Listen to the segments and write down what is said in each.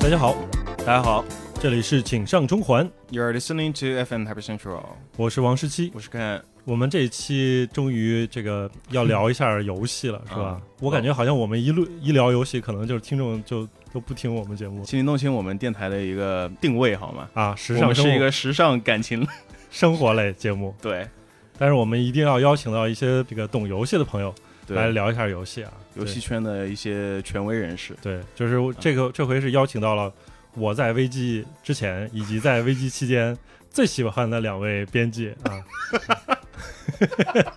大家好，大家好这里是请上中环， ，You're listening to FM Happy Central，我是王十七。我是 Ken。我们这一期终于这个要聊一下游戏了，是吧嗯？我感觉好像我们一路一聊游戏，可能就是听众就都不听我们节目请你弄清我们电台的一个定位好吗？啊。时我尚们生是一活个时尚感情， 生活类节目，对但是我们一定要邀请到一些这个懂游戏的朋友来对，聊一下游戏啊。游戏对圈的一些权威人士。对，就是我这个这回是邀请到了我在危机之前以及在危机期间最喜欢的两位编辑啊。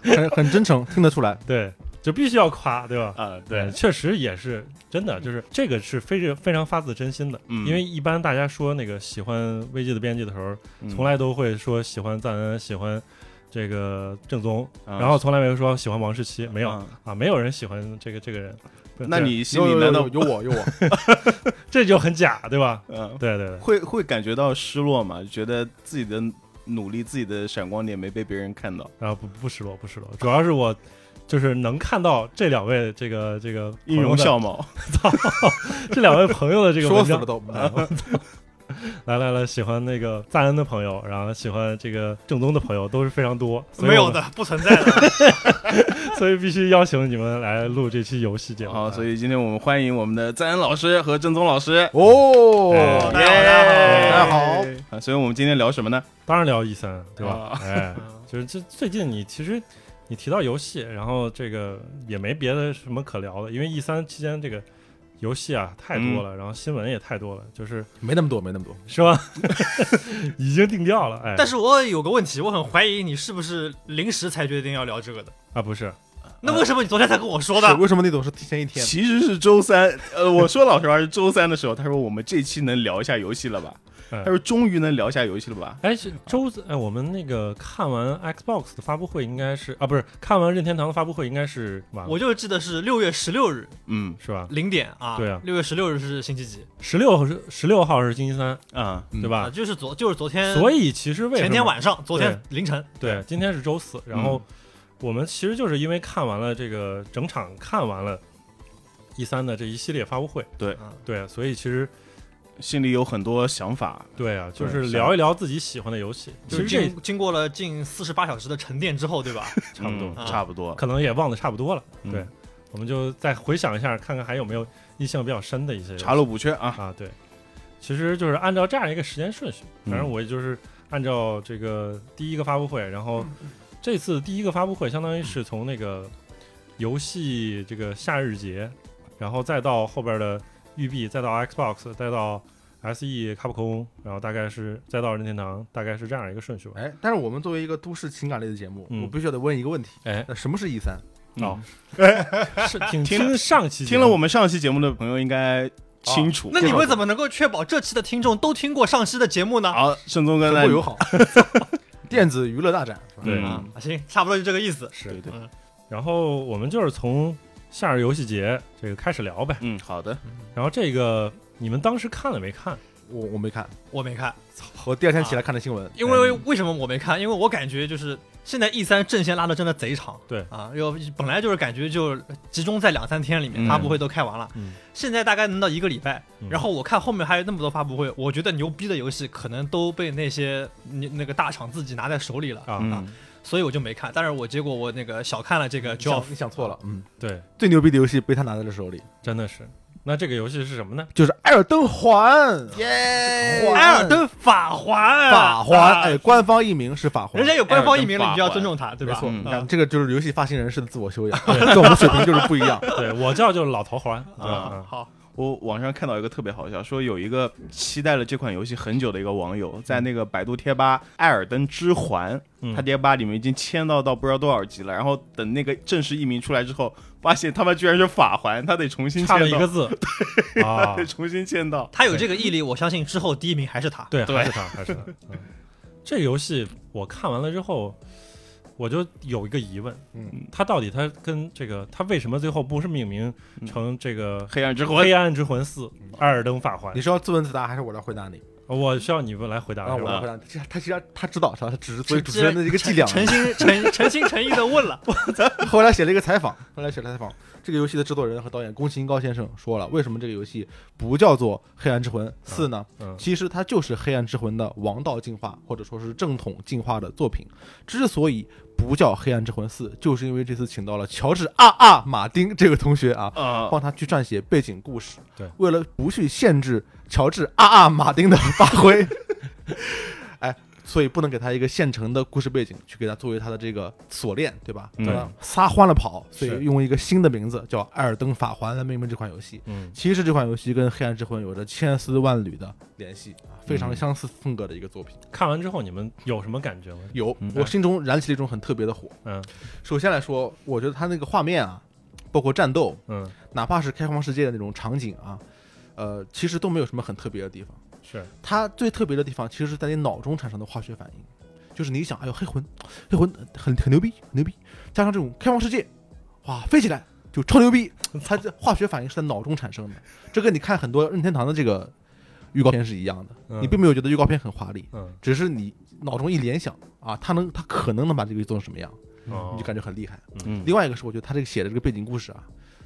很很真诚，听得出来。对，就必须要夸，对吧？啊，嗯，确实也是真的，就是这个是非常非常发自真心的，嗯因为一般大家说那个喜欢危机的编辑的时候，嗯从来都会说喜欢赞恩，喜欢这个正宗，啊然后从来没有说喜欢王世奇，没有啊啊，没有人喜欢这个这个人，那这你心有里有难有道有有我有我，这就很假，对吧？嗯对对对，会会感觉到失落吗？觉得自己的努力、自己的闪光点没被别人看到，然后不不失落不失落，主要是我就是能看到这两位这个这个音朋容友的笑貌。这两位朋友的这个说文死章了。都。嗯来来来，喜欢那个赞恩的朋友，然后喜欢这个正宗的朋友都是非常多，所以没我有们，的，不存在的。 所以必须邀请你们来录这期游戏节目。好，啊所以以今天我们欢迎我们的赞恩老师和正宗老师。哦，哎大家好，好耶啊！所以我们今天聊什么呢？当然聊一森，对吧？啊哎，就是这最近你其实你提到游戏，然后这个也没别的什么可聊的，因为 E 三期间这个游戏啊太多了，然后新闻也太多了，就是没那么多，没那么多。是吧？ 已经定调了，哎，但是我有个问题，我很怀疑你是不是临时才决定要聊这个的？啊不是，那为什么你昨天才跟我说是的？为什么那种是提前一天？其实是周三，呃，我说老实话是周三的时候，他说我们这期能聊一下游戏了吧？嗯他说终于能聊一下游戏了吧？哎，是啊周四哎，我们那个看完 Xbox 的发布会应该是啊，不是看完任天堂的发布会应该是晚了，我就记得是六月十六日嗯是吧？零点啊，对啊六月十六日是星期几十六是十六号是星期三，啊，嗯对啊？吧？就是昨就是昨天，所以其实为什么前天晚上，嗯昨天凌晨，对，今天是周四，然后我们其实就是因为看完了这个整场看完了 E 三的这一系列发布会，啊对，所以其实心里有很多想法，对啊，就对是是聊一聊自己喜欢的游戏，其就是实这经经过了近四十八小时的沉淀之后，对吧？差不多嗯啊差不多。可能也忘得差不多了，嗯对，我们就再回想一下，看看还有没有印象比较深的一些游戏查漏补缺啊，啊，对，其实就是按照这样一个时间顺序，反正嗯我也就是按照这个第一个发布会，然后这次第一个发布会相当于嗯是从那个游戏这个夏日节，然后再到后边的育碧，再到 Xbox，再到 SE 卡普空，然后大概是再到任天堂，大概是这样一个顺序吧。哎，但是我们作为一个都市情感类的节目，嗯我必须得问一个问题：哎，那什么是 E 三？哦嗯，嗯是挺听听上期节听了目我们上期节目的朋友应该清楚。哦那你们怎么能够确保这期的听众都听过上期的节目呢？好，盛宗哥很呢不？友好。电子娱乐大展是吧？对啊嗯，行，差不多就这个意思。对对，然后我们就是从夏日游戏节这个开始聊呗。嗯，好的，然后这个你们当时看了没看？我我没看，我没看，我第二天起来看的新闻。因为为什么我没看？因为我感觉就是现在 E 三阵线拉的真的贼长，对啊，要本来就是感觉就集中在两三天里嗯面，发布会都开完了，嗯现在大概能到一个礼拜。嗯然后我看后面还有那么多发布会，我觉得牛逼的游戏可能都被那些那那个大厂自己拿在手里了，啊，嗯，所以我就没看。但是我结果我那个小看了这个你想 Joff，你想错了，嗯，对，最牛逼的游戏被他拿在了手里，真的是。那这个游戏是什么呢？就是《艾尔登环》。耶哇艾尔登哎法环，法环，啊哎，，官方译名是法环，人家有官方译名艾尔登了，法你就要环尊重他，对哎没吧？错，嗯你啊看这个就是游戏发行人士的自我修养，跟我们水平就是不一样。对我叫就老头环对啊，吧好，我网上看到一个特别好笑，说有一个期待了这款游戏很久的一个网友，在那个百度贴吧《艾尔登之环》嗯他贴吧里面已经签到到不知道多少级了，然后等那个正式译名出来之后，发现他妈居然是法环，他得重新差签了到，一个字啊得，重新签到。他有这个毅力，我相信之后第一名还是他。对，对还是他，还是他。嗯这个游戏我看完了之后，我就有一个疑问，嗯，它到底它跟这个它为什么最后不是命名成这个黑暗之《魂黑暗之魂四：艾尔登法环你》？是要自问自答，还是我来回答你？我需要你们来回答啊，是我吧？来回答你。其实他其实他知道是吧？他只是这 作为主持人的一个伎俩。 诚心诚诚心诚意的问了，后来写了一个采访，后来写了采访，这个游戏的制作人和导演宫崎英高先生说了，为什么这个游戏不叫做《黑暗之魂四》呢？嗯其实它就是《黑暗之魂》的王道进化，或者说是正统进化的作品。之所以不叫《黑暗之魂四》，就是因为这次请到了乔治啊啊马丁这个同学啊，啊，帮他去撰写背景故事。对为了不去限制乔治啊啊马丁的发挥， 哎，所以不能给他一个现成的故事背景去给他作为他的这个锁链，对吧？嗯让他撒欢了跑，所是以用一个新的名字叫《艾尔登法环》来命名这款游戏。嗯，其实这款游戏跟《黑暗之魂》有着千丝万缕的联系啊，非常相似风格的一个作品。看完之后你们有什么感觉吗？有嗯，我心中燃起了一种很特别的火。嗯首先来说，我觉得它那个画面啊，包括战斗，嗯，哪怕是开放世界的那种场景啊，呃，其实都没有什么很特别的地方。是它最特别的地方，其实是在你脑中产生的化学反应，就是你想，哎呦，黑魂，黑魂呃很很牛逼，很牛逼，加上这种开放世界，哇，飞起来就超牛逼， 它这化学反应是在脑中产生的。这跟你看很多任天堂的这个预告片是一样的，嗯你并没有觉得预告片很华丽，嗯只是你脑中一联想啊，它能，它可能能把这个做成什么样，哦你就感觉很厉害。嗯另外一个是，我觉得他这个写的这个背景故事啊，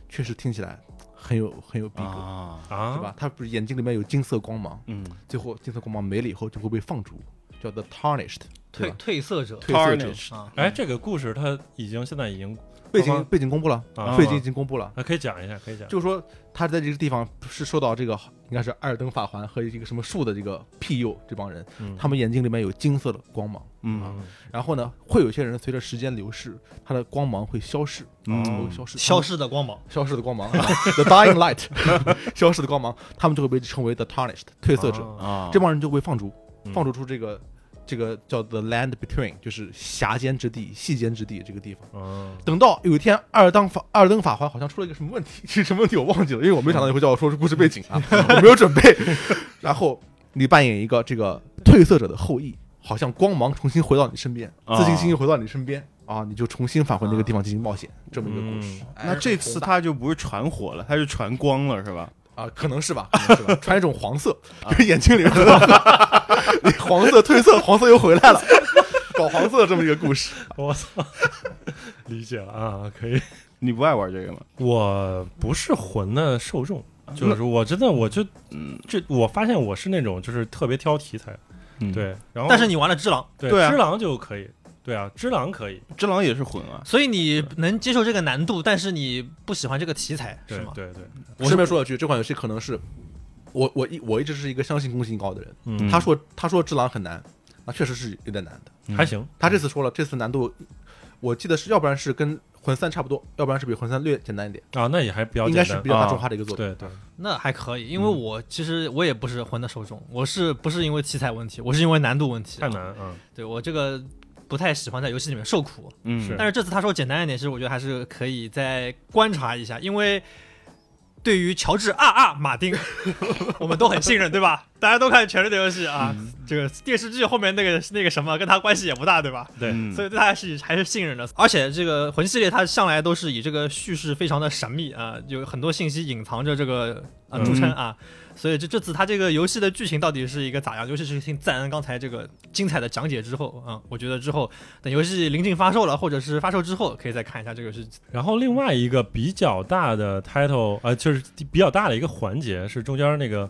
确实听起来很有很有逼格，啊，啊，对吧？他不是眼睛里面有金色光芒，嗯最后金色光芒没了以后就会被放逐，叫 The Tarnished，对褪吧？褪色者褪色者啊，哎，这个故事它已经现在已经背官景方背景公布了，啊背景已经公布了，啊，可以讲一下，可以讲。就是说他在这个地方是受到这个应该是艾尔登法环和一个什么树的这个庇佑，这帮人嗯他们眼睛里面有金色的光芒，嗯嗯然后呢，会有些人随着时间流逝，他的光芒会消逝，啊嗯会消逝，消逝的光芒，消逝的光芒，The Dying Light，消 逝的光芒，他们就会被称为 The Tarnished，褪色者。啊啊，这帮人就会放逐，嗯放逐出这个这个叫 The Land Between，就是狭间之地、细间之地这个地方。嗯 等到有一天，二当法二登法环好像出了一个什么问题，是什么问题我忘记了，因为我没想到你会叫我说出故事背景 啊，我没有准备。然后你扮演一个这个褪色者的后裔，好像光芒重新回到你身边，啊自信心又回到你身边啊，你就重新返回那个地方进行冒险，这么一个故事。那这次他。他就不是传火了，他是传光了，是吧？啊，可能是吧，可能是吧，穿一种黄色，就是眼睛里面的你黄色褪色，黄色又回来了，搞黄色这么一个故事。我操，理解了啊，可以。你不爱玩这个吗？我不是魂的受众，就是我真的我就嗯这，我发现我是那种就是特别挑题材，嗯，对，然后但是你玩了只狼，对对啊只狼就可以，对啊，只狼可以，只狼也是混啊，所以你能接受这个难度，但是你不喜欢这个题材对是吗？对对，我顺便说两句，这款游戏可能是我我一我一直是一个相信攻击高的人，嗯他说他说只狼很难，那确实是有点难的。还行，他这次说了，这次难度我记得是要不然是跟魂三差不多，要不然是比魂三略简单一点，啊，那也还比较应该简是单比，较大众化的一啊个作品。对对，嗯那还可以，因为我其实我也不是魂的受众，我是不是因为题材问题，我是因为难度问题。太难，嗯，对我这个不太喜欢在游戏里面受苦，嗯是但是这次他说简单一点，其实我觉得还是可以再观察一下，因为对于乔治啊啊马丁，我们都很信任，对吧？大家都看《权力的游戏》啊，这个电视剧后面那个那个什么跟他关系也不大，对吧？对嗯所以对他还是还是信任的。而且这个魂系列它向来都是以这个叙事非常的神秘啊，有很多信息隐藏着这个啊嗯著称啊。所以这这次它这个游戏的剧情到底是一个咋样？尤其是听赞恩刚才这个精彩的讲解之后啊，我觉得之后等游戏临近发售了，或者是发售之后，可以再看一下这个是然后另外一个比较大的 title，呃，就是比较大的一个环节是中间那个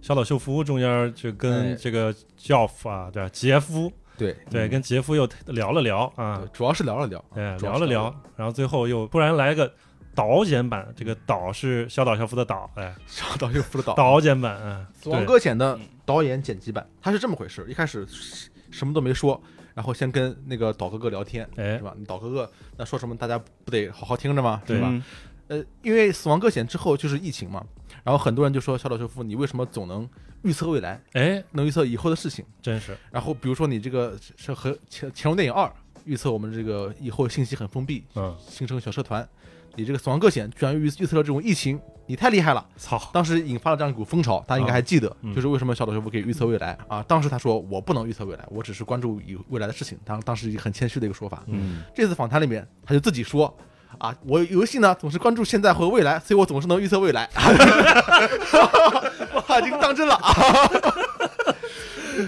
小岛秀夫中间就跟哎这个 Jeff 啊，对吧？杰夫，对对，嗯跟杰夫又聊了聊啊对，，主要是聊了聊，对，主要聊了是聊，然后最后又不然来个导剪版，这个导是小岛秀夫的导，哎，上岛又辅 导导剪版，嗯，哦死亡对，搁浅的导演剪辑版，他是这么回事：一开始什什么都没说，然后先跟那个岛哥哥聊天，哎是，吧？你岛哥哥那说什么，大家不得好好听着吗？对嗯嗯是吧？？呃，因为死亡搁浅之后就是疫情嘛，然后很多人就说小岛秀夫，你为什么总能预测未来，哎，能预测以后的事情？真是，然后比如说你这个是和乾乾隆电影二预测我们这个以后信息很封闭，嗯，形成小社团，你这个死亡搁浅居然预预测了这种疫情，你太厉害了。操，当时引发了这样一股风潮，大家应该还记得，嗯就是为什么小岛秀夫可以预测未来啊？当时他说我不能预测未来，我只是关注以未来的事情，当当时一个很谦虚的一个说法。嗯这次访谈里面他就自己说。啊，我游戏呢总是关注现在和未来， 所以我总是能预测 未来。哇，这个当真了啊！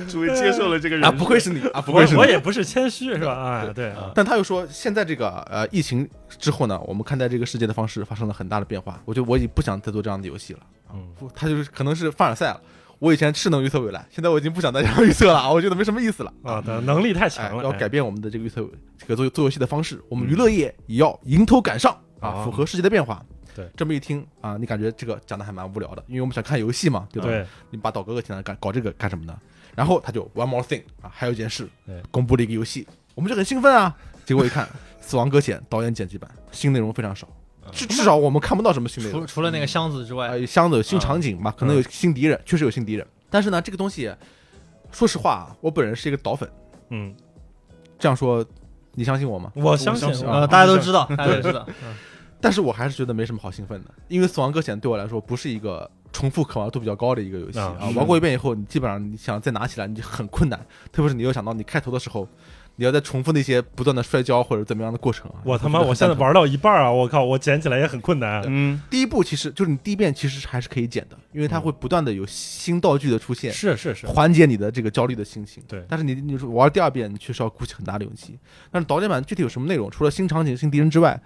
终于接受了这个人啊，设不愧是你啊，不我愧是我你。也不是谦虚是吧？啊，对啊，但他又说，现在这个呃疫情之后呢，我们看待这个世界的方式发生了很大的变化。我觉得我已经不想再做这样的游戏了。嗯，不他就是可能是凡尔赛了。我以前是能预测未来，现在我已经不想再这样预测了啊，我觉得没什么意思了。啊，能力太哎强，了，要哎嗯改变我们的这个预测，这个做做游戏的方式，我们娱乐业也要迎头赶上啊，啊符合世界的变化。对这么一听啊，你感觉这个讲的还蛮无聊的，因为我们想看游戏嘛，对吧？对，你把岛哥哥请来干搞这个干什么呢？然后他就 one more thing 啊，还有一件事对，公布了一个游戏，我们就很兴奋啊。结果一 看，《死亡搁浅》导演剪辑版，新内容非常少，至至少我们看不到什么新内容除。嗯除了那个箱子之外，呃，箱子有新嗯场景吧，可能有新敌人，确实有新敌人。但是呢，这个东西，说实话啊，我本人是一个岛粉，嗯，这样说，你相信我吗？我相信相信呃，啊，大家都知道，大家都知道，嗯但是我还是觉得没什么好兴奋的，因为《死亡搁浅》对我来说不是一个重复可玩度比较高的一个游戏啊啊。是玩过一遍以后，你基本上你想再拿起来，你就很困难，特别是你又想到你开头的时候，你要再重复那些不断的摔跤或者怎么样的过程啊。我他妈觉得很我现在蛋疼玩到一半啊，我靠，我捡起来也很困难，嗯，第一步，其实就是你第一遍其实还是可以剪的，因为它会不断的有新道具的出现，是是是，缓解你的这个焦虑的心情。对但是你你说玩第二遍，你确实要鼓起很大的勇气。但是导演版具体有什么内容，除了新场景、新敌人之外，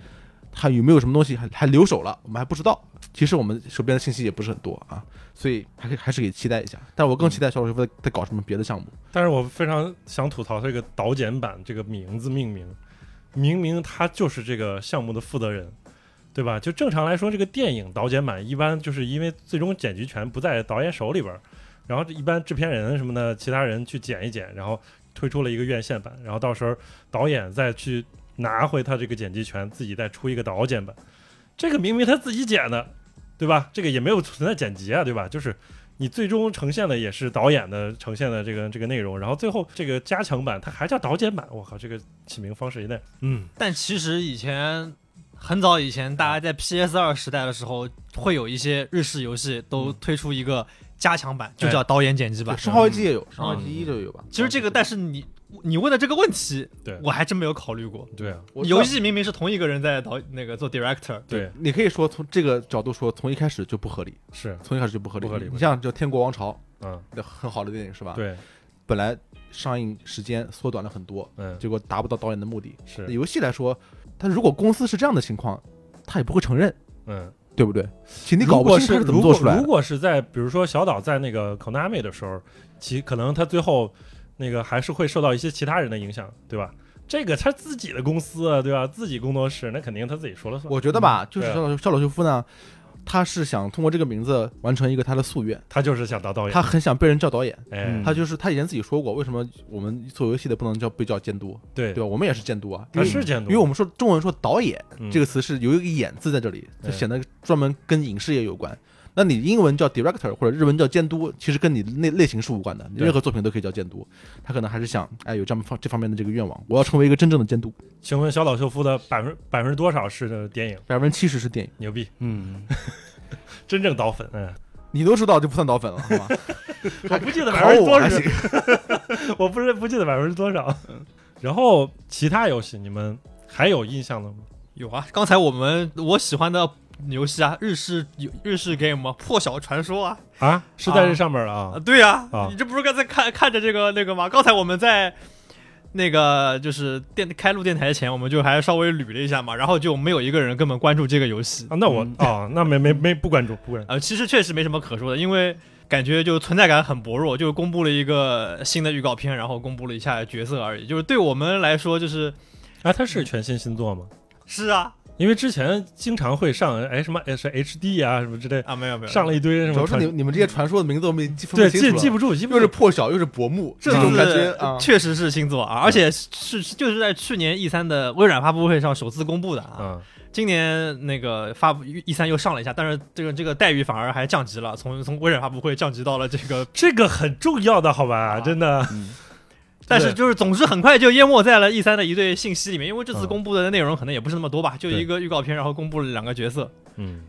还有没有什么东西还还留守了，我们还不知道。其实我们手边的信息也不是很多啊，所以还可以还是可以期待一下。但我更期待小丑师傅在在搞什么别的项目。但是我非常想吐槽这个导剪版这个名字命名，明明他就是这个项目的负责人，对吧？就正常来说，这个电影导剪版一般就是因为最终剪辑权不在导演手里边儿，然后一般制片人什么的，其他人去剪一剪，然后推出了一个院线版，然后到时候导演再去拿回他这个剪辑权，自己再出一个导剪版。这个明明他自己剪的，对吧？这个也没有存在剪辑啊，对吧？就是你最终呈现的也是导演的呈现的这个这个内容，然后最后这个加强版它还叫导剪版，我靠，这个起名方式有点，嗯，但其实以前很早以前，大家在 PS 二时代的时候，会有一些日式游戏嗯都推出一个加强版，就叫导演剪辑版。生化危机也有，生化嗯危机一就有吧。其实这个，但是你你问的这个问题，嗯对我还真没有考虑过。对啊，我游戏明明是同一个人在导那个做 director，对，你可以说从这个角度说，从一开始就不合理，是，从一开始就不合理。不合理你像叫《天国王朝嗯，》那很好的电影是吧？，对，本来上映时间缩短了很多，嗯，结果达不到导演的目的。那是，游戏来说，他如果公司是这样的情况，他也不会承认，嗯，对不对？其实你搞如不果清是他是怎如么做果出来如的。果是在比如说小岛在那个 Konami 的时候，其可能他最后那个还是会受到一些其他人的影响，对吧？这个他自己的公司啊，对吧？自己工作室，那肯定他自己说了算。我觉得吧，就是对啊肖老肖老修夫呢，他是想通过这个名字完成一个他的夙愿，他就是想当导演，他嗯很想被人叫导演。哎，他就是他以前自己说过，为什么我们做游戏的不能叫被叫监督，对对，吧？我们也是监督啊，他因为是监督，因为我们说中文说导演嗯这个词是有一个“演”字在这里，就对显得专门跟影视业有关。那你英文叫 director 或者日文叫监督，其实跟你类类型是无关的，你对任何作品都可以叫监督。他可能还是想，哎，有这么方这方面的这个愿望，我要成为一个真正的监督。请问小岛秀夫的百分百分之多少是的电影？百分之七十是电影，牛逼，嗯，真正导粉，嗯，你都知道就不算脑粉了，好吗？我不记得百考分之我多还少行，，我不是不记得百分之多少。嗯然后其他游戏你们还有印象的吗？有啊。刚才我们我喜欢的游戏啊，日式有日式 game 啊，破晓传说啊，啊，是在啊这上面了啊，啊，对呀、啊你这不是刚才看看着这个那个吗？刚才我们在那个就是电开录电台前，我们就还稍微捋了一下嘛，然后就没有一个人根本关注这个游戏 啊，那我嗯啊，那没没没不关注，不关注。呃，其实确实没什么可说的，因为感觉就存在感很薄弱，就公布了一个新的预告片，然后公布了一下角色而已，就是对我们来说就是啊，它是全新新作吗？是啊因为之前经常会上哎什么哎是 HD 啊什么之类，啊没有没有上了一堆什主要么是传你你们这些传说的名字我们已经记分对不清楚记了，记不住，记不又是住。破晓又是薄暮，这这种次感觉啊。确实是新作啊，而且是是就是在去年 E 三的微软发布会上首次公布的啊。嗯，今年那个发布 E 三又上了一下，但是这个这个待遇反而还降级了，从从微软发布会降级到了这个，这个很重要的，好吧，啊真的。但是就是总之很快就淹没在了 E 三的一堆信息里面，因为这次嗯公布的内容可能也不是那么多吧，就一个预告片，然后公布了两个角色，嗯，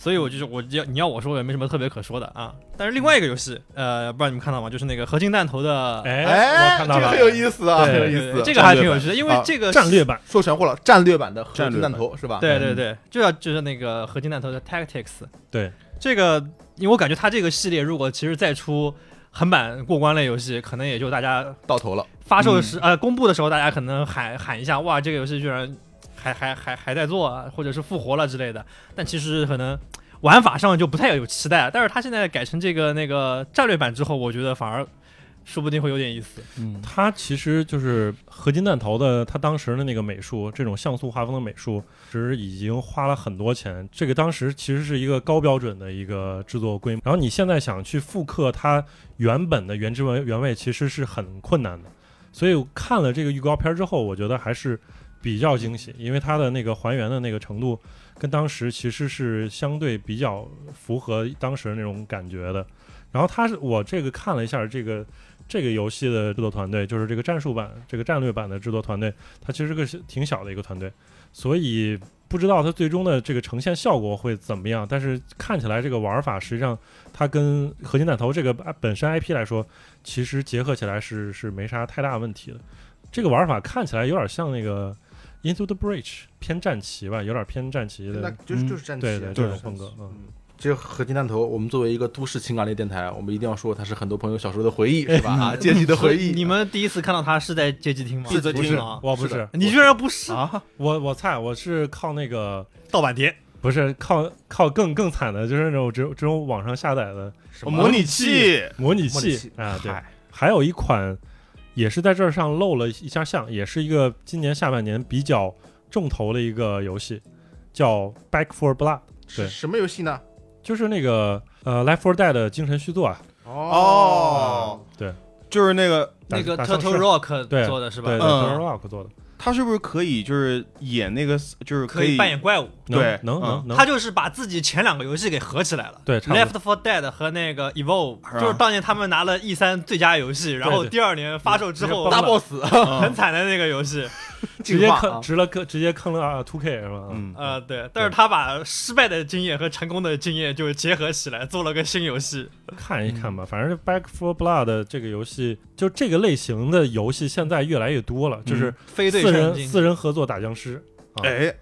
所以我就是我要你要我说我也没什么特别可说的啊。但是另外一个游戏，呃，不知道你们看到吗？就是那个合金弹头的，哎，我哎，看这到个了很有意思啊，很对有对，意思对对。这个还战挺略有版趣的，因啊为这个战略版，说全乎了，战略版的核战子略弹版头是吧？对对对，就要就是那个合金弹头的 Tactics。对这个，因为我感觉它这个系列如果其实再出横版过关类游戏，可能也就大家到头了，发售的嗯时、呃公布的时候，大家可能喊喊一下，哇，这个游戏居然还还还还在做啊，或者是复活了之类的。但其实可能玩法上就不太有期待了。但是它现在改成这个那个战略版之后，我觉得反而说不定会有点意思。嗯，它其实就是合金弹头的，它当时的那个美术，这种像素画风的美术，其实已经花了很多钱。这个当时其实是一个高标准的一个制作规模，然后你现在想去复刻它原本的原汁原原味，其实是很困难的。所以我看了这个预告片之后，我觉得还是比较惊喜，因为它的那个还原的那个程度，跟当时其实是相对比较符合当时那种感觉的。然后它是我这个看了一下这个。这个游戏的制作团队，就是这个战术版、这个战略版的制作团队，它其实是个小挺小的一个团队，所以不知道它最终的这个呈现效果会怎么样。但是看起来这个玩法，实际上它跟合金弹头这个呃本身 IP 来说，其实结合起来是是没啥太大问题的。这个玩法看起来有点像那个 Into the Breach 偏战棋吧，有点偏战棋那的，就是嗯就是战对棋对啊，这就是种战风格棋。嗯。这合金弹头，我们作为一个都市情感类电台，我们一定要说它是很多朋友小时候的回忆，是嗯吧？啊，阶 级的回忆。你们第一次看到它是在街机厅吗？是的不是的啊，我不是的是，你居然不是啊，我我猜我是靠那个，盗版碟，不是靠靠更更惨的，就是那种只有只有网上下载的我模拟器，模拟模拟器器啊，对嗨，还有一款也是在这儿上露了一下相，也是一个今年下半年比较重头的一个游戏，叫《Back for Blood》，对是什么游戏呢？就是那个呃《Life for Dead》的精神续作啊，哦，对，就是那个打那个打丧 Turtle 尸 Rock 对做的是吧？对对嗯 t Rock 做的，他是不是可以就是演那个就是可以以扮演怪物。能对能嗯能能，他就是把自己前两个游戏给合起来了，对差不多，Left for Dead 和那个是吧 Evolve，就是当年他们拿了 E 三最佳游戏，然后对第二年发售之后大 boss 嗯很惨的那个游 戏，直接哦进化坑啊直了坑直接坑了啊 Two K 是吧？嗯呃，对，但是他把失败的经验和成功的经验就结合起来，做了个新游戏。看一嗯看吧，反正《Back for Blood》这个游戏，就这个类型的游戏现在越来越多嗯了，就是非对四称人经，四人合作打僵尸。啊哎，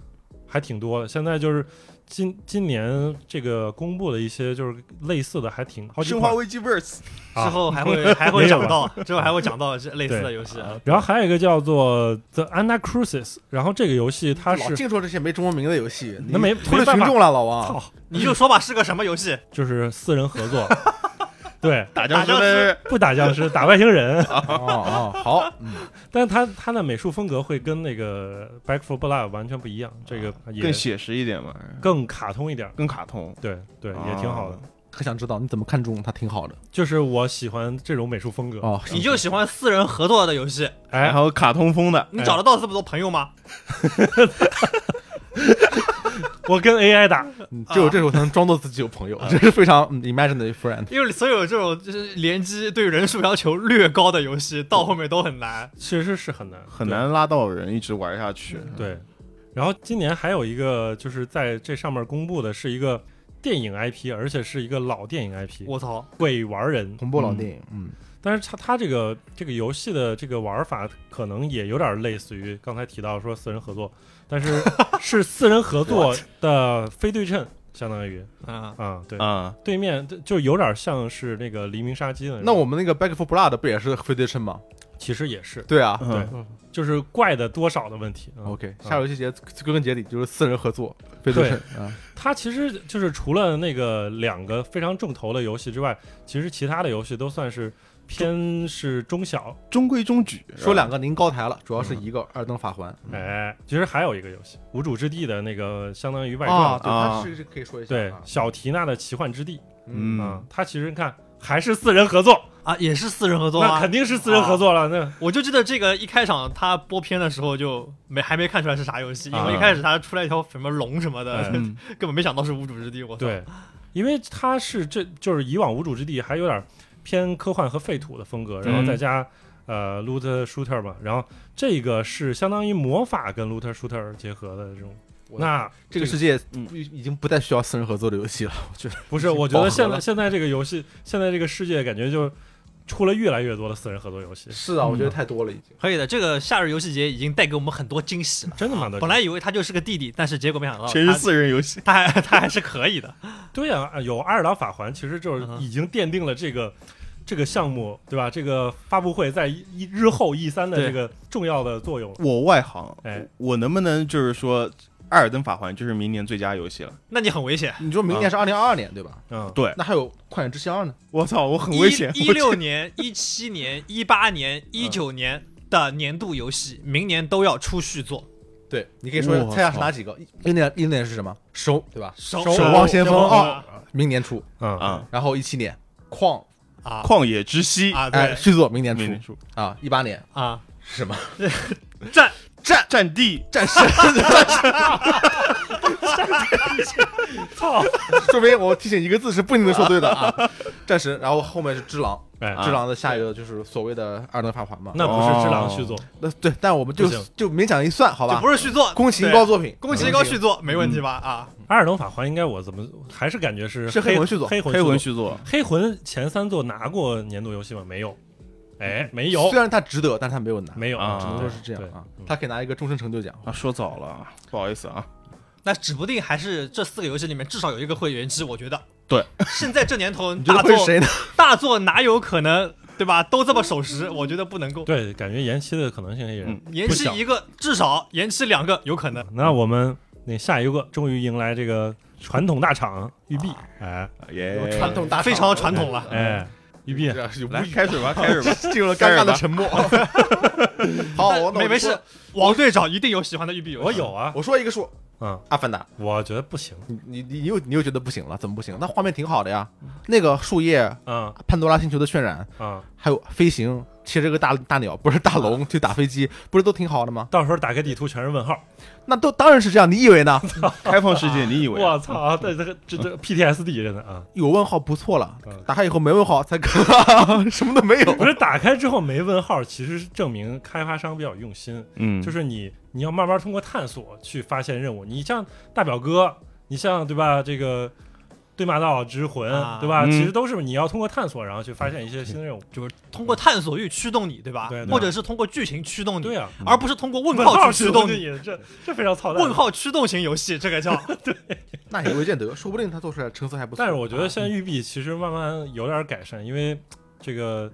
还挺多的。现在就是今今年这个公布的一些就是类似的，还挺好几生款化危机 verse 啊之后还 会还会没有讲到，之后还会讲到这类似的对啊游戏。然后还有一个叫做《The Anna Cruises》，然后这个游戏它老是净说这些没中文名的游戏，那没你忽略没办群法众了，老王。 哦操你就说吧，是个什么游戏？就是四人合 作，对， 打僵尸打僵尸的，不打僵尸，打外星人。哦哦，好，嗯但是它它的美术风格会跟那个《Back for Blood》完全不一样，这个也啊更写实一点嘛，更卡通一点儿。更卡通，对对，也挺好的啊。很想知道你怎么看中它挺好的就是我喜欢这种美术风格。哦。你就喜欢四人合作的游戏？哎然，后卡通风的，你找得到这么多朋友吗？我跟 AI 打，嗯只有这时候才能装作自己有朋友，啊这是非常嗯 imaginary friend。因为所有这种就是联机对人数要求略高的游戏，到后面都很难。其实是很难很对难拉到人一直玩下去。对，然后今年还有一个就是在这上面公布的是一个电影 IP，而且是一个老电影 IP，我操！鬼玩人。红波老电影，嗯，但是它它这个这个游戏的这个玩法可能也有点类似于刚才提到说四人合作，但是是四人合作的非对称，相当于嗯，啊、对，啊，对面就有点像是那个黎明杀机的种，那我们那个 Back for Blood 不也是非对称吗？其实也是，对啊。嗯就是怪的多少的问题。啊 OK，下游戏节归根结底就是四人合作，非对对称啊。它其实就是除了那个两个非常重头的游戏之外，其实其他的游戏都算是偏是中小。中规中矩。说两个您高抬了，主要是一个二登法环哎，其实还有一个游戏《无主之地》的那个，相当于外传。啊，对，啊它是可以说一下对啊，嗯小缇娜的奇幻之地嗯啊，它其实你看还是四人合作，啊，也是四人合作那吗肯？定是四人合作了。那我就记得这个一开场他播片的时候就没还没看出来是啥游啊戏，因为一开始他出来一条什么龙什么的，嗯 根本没想到是无主之地。我操！对，因为它是这就是以往《无主之地》还有点偏科幻和废土的风格，然后嗯再加、呃 Looter Shooter 嘛，然后这个是相当于魔法跟 Looter Shooter 结合的这种。我那这个世界嗯不已经不再需要四人合作的游戏了，我觉得不是，我觉得饱和现在了现在这个游戏，现在这个世界感觉就出了越来越多的私人合作游戏，是啊，我觉嗯得太多了已经。可以的，这个夏日游戏节已经带给我们很多惊喜了。真的吗？都本来以为他就是个弟弟，但是结果没想到全是他四人游戏， 他还他还是可以的。对啊，有《阿尔达法环》，其实就是嗯哼已经奠定了这个这个项目，对吧？这个发布会在一一日后 E 三的对这个重要的作用，我外行，哎我能不能就是说《艾尔登法环》就是明年最佳游戏了？那你很危险。你说明年是二零二二年对吧？嗯，对，那还有《旷野之息二》呢？我操，我很危险。一我六年、一七年、一八年、一九年的年度游戏，明年都要出续作。对，你可以可说猜一下是哪几个？一年一年是什么？手对吧？守守望先锋啊明年出，嗯啊，然后一七年矿，啊旷野之息，啊！哎，对续作明年明年出出啊，一八年啊，是什么？战战地，战士，操，说明我提醒一个字是不一定能说对的 啊。战神，然后后面是只狼，哎，只狼的下一个就是所谓的《二等法环》嘛。那不哦是只狼续作，那对，但我们就不行就勉强一算，好就吧？不是续作，宫崎英对高作品，嗯宫崎英高续作没问题吧？啊， 《阿尔登法环》应该我怎么还是感觉是是黑黑魂续作黑魂黑魂续续作作。黑魂前三座拿过年度游戏吗？没有，哎，没有虽，然他值得，但是他没有拿，没有，啊只只能能说说是这样啊对嗯。他可以拿一个终身成就奖，啊，说早了，不好意思啊。那指不定还是这四个游戏里面至少有一个会延期，我觉得。对，现在这年头，你觉得大会作是谁呢？大作哪有可能对吧？都这么守时，我觉得不能够对，感觉延期的可能性也嗯延期一个，至少延期两个有可能。那我们那下一个终于迎来这个传统大厂育碧，啊哎耶，传统大非常传统了。哎，育碧啊这样是有来开始吧，开始吧。进入了尴尬的沉 默。 好，我那我没就没事说，，王队长一定有喜欢的育碧游戏。我有啊，我说一个数，嗯， 《阿凡达》我觉得不行，你你你又你又觉得不行了？怎么不行？那画面挺好的呀，那个树叶、嗯潘多拉星球的渲染，嗯，还有飞行，骑着个大大鸟，不是啊大龙去打飞机，不是都挺好的吗？到时候打开地图全是问号，那都当然是这样，你以为呢？开放世界，啊你以为？我嗯操，这这个这这 PTSD 真的啊，有问号不错了嗯，打开以后没问号才可 什么都没有。不是打开之后没问号，其实是证明开发商比较用心，嗯，就是是你你要慢慢通过探索去发现任务。你像大表哥，你像对吧？这个对骂道之魂，啊对吧？嗯其实都是你要通过探索，然后去发现一些新任务。就是通过探索欲驱动你，对吧？对对或者是通过剧情驱动你，对啊，而不是通过嗯问问号号驱去驱动动你。你，这这非常操蛋。问，号驱动型游戏，这个叫那也未见得，说不定他做出来成色还不错。啊但是我觉得现在育碧其实慢慢有点改善，因为这个。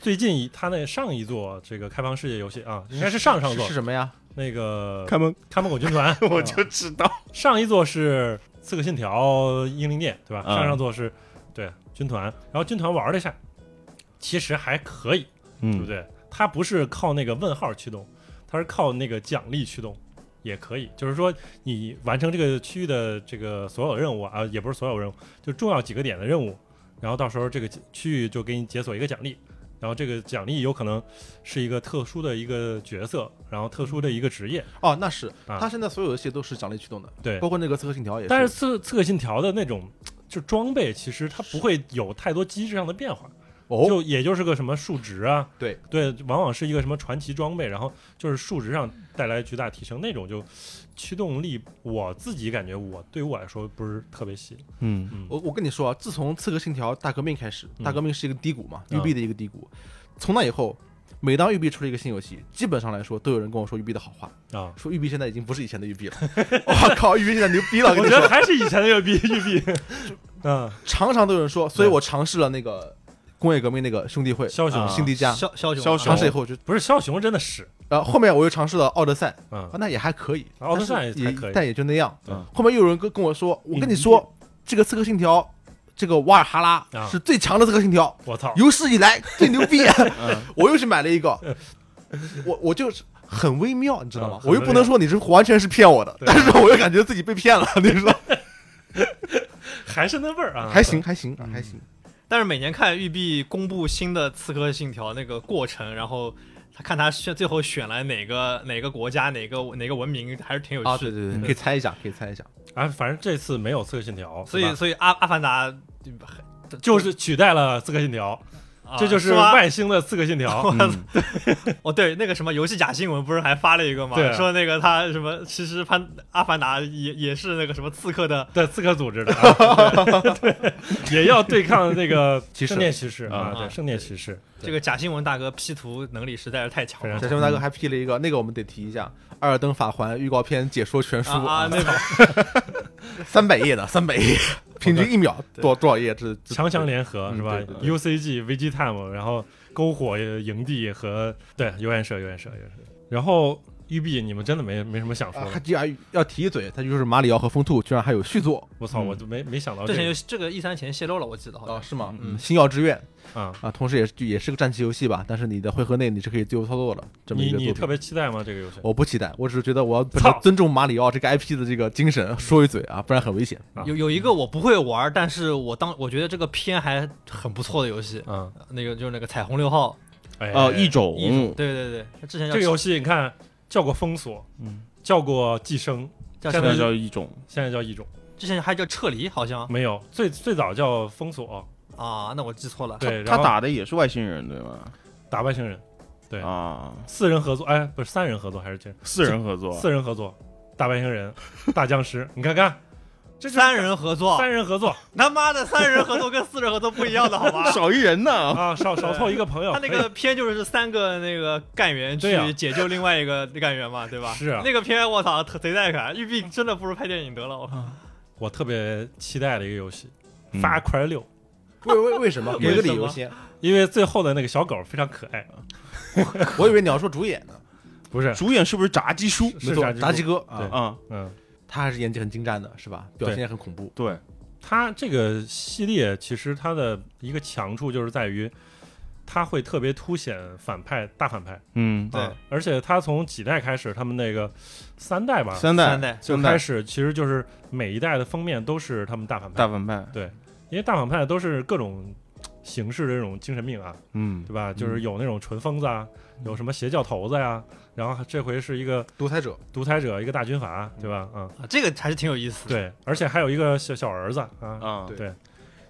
最近一他那上一座这个开放世界游戏啊，应该是上上是座是什么呀？那个开 门，看门狗军团，我就知道。上一座是《刺客信条：英灵殿》，对吧？嗯上上座是对军团，然后军团玩了一下，其实还可以，对不嗯，对？它不是靠那个问号驱动，它是靠那个奖励驱动，也可以。就是说，你完成这个区域的这个所有任务啊，也不是所有任务，就重要几个点的任务，然后到时候这个区域就给你解锁一个奖励。然后这个奖励有可能是一个特殊的一个角色，然后特殊的一个职业，哦，那是啊他现在所有游戏都是奖励驱动的，对包括那个《刺客信条》也但是刺刺客信条的那种就装备，其实它不会有太多机制上的变化，哦，就也就是个什么数值啊，对对，往往是一个什么传奇装备，然后就是数值上带来巨大提升，那种就驱动力，我自己感觉我对于我来说不是特别吸引。嗯，嗯，我我跟你说啊，自从《刺客信条：大革命》开始，嗯大革命是一个低谷嘛，嗯育碧的一个低谷。从那以后，每当育碧出了一个新游戏，基本上来说都有人跟我说育碧的好话，啊，说育碧现在已经不是以前的育碧了。 我靠，育碧现在牛逼了！我跟我你觉得，说还是以前的育碧 育碧，嗯，常常都有人说，所以我尝试了那个工业革命那个兄弟会、枭雄啊辛迪加，枭枭雄枭啊，雄尝试以后我就，啊不是枭雄，真的是，然后后面我又尝试了奥德赛，嗯啊，那也还可以，奥德赛但是也还可以嗯但也就那样对。后面又有人跟跟我说，我跟你你说，这个《刺客信条》，这个瓦尔哈拉啊是最强的《刺客信条》我操，有史以来最牛 逼。嗯我又去买了一个，我我就是很微妙，你知道吗嗯？很我又不能说你是完全是骗我的，对但是我又感觉自己被骗了，你知道？还是那味儿啊，还行，还行，啊还行。但是每年看育碧公布新的《刺客信条》那个过程，然后他看他选最后选来哪个哪个国家哪个哪个文明，还是挺有趣的。啊对对，可以猜一下，可以猜一下。啊，反正这次没有刺客信条，所对以吧所以阿阿凡达就是取代了刺客信条，啊这就是吗外星的刺客信条。 哦，对，那个什么游戏假新闻不是还发了一个吗？对啊说那个他什么，其实潘阿凡达也也是那个什么刺客的对，刺客组织的、啊， 对，对也要对抗那个骑士 圣殿骑士啊，啊对，圣殿骑士，这个假新闻大哥 P 图能力实在是太强了非小熊大哥还 P 了一个，那个我们得提一下，《艾尔啊 登法环》预告片解说全书啊啊！那个三百页的，三百页，平均一 秒多多少页？这这强强联合嗯是吧对对对？UCG、VGTime，然后篝火营地和对游园社、游园社、游园社。然后育碧，你们真的没没什么想说啊的还？居然要提一嘴，他就是马里奥和风兔居然还有续作我操，嗯我就没没想到这哦这前游个哦戏这个一三前泄露了，我记得好像。啊？是吗？嗯嗯，星耀之愿啊！啊，嗯同时也是也是个战棋游戏吧，但是你的回合内你是可以自由操作的。这么一你个你作特品别期待吗？这个游戏我不期待，我只是觉得我要本操着尊重马里奥这个 IP 的这个精神说一嘴啊，不然很危险。啊有有一个我不会玩，但是我当我觉得这个片还很不错的游戏，啊，那个就是那个彩虹六号，哎哦，一一种种，对对对，它之前叫这个游戏你看叫过封锁，嗯，叫过寄生，叫什现现么在在就叫一种，现在叫一种，之前还叫撤离，好像没有最最早叫封锁，啊，那我记错了。对，他然后打的也是外星人对吗？打外星人，对啊，四人合作，哎，不是三人合作还是这四人合作，四人合作，大外星 人，大僵尸，你看看这三人合作，三人合作他妈的三人合作跟四人合作不一样的好吧？少一人呢，啊，少少凑一个朋友，哦哎他那可个片就是三个那个干员对啊去解救另外一个干员嘛，对吧？是啊那个片我操，特贼带感，育碧真的不如拍电影得了。我啊靠，以我特别期待的一个游戏嗯《发快六》，为为为什么？为有一个什理么由先，因为最后的那个小狗非常可爱，嗯我以为你要说主演呢，不是主演是不是炸鸡叔？是没错，炸炸鸡鸡哥哥啊对，啊，嗯，他还是演技很精湛的，是吧？表现也很恐怖。对，它这个系列其实它的一个强处就是在于，它会特别凸显反派大反派，嗯，对啊而且它从几代开始，他们那个啊三代吧，三代，三代就三开代始其实就是每一代的封面都是他们大反派大，反派，因为大反派都是各种形式的这种精神病啊，嗯对吧？就是有那种纯疯子啊，有什么邪教头子呀、然后这回是一个独裁者，独裁者，一个大军阀，对吧？啊、啊这个还是挺有意思的。对，而且还有一个小小儿子啊啊，对对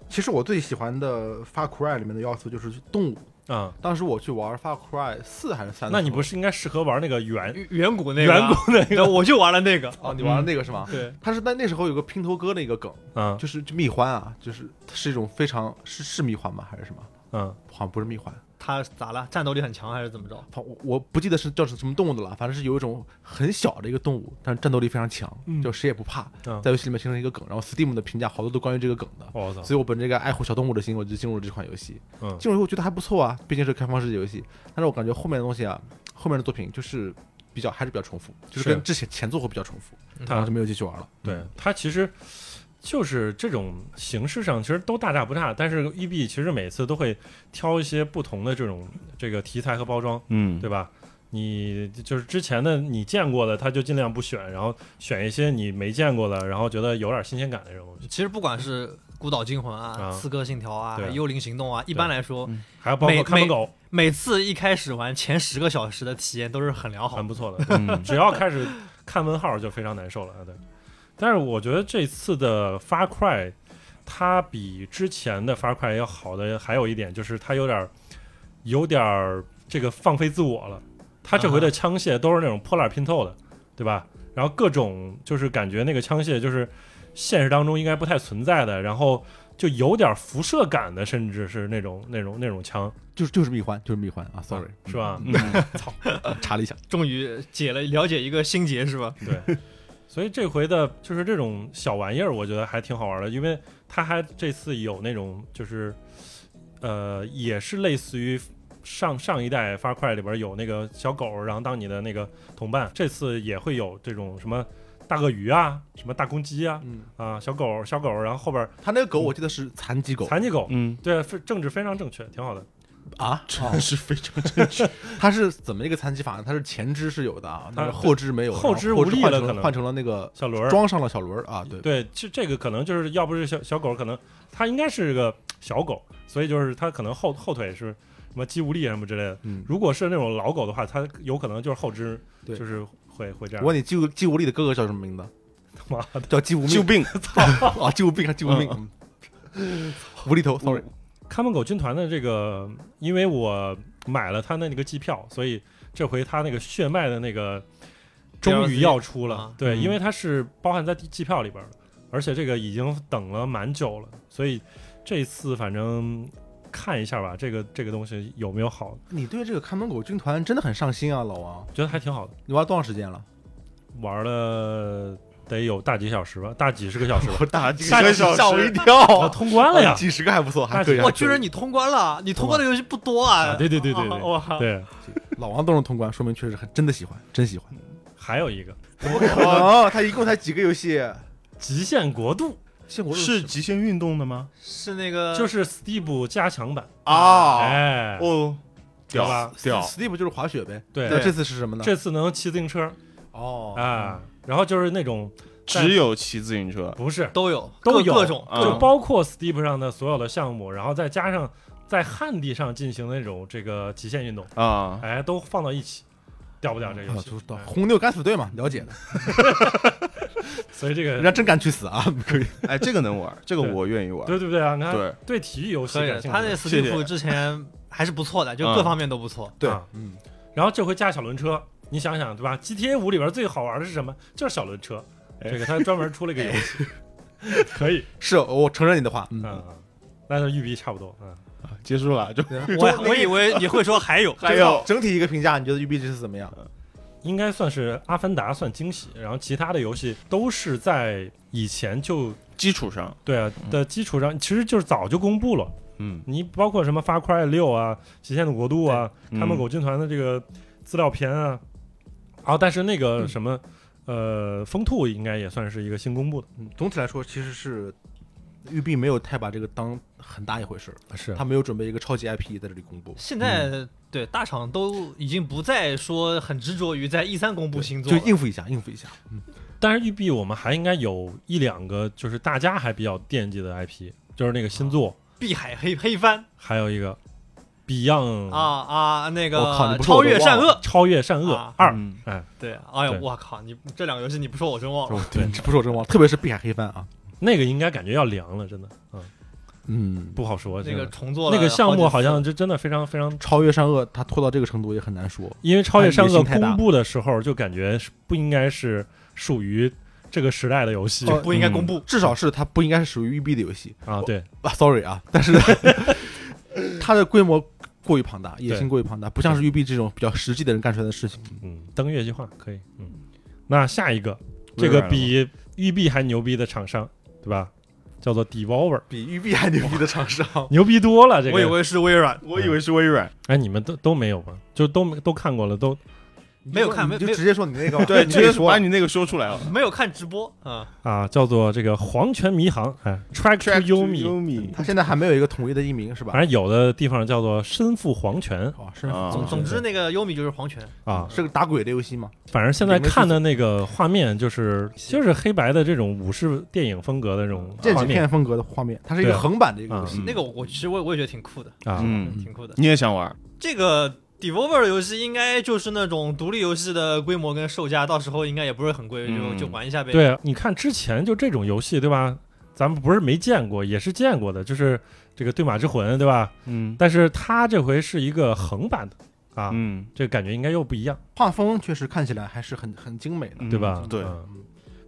其实我最喜欢的《Far Cry》里面的要素就是动物。啊、当时我去玩《Far Cry》四还是三的时候，那你不是应该适合玩那个圆？远，远古那个，远古那个，啊我就玩了那个。哦？你玩了那个是吗？对，他是在那时候有个平头哥的一个梗，啊就是就蜜獾啊，就是是一种非常是是蜜獾吗？还是什么？啊好像不是蜜獾，他咋了？战斗力很强还是怎么着？反我我不记得是叫什么动物的了，反正是有一种很小的一个动物，但是战斗力非常强，就谁也不怕，嗯在游戏里面形成一个梗，然后 Steam 的评价好多都关于这个梗的，我操！所以我本着这个爱护小动物的心，我就进入了这款游戏。嗯进入以后觉得还不错啊，毕竟是开放世界游戏，但是我感觉后面的东西啊，后面的作品就是比较还是比较重复，就是是跟之前前作会比较重复，然后就没有继续玩了。对，它其实就是这种形式上其实都大差不差，但是育碧其实每次都会挑一些不同的这种这个题材和包装，嗯，对吧？你就是之前的你见过的，他就尽量不选，然后选一些你没见过的，然后觉得有点新鲜感的这种东西，其实不管是《孤岛惊魂》啊，啊刺客信条》啊，对啊幽灵行动》啊，一般来说，还有包括每看门狗，每次一开始玩前十个小时的体验都是很良好很的。不错的。 嗯只要开始看问号就非常难受了，啊对。但是我觉得这次的发快，它比之前的发快要好的还有一点就是它有点儿有点儿这个放飞自我了。它这回的枪械都是那种破烂拼凑的，对吧？然后各种就是感觉那个枪械就是现实当中应该不太存在的，然后就有点辐射感的，甚至是那种那种那种枪，就是就是蜜獾，就是蜜獾啊，sorry，是吧？ 嗯查了一下，终于解了了解一个心结是吧？对，所以这回的就是这种小玩意儿，我觉得还挺好玩的，因为它还这次有那种就是，呃，也是类似于上上一代发块里边有那个小狗，然后当你的那个同伴，这次也会有这种什么大鳄鱼啊，什么大公鸡啊，嗯，啊小狗小狗，然后后边他那个狗我记得是残疾狗残疾狗，嗯，对，非政治非常正确，挺好的。 啊，真是非常正确， 它是怎么一个残疾法呢？它是前肢是有的啊，但是它后肢没有，后肢然后无力了换成可能换成了那个小轮儿，装上了小轮儿啊，对，对，这这个可能就是要不是小小狗，可能它应该是个小狗，所以就是它可能后后腿是什么肌无力啊什么之类的。嗯。如果是那种老狗的话，它有可能就是后肢，对就是会会这我样。问你，肌无肌无力的哥哥叫什么名字？他妈的，叫肌无救命病， 啊！肌无病还肌无命，嗯无厘头，sorry，看门狗军团的这个，因为我买了它的那个机票，所以这回它那个血脉的那个终于 DLC 要出了。啊对，嗯因为它是包含在机票里边儿的，而且这个已经等了蛮久了，所以这次反正看一下吧，这个这个东西有没有好，你对这个看门狗军团真的很上心啊，老王，觉得还挺好的。你玩多长时间了？玩了得有大几小时吧，大几十个小时吧。我打几下个小吓我一时，我 跳，通关了 呀！几十个还不错，还可以。哇，居然你通关了！你通关的游戏不多啊！啊对对对 对对哇，对，老王都能通关，说明确实很真的喜欢，真喜欢。还有一个《不可哦能，他一共才几个游戏？极限国度现国是极限运动的吗？是那个》，就是 Steam 加强版，啊，哎，哦，对屌吧屌， Steam 就是滑雪呗。那对，这次是什么呢？这次能骑自行车哦，啊，然后就是那种只有骑自行车，不是，都有啊都各有各种，嗯就包括 Steam 上的所有的项目，然后再加上在旱地上进行的那种这个极限运动，啊，哎，都放到一起，屌不屌这个啊游戏就是？到红牛敢死队嘛，了解的，所以这人个家真敢去死啊！可以，哎，这个能玩，这个对我愿意玩。对对不对啊？你看对对体育游戏可以感的。兴他那趣， s t 谢 e 谢 a 之前还是不错的，就嗯各方面都不错。对啊嗯，然后这回加小轮车，你想想对吧？GTA 五里边最好玩的是什么？就是小轮车，这个他专门出了一个游戏，可以是我承认你的话，嗯，啊，那就育碧差不多啊。结束了，就嗯 我我以为你会说还有，还有啊整体一个评价，你觉得育碧这次怎么样？应该算是《阿凡达》算惊喜，然后其他的游戏都是在以前就基础上，对啊嗯的基础上，其实就是早就公布了。嗯，你包括什么《发快六》啊，《极限的国度》啊，嗯他们狗军团的这个资料片啊，啊，但是那个什么，呃，风兔应该也算是一个新公布的，嗯，总体来说其实是育碧没有太把这个当很大一回事儿，是他没有准备一个超级 IP 在这里公布，现在对大厂都已经不再说很执着于在 E 三公布新作就了，应付一下，应付一下。但是育碧我们还应该有一两个，就是大家还比较惦记的 IP，就是那个新作，碧海黑黑帆还有一个 Beyond 啊啊，那我靠个你不说我超都越善忘恶，超越善恶啊二、嗯哎，对，哎呀对，我靠，你这两个游戏你不说我真忘了。哦对，这不是我真忘了，特别是碧海黑帆啊，那个应该感觉要凉了，真的，嗯，嗯，不好说，那个真的重做了那个项目好好几次像就真的非常非常。超越善恶，他拖到这个程度也很难说。因为超越善野恶心太大公布的时候，就感觉是不应该是属于这个时代的游戏、哦不应该公布，至少是它不应该是属于育碧的游戏啊。对，啊，sorry 啊，但是它的规模过于庞大，野心过于庞大，不像是育碧这种比较实际的人干出来的事情。嗯，登月计划可以，嗯。那下一个，这微软个了比育碧还牛逼的厂商，对吧？叫做 Devolver，比育碧还牛逼的厂商。牛逼多了。这我以个，为是微软，我以为是微软，哎，你们都都没有吗？就都都看过了，都没有看你就没你就直接说你那个吧，对，嗯 直你直接接把说。你那个说出来了。没有看直播啊。啊，叫做这个《黄泉迷航》，哎，《Track to Yomi》，米，他现在还没有一个统一的译名是吧反？正有的地方叫做身负黄泉哦，是啊总总之，那个优米就是黄泉，啊，是个打鬼的游戏吗？反正现在看的那个画面，就是就是黑白的这种武士电影风格的这种剑画指面片风格的画面，它是一对个啊横版的一个游戏。嗯那个我我其实我也我也觉得挺酷的，啊，嗯，挺酷的。你也想玩？这个 Devolver 的游戏应该就是那种独立游戏的规模跟售价，到时候应该也不会很贵，就嗯就玩一下呗。，对，你看之前就这种游戏，对吧？咱们不是没见过，也是见过的，就是这个《对马之魂》，对吧？嗯但是它这回是一个横版的啊，嗯，这感觉应该又不一样，画风确实看起来还是很很精美的。对吧？对，嗯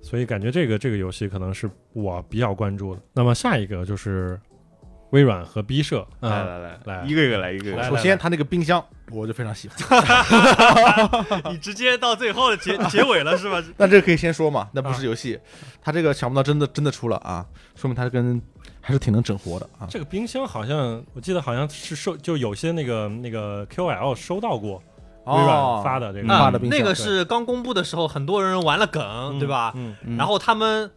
所以感觉这个这个游戏可能是我比较关注的。那么下一个就是微软和 B 社来啊，来来来一个一个来，一个一来个。首先，它那个冰箱我就非常喜 欢。 你直接到最后的结结尾了是吧？那这个可以先说嘛，那不啊是游戏，它这个想不到真的真的出了啊，说明它跟还是挺能整活的啊。这个冰箱好像我记得好像是收，就有些那个那个 QL 收到过微软发的，的这嗯个、啊发的冰箱那个是刚公布的时候，很多人玩了梗，对吧？嗯，嗯然后他们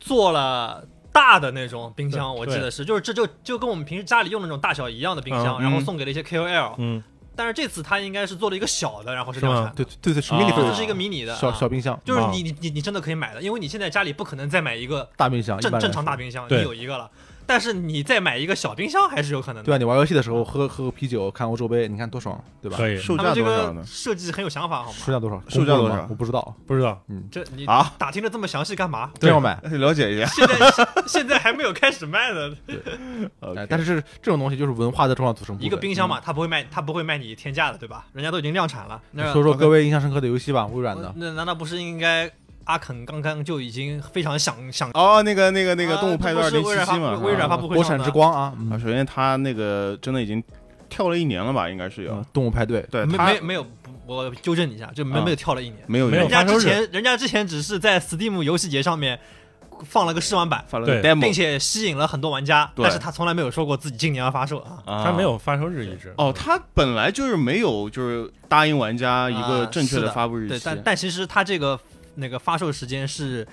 做了。大的那种冰箱，对我记得是，就是这就就跟我们平时家里用的那种大小一样的冰箱，嗯然后嗯送给了一些 KOL，嗯，但是这次它应该是做了一个小的，然后是是吗量产的，对对对，是啊迷你这飞这是一个迷你的小啊小冰箱，就是你你你你真的可以买的，因为你现在家里不可能再买一个大冰啊箱，一正般来正常大说。冰箱，对你有一个了，但是你再买一个小冰箱还是有可能对的。啊，你玩游戏的时候喝喝个啤酒，看欧洲杯，你看多爽，对吧？可以，啊售他价们这多少呢 个？设计很有想法，好吗？售价多少？售价多少公布了吗我不知道，不知道这你啊打听的这么详细干嘛？真要买。了解一下。现在 现在还没有开始卖呢。哎 OK 但是这种东西就是文化的重要组成部分。一个冰箱嘛，它不会卖，它不会卖你天价的，对吧？人家都已经量产了。那说说各位印象深刻的游戏吧，微软的。那难道不是应该阿肯刚刚就已经非常想想哦，那个那个那个啊动物派对二这零不七是微软七嘛，发微软啊发布会国上产的之光啊，啊嗯，首先他那个真的已经跳了一年了吧，应该是有嗯。动物派对，对没他没没有不我纠正你一下，就没啊没有跳了一年。没有没有人家发售之日前，人家之前只是在 Steam 游戏节上面放了个试玩版，发了个对 demo，并且吸引了很多玩家，对但是他从来没有说过自己今年要发售啊。啊它没有发售日一直。哦，他本来就是没有就是答应玩家一个啊正确是的的发布日对，期，但但其实它这个那个发售时间是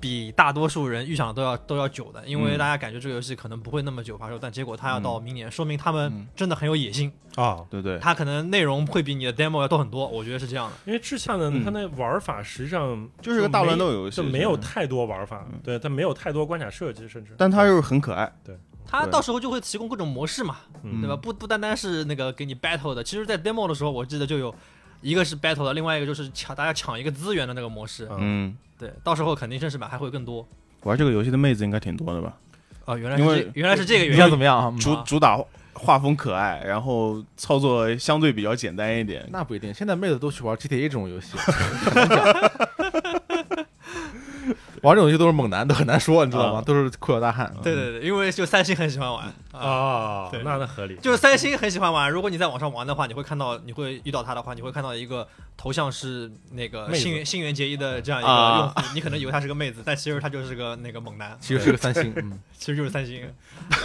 比大多数人预想的都要都要久的，因为嗯大家感觉这个游戏可能不会那么久发售，但结果它要到嗯明年，说明他们嗯真的很有野心，啊，对对，它可能内容会比你的 demo 要多很多，我觉得是这样的。因为志向呢，嗯它那玩法实际上就是个大乱斗游戏，就没有太多玩法嗯，对，它没有太多关卡设计，甚至但它又是很可爱，它对到时候就会提供各种模式嘛，嗯对吧？不不单单是那个给你 battle 的，其实，在 demo 的时候，我记得就有一个是 battle 的，另外一个就是抢大家抢一个资源的那个模式。嗯嗯，对，到时候肯定正式版还会有更多。玩这个游戏的妹子应该挺多的吧？啊，原来因是为这原来是这个你原想因怎。么样嗯啊？主主打画风可爱，然后操作相对比较简单一点。那不一定，现在妹子都去玩 GTA 这种游戏， 玩这种游戏都是猛男，都很难说，你知道吗？啊都是酷小大汉。嗯对对对，因为就三星很喜欢玩啊，啊，对那那合理，就是三星很喜欢玩。如果你在网上玩的话，你会看到，你会遇到他的话，你会看到一个头像是那个妹子新垣新垣结衣的这样一啊个用户，你可能以为他是个妹子，但其实他就是个那个猛男，其实是个三星，嗯，其实就是三星。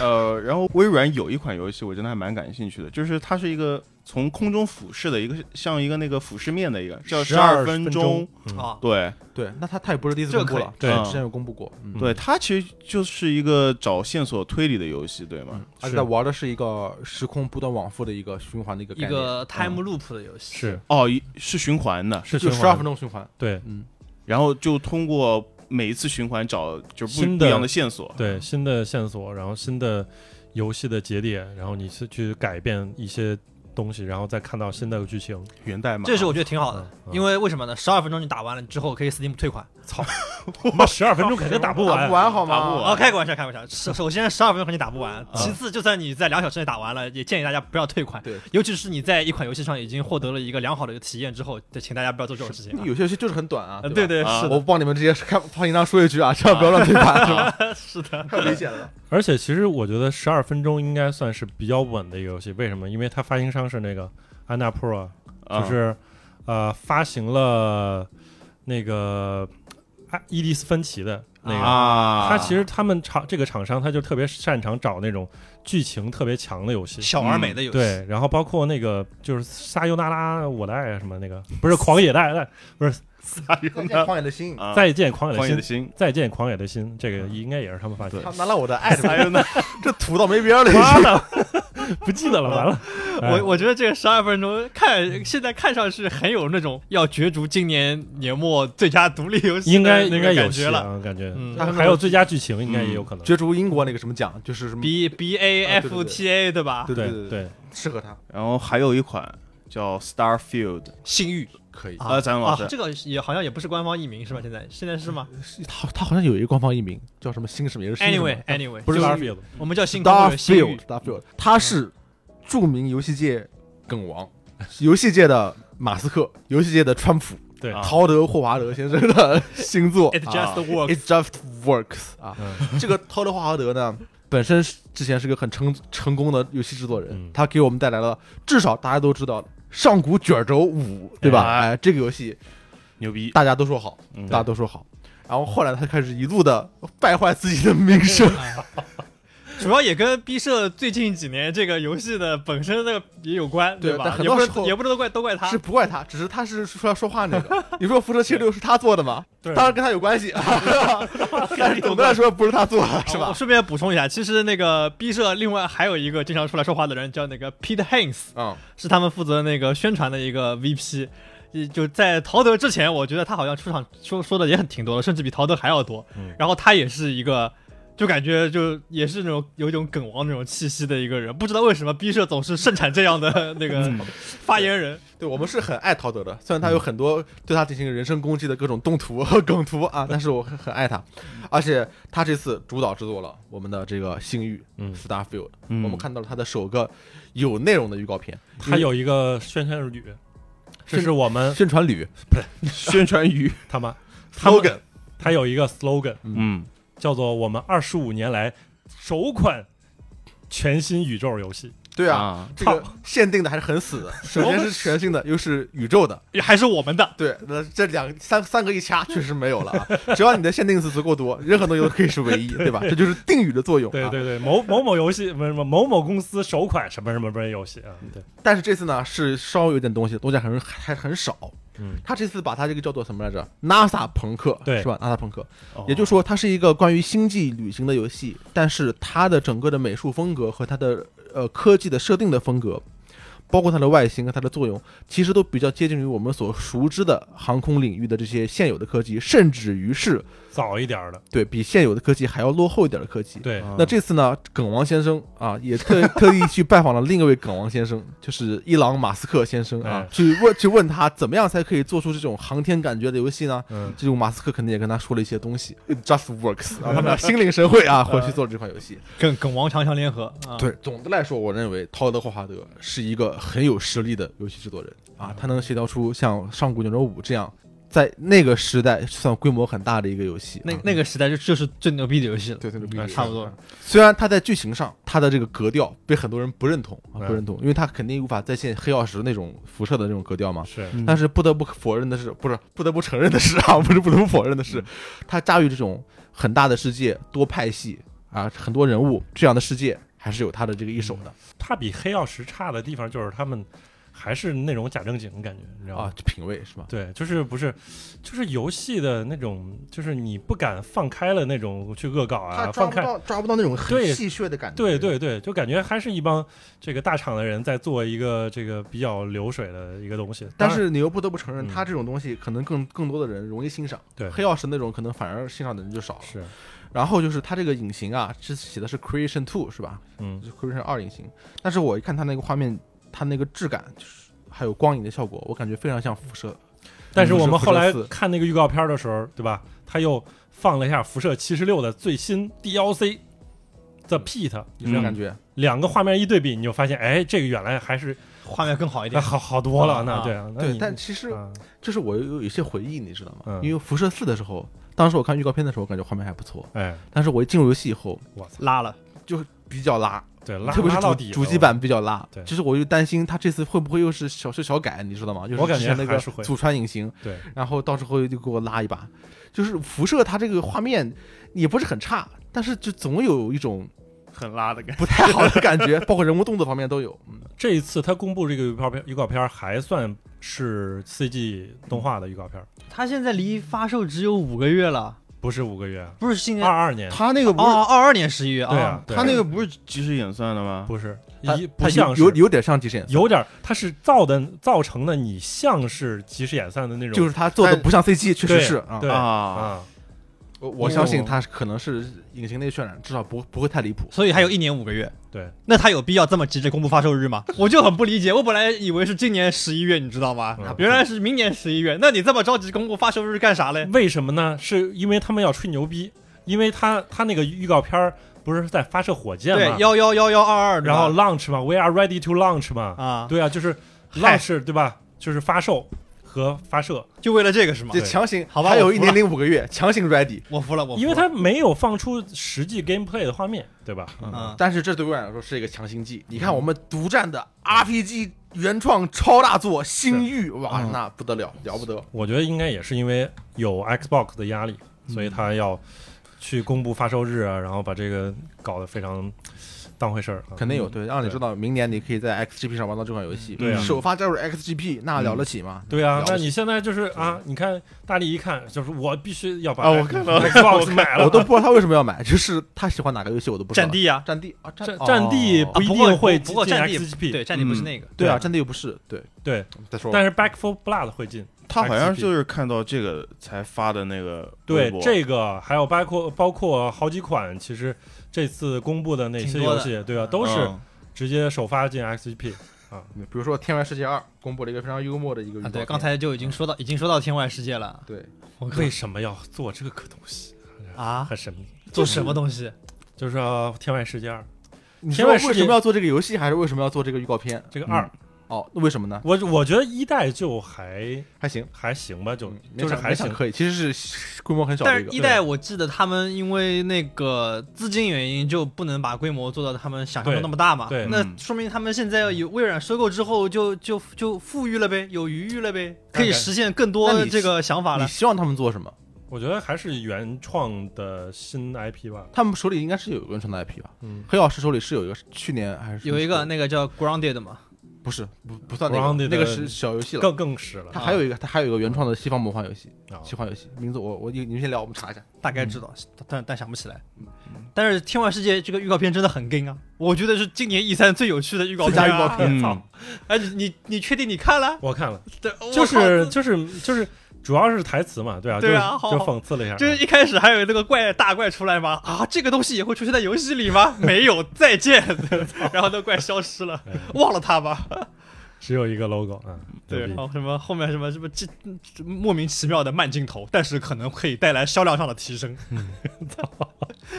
呃，然后微软有一款游戏，我真的还蛮感兴趣的，就是它是一个从空中俯视的一个，像一个那个俯视面的一个，叫12二分分钟。嗯啊，对对，那他他也不是第一次这公个布可以了，对之前有公布过，嗯，对，它其实就是一个找线索推理的游戏，对吗？而是且他玩的是一个时空不断往复的一个循环的一个一概念个 time loop 的游戏是哦，一是循环的，是就循十环二分钟循环，对然后就通过每一次循环找就是不新不的一样的线索。对新的线索，然后新的游戏的节点，然后你是去改变一些东西，然后再看到新的剧情，源代码这是我觉得挺哦好的，嗯嗯因为为什么呢？十二分钟你打完了之后可以 Steam 退款。 妈十二分钟肯定打不打完不，完好打不吗？完哦，开个玩笑，开个玩笑。首首先十二分钟肯定打不完，其次就算你在两小时内打完了，也建议大家不要退款。对，尤其是你在一款游戏上已经获得了一个良好的一个体验之后，就请大家不要做这种事情啊。有些游戏就是很短啊，呃对对吧对，啊是的，我帮你们这些开发行商说一句啊，千万不要乱推 盘，是吧？ 是的， 太危险了。而且其实我觉得十二分钟应该算是比较稳的一个游戏，为什么？因为它发行商是那个安娜 Pro，啊就是、呃发行了那个啊伊迪斯芬奇的那个。啊，他其实他们厂这个厂商，他就特别擅长找那种剧情特别强的游戏，小而美的游戏。嗯 对，然后包括那个就是撒尤那拉我的爱啊什么那个，不是狂野的爱，旷野的心，啊再见狂野狂的野的心，心，再见狂野的心，这个应该也是他们发行的他。拿了我的爱的，还有呢， 这土到没边儿了已经。妈的，不记得了，完了。哎我我觉得这个十二分钟看现在看上去很有那种要角逐今年年末最佳独立游戏 应该的那应个该有感戏觉了。啊，感觉嗯还还有最佳剧情应该也有可能。角逐英国那个什么奖，就是什么 B B A 嗯啊对对对 F T A 对吧？对对对，对，适合他，然后还有一款叫 Starfield，性欲可以。啊，咱们老啊师，，这个也好像也不是官方译名是吧？现在现在是吗他他好像有一个官方译名，叫什么新什么，也是新什么？Anyway Anyway，不是就拉 Starfield 我们叫星空或者星 Starfield 域 Starfield，他是著名游戏界梗 王，游戏界的马斯克，游戏界的川普，对啊陶德霍华德先生的 新作。 ，It just work，啊 It just works 啊，这个陶德·霍华德呢， 本身是之前是个很成成功的游戏制作人，嗯他给我们带来了至少大家都知道的《上古卷轴五》，对吧？哎哎，这个游戏牛逼，大家都说好，嗯大家都说好，然后后来他开始一路的败坏自己的名声，主要也跟 B 社最近几年这个游戏的本身那个也有关，对但吧？很也多不时候能也不能都怪都怪他是，不怪他，只是他是出来说话那个。你说《辐射七六》是他做的吗？对当然跟他有关系， 但是总的来说不是他做的，是啊我吧？顺便补充一下，其实那个 B 社另外还有一个经常出来说话的人叫那个 Pete Haynes，嗯，是他们负责那个宣传的一个 VP。也就在陶德之前，我觉得他好像出场说说的也很挺多的，甚至比陶德还要多。嗯然后他也是一个，就感觉就也是那种有一种梗王那种气息的一个人，不知道为什么 B 社总是盛产这 样的那个嗯嗯嗯发言人。对我们是很爱陶德的，虽然他有很多对他进行人身攻击的各种动图和 梗图啊，但是我很很爱他，嗯而且他这次主导制作了我们的这个《星域》嗯 Starfield，、嗯我们看到了他的首个有内容的预告片，他有一个宣传语，这是我们宣传语宣传语， 他妈他们 slogan，他有一个 slogan 嗯，叫做“我们二十五年来首款全新宇宙游戏对啊，啊，这个限定的还是很 死的，首先是全新的，又是宇宙的，还是我们的，对，那这两三三个一掐，确实没有了啊。只要你的限定词足够多，任何东西都可以是唯一，对吧？这就是定语的作用、啊。对对对，某某某游戏不是什么某某公司首款什么什么什么游戏啊？对，但是这次呢，是稍微有点东西，东西还很还很少。嗯，他这次把它这个叫做什么来着？NASA 朋克，对是吧？NASA 朋克，哦也就是说，它是一个关于星际旅行的游戏，但是它的整个的美术风格和它的呃科技的设定的风格，包括它的外形和它的作用，其实都比较接近于我们所熟知的航空领域的这些现有的科技，甚至于是早一点儿的，对比现有的科技还要落后一点的科技。对，那这次呢，梗王先生啊，也特 特意去拜访了另一位梗王先生，就是伊朗马斯克先生啊哎，去问去问他怎么样才可以做出这种航天感觉的游戏呢？嗯，这种马斯克肯定也跟他说了一些东西，It just works，然后嗯他们俩心领神会啊，回去做了这款游戏。跟跟王强强联合啊，对，总的来说，我认为陶德·霍华德是一个很有实力的游戏制作人啊，他能协调出像《上古卷轴五》这样在那个时代算规模很大的一个游戏啊。那那个时代就就是最牛逼的游戏了，对，对哎对，差不多。虽然他在剧情上，他的这个格调被很多人不认同啊，嗯不认同，因为他肯定无法再现黑曜石那种辐射的那种格调嘛。是但是不得不否认的是，不是不得不承认的是啊，不是不得不否认的嗯是，他驾驭这种很大的世界、多派系啊、很多人物这样的世界，还是有他的这个一手的。它比黑曜石差的地方就是他们还是那种假正经的感觉，你知道吗啊？，品味是吧？对，就是不是，就是游戏的那种，就是你不敢放开了那种去恶搞啊，放开，抓不到那种对谑的感对对对，就感觉还是一帮这个大厂的人在做一个这个比较流水的一个东西，当但然是你又不得不承认，嗯他这种东西可能更更多的人容易欣赏。对黑曜石那种可能反而欣赏的人就少了。是然后就是他这个隐形啊，是写的是 Creation Two 是吧？嗯就是 Creation 二隐形，但是我一看它那个画面，它那个质感，就是还有光影的效果，我感觉非常像辐射。但是我们后来辐射四看那个预告片的时候，对吧？他又放了一下《辐射七十六》的最新 DLC The Pit，有这种嗯感觉？两个画面一对比，你就发现，哎，这个原来还是画面更好哎一点，好好多了。啊那啊对啊，那对，你但其实啊就是我有有一些回忆，你知道吗？嗯因为辐射四的时候，当时我看预告片的时候，我感觉画面还不错，哎，但是我一进入游戏以后拉了，就比较拉，对，拉特别是拉到主底了哦主机，版比较拉对，就是我就担心他这次会不会又是小修小改，你知道吗？就是我感之觉前那还个是会祖传隐形，对，然后到时候就给我拉一把，就是辐射它这个画面也不是很差，但是就总有一种很拉的感觉。不太好的感觉，包 括人物动作方面都有。嗯，这一次他公布这个预告片，预告片还算是 CG 动画的预告片，他现在离发售只有五个月了，不是五个月，不是今二年二年，他那个不是哦，二二年十一月哦对啊，，对他那个不是即时演算的吗？不是它一它不像是有有有点像极限，有点儿，它是造的造成的，你像是即时演算的那种，就是他做的不像 CG，确实对是啊。对啊，啊，我我相信他可能是隐形内渲染，至少不不会太离谱。所以还有一年五个月。对，那他有必要这么急着公布发售 日吗？我就很不理解，我本来以为是今年十一月，你知道吗嗯？原来是明年十一月，那你这么着急公布发售日干啥嘞？为什么呢？是因为他们要吹牛逼，因为他他那个预告片儿不是在发射火箭对嘛，，幺幺幺幺二二，然后 launch 嘛，We are ready to launch 嘛，啊，对啊，就是嗨 launch 对吧？就是发售和发射，就为了这个是吗这？对强行好吧还有我服一年零五个月，强行 ready。我服了，我服了因为他没有放出实际 gameplay 的画面，对吧？嗯啊但是这对微软来说是一个强心剂。你看我们独占的 RPG 原创超大作《星域》，哇，嗯那不得了，了不得。我觉得应该也是因为有 Xbox 的压力，所以他要去公布发售日啊，然后把这个搞得非常当回事儿、啊。肯定有对，让你知道明年你可以在 XGP 上玩到这款游戏。对啊首发加入 XGP，那了得起吗？对啊了，不那起你现在就是啊，你看大力一看，就是我必须要把啊我看到 Xbox 买了，我都不知道他为什么要买， 就是他喜欢哪个游戏我都不知道。战地啊，战地啊，战战战地哦不一啊不过定会不进过战地 XGP，对，战地不是那个，对对啊，啊战地又不是对对再说吧但是 Back for Blood 会进，他好像就是看到这个才发的那个微对博这个还有包括包括好几款，其实这次公布的那些挺多游的戏，对吧，啊都是嗯直接首发进 XGP，比如说《天外世界二》公布了一个非常幽默的一个预告啊，片对，刚才就已经说到，已经说到天外世界了对我靠为什么要做这个东西？啊，很神秘，做什么东西？就是《呃天外世界二》你天说外为世界什么要做这个游戏，还是为什么要做这个预告片？这个二，哦，那为什么呢？我我觉得一代就还还行，还行吧，就嗯勉就是强还勉强行。可以，其实是规模很小但的一是个。一代我记得他们因为那个资金原因就不能把规模做到他们想象中那么大嘛。对对那嗯说明他们现在有微软收购之后就就就富裕了呗，有余裕了呗，可以实现更那多你这个想法你了。希望他们做什么？我觉得还是原创的新 IP 吧。他们手里应该是有一个原创的 IP 吧？嗯黑老师手里是有一个，去年还是什么有一时个候那个叫 Grounded 嘛，不是不不算那个 Grounded 那个是小游戏了。更更实了他还有一个，他还有一个原创的西方魔幻游戏，啊！西方游戏名字我我你你们先聊，我们查一下。大概嗯知道，但但想不起来。但是《天外世界》这个预告片真的很 gay 啊，我觉得是今年 E 三最有趣的预告最片、啊。佳预告片嗯操哎，你你你确定你看了？我看了，对，就我是靠就是就是，主要是台词嘛，对啊，对啊就好是就讽刺了一下，就是一开始还有那个怪大怪出来吗？啊，这个东西也会出现在游戏里吗？没有，再见。然后那怪消失了，哎忘了他吧。只有一个 logo 啊。对，牛然逼后什么后面什么什么这这莫名其妙的慢镜头，但是可能可以带来销量上的提升。嗯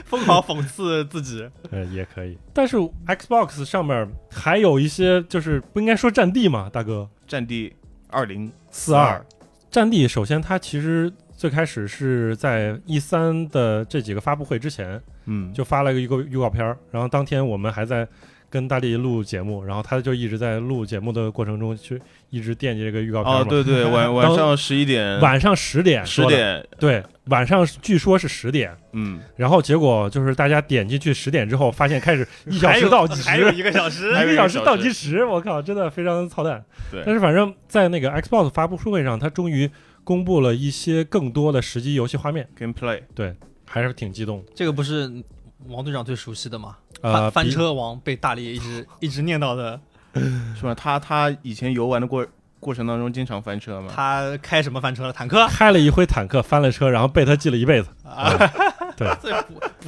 疯狂讽刺 自己，呃，也可以。但是 Xbox 上面还有一些，就是不应该说战地嘛，大哥，战地二零四二战地。首先，它其实最开始是在 E 三的这几个发布会之前嗯，就发了一个预告预告片儿，然后当天我们还在跟大力录节目，然后他就一直在录节目的过程中去一直惦记这个预告片儿哦，嘛。对对，晚晚当上十一点，晚上十点十说的，点，对，晚上据说是十点，嗯，然后结果就是大家点进去十点之后，发现开始一小时倒计时，还有还有一个小 时， 还有一一个小个小时时倒计时，我靠，真的非常操蛋。对但是反正在那个 Xbox 发布会上，它终于公布了一些更多的实际游戏画面， gameplay，还是挺激动的。这个不是王队长最熟悉的吗？呃，翻翻比车王被大力一直 一直念叨的，是吧？他他以前游玩的过过程当中经常翻嗯车嘛，他开什么翻车了？坦克 开了一回坦克，翻了车，然后被他记了一辈子。啊！对所以 不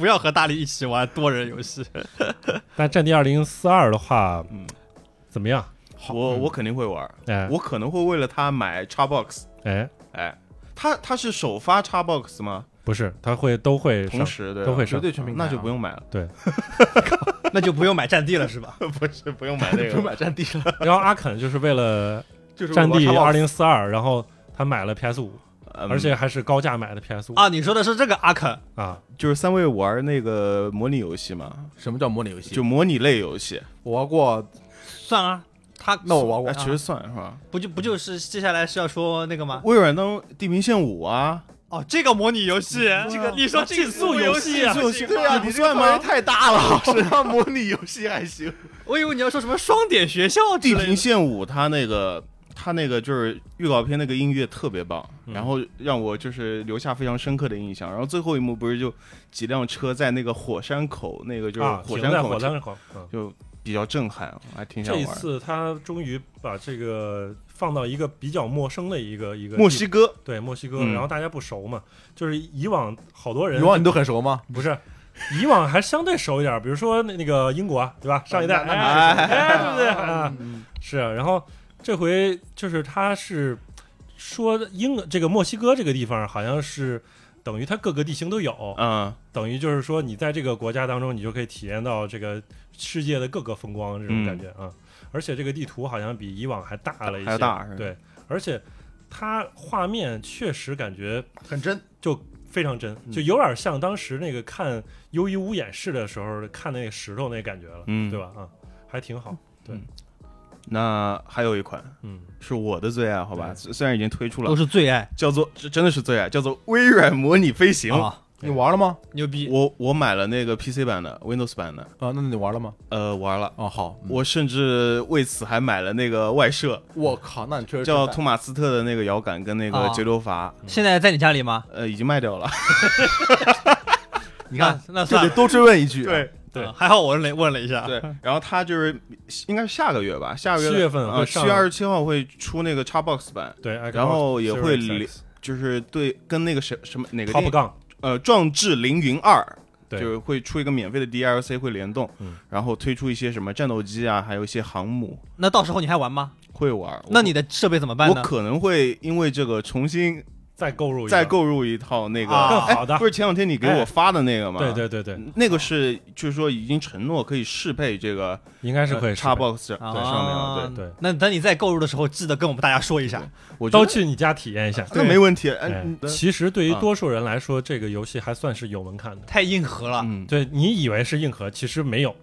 不要和大力一起玩多人游戏。但《战地二零四二》的话，嗯怎么样？我我肯定会玩，哎我可能会为了他买 Xbox，哎，哎，他他是首发 Xbox 吗？不是，他会都会同上，时对吧都会上绝对全平台那啊就不用买了， 那就不用买战地了，是吧？不是 不用买那不个用了，买战地了，然后阿肯就是为了就是《战地二20零四二》，然后他买了 PS 五，嗯而且还是高价买的 PS 五啊，你说的是这个阿肯，啊。就是三位玩那个模拟游戏嘛，什么叫模拟游 戏？就模拟类游戏，我玩过，算啊，他那我玩哎，过，其实算是吧。不就不就是接下来是要说那个吗？微软当《地平线五》啊，哦，这个模拟游戏，这个你说嗯啊竞速游戏啊，竞不行吗对呀，你这个范围太大了，谁让模拟游戏还行？我以为你要说什么双点学校《之地类平的。线五》它那个它那个就是预告片那个音乐特别棒，嗯然后让我就是留下非常深刻的印象。然后最后一幕不是就几辆车在那个火山口，那个就是啊，火停山在口，火山口。嗯就比较震撼，我还挺想这一玩。次他终于把这个放到一个比较陌生的一个一个墨地西哥对墨西哥，嗯然后大家不熟嘛，就是以往好多以人往你都很熟吗？不是。以往还相对熟一点，比如说那那个英国，啊对吧？上一代，那哎，那哎对不对？啊，是。然后这回就是他是说英这个墨西哥这个地方好像是等于它各个地形都有，嗯等于就是说，你在这个国家当中，你就可以体验到这个世界的各个风光这种感觉啊。而且这个地图好像比以往还大了一些，嗯还要大是吧对，而且它画面确实感觉很真，非常真，嗯就有点像当时那个看《幽一屋演示》的时候看那个石头那感觉了，嗯，对？吧？啊，还挺好。那还有一款嗯，是我的最爱，好吧？对虽虽然已经推出了都，是最爱叫做这真的是最爱，叫做微软模拟飞行。啊，你玩了吗？牛逼！我我买了那个 PC 版的 Windows 版的，啊，那你玩了吗？呃，玩了。哦，好，嗯我我甚至为此还买了那个外设，我靠，那你确实叫真托马斯特的那个摇杆跟那个啊节流阀，现在在你家里吗？呃，已经卖掉了。啊 你看啊，那就算得了，多追问一句，，对啊还好我问问了一下，对， 然后它就是应该是下个月吧，下个月七月份啊，会七上月二十七号会出那个 Xbox 版，对，哎然后也会 Xbox Series 连 X 就是对跟那个什什么哪个抛电不影杠，呃《壮志凌云二》，对就是会出一个免费的 DLC 会联动，嗯然后推出一些什么战斗机啊，还有一些航母那到时候你还玩吗？会玩。那你的设备怎么办我呢？可能会因为这个重新再购入一个再购入一套那个更啊好的哎不，是前两天你给我发的那个吗？对对对对，那个是就是说已经承诺可以适配这个应该是呃可以适配 Xbox 上上啊面了。对，对对那等你再购入的时候，记得跟我们大家说一下。我觉都得去你家体验一下。那没问题。哎哎，你的其实对于啊多数人来说，这个游戏还算是有门槛的。太硬核了，嗯，对你以为是硬核，其实没有，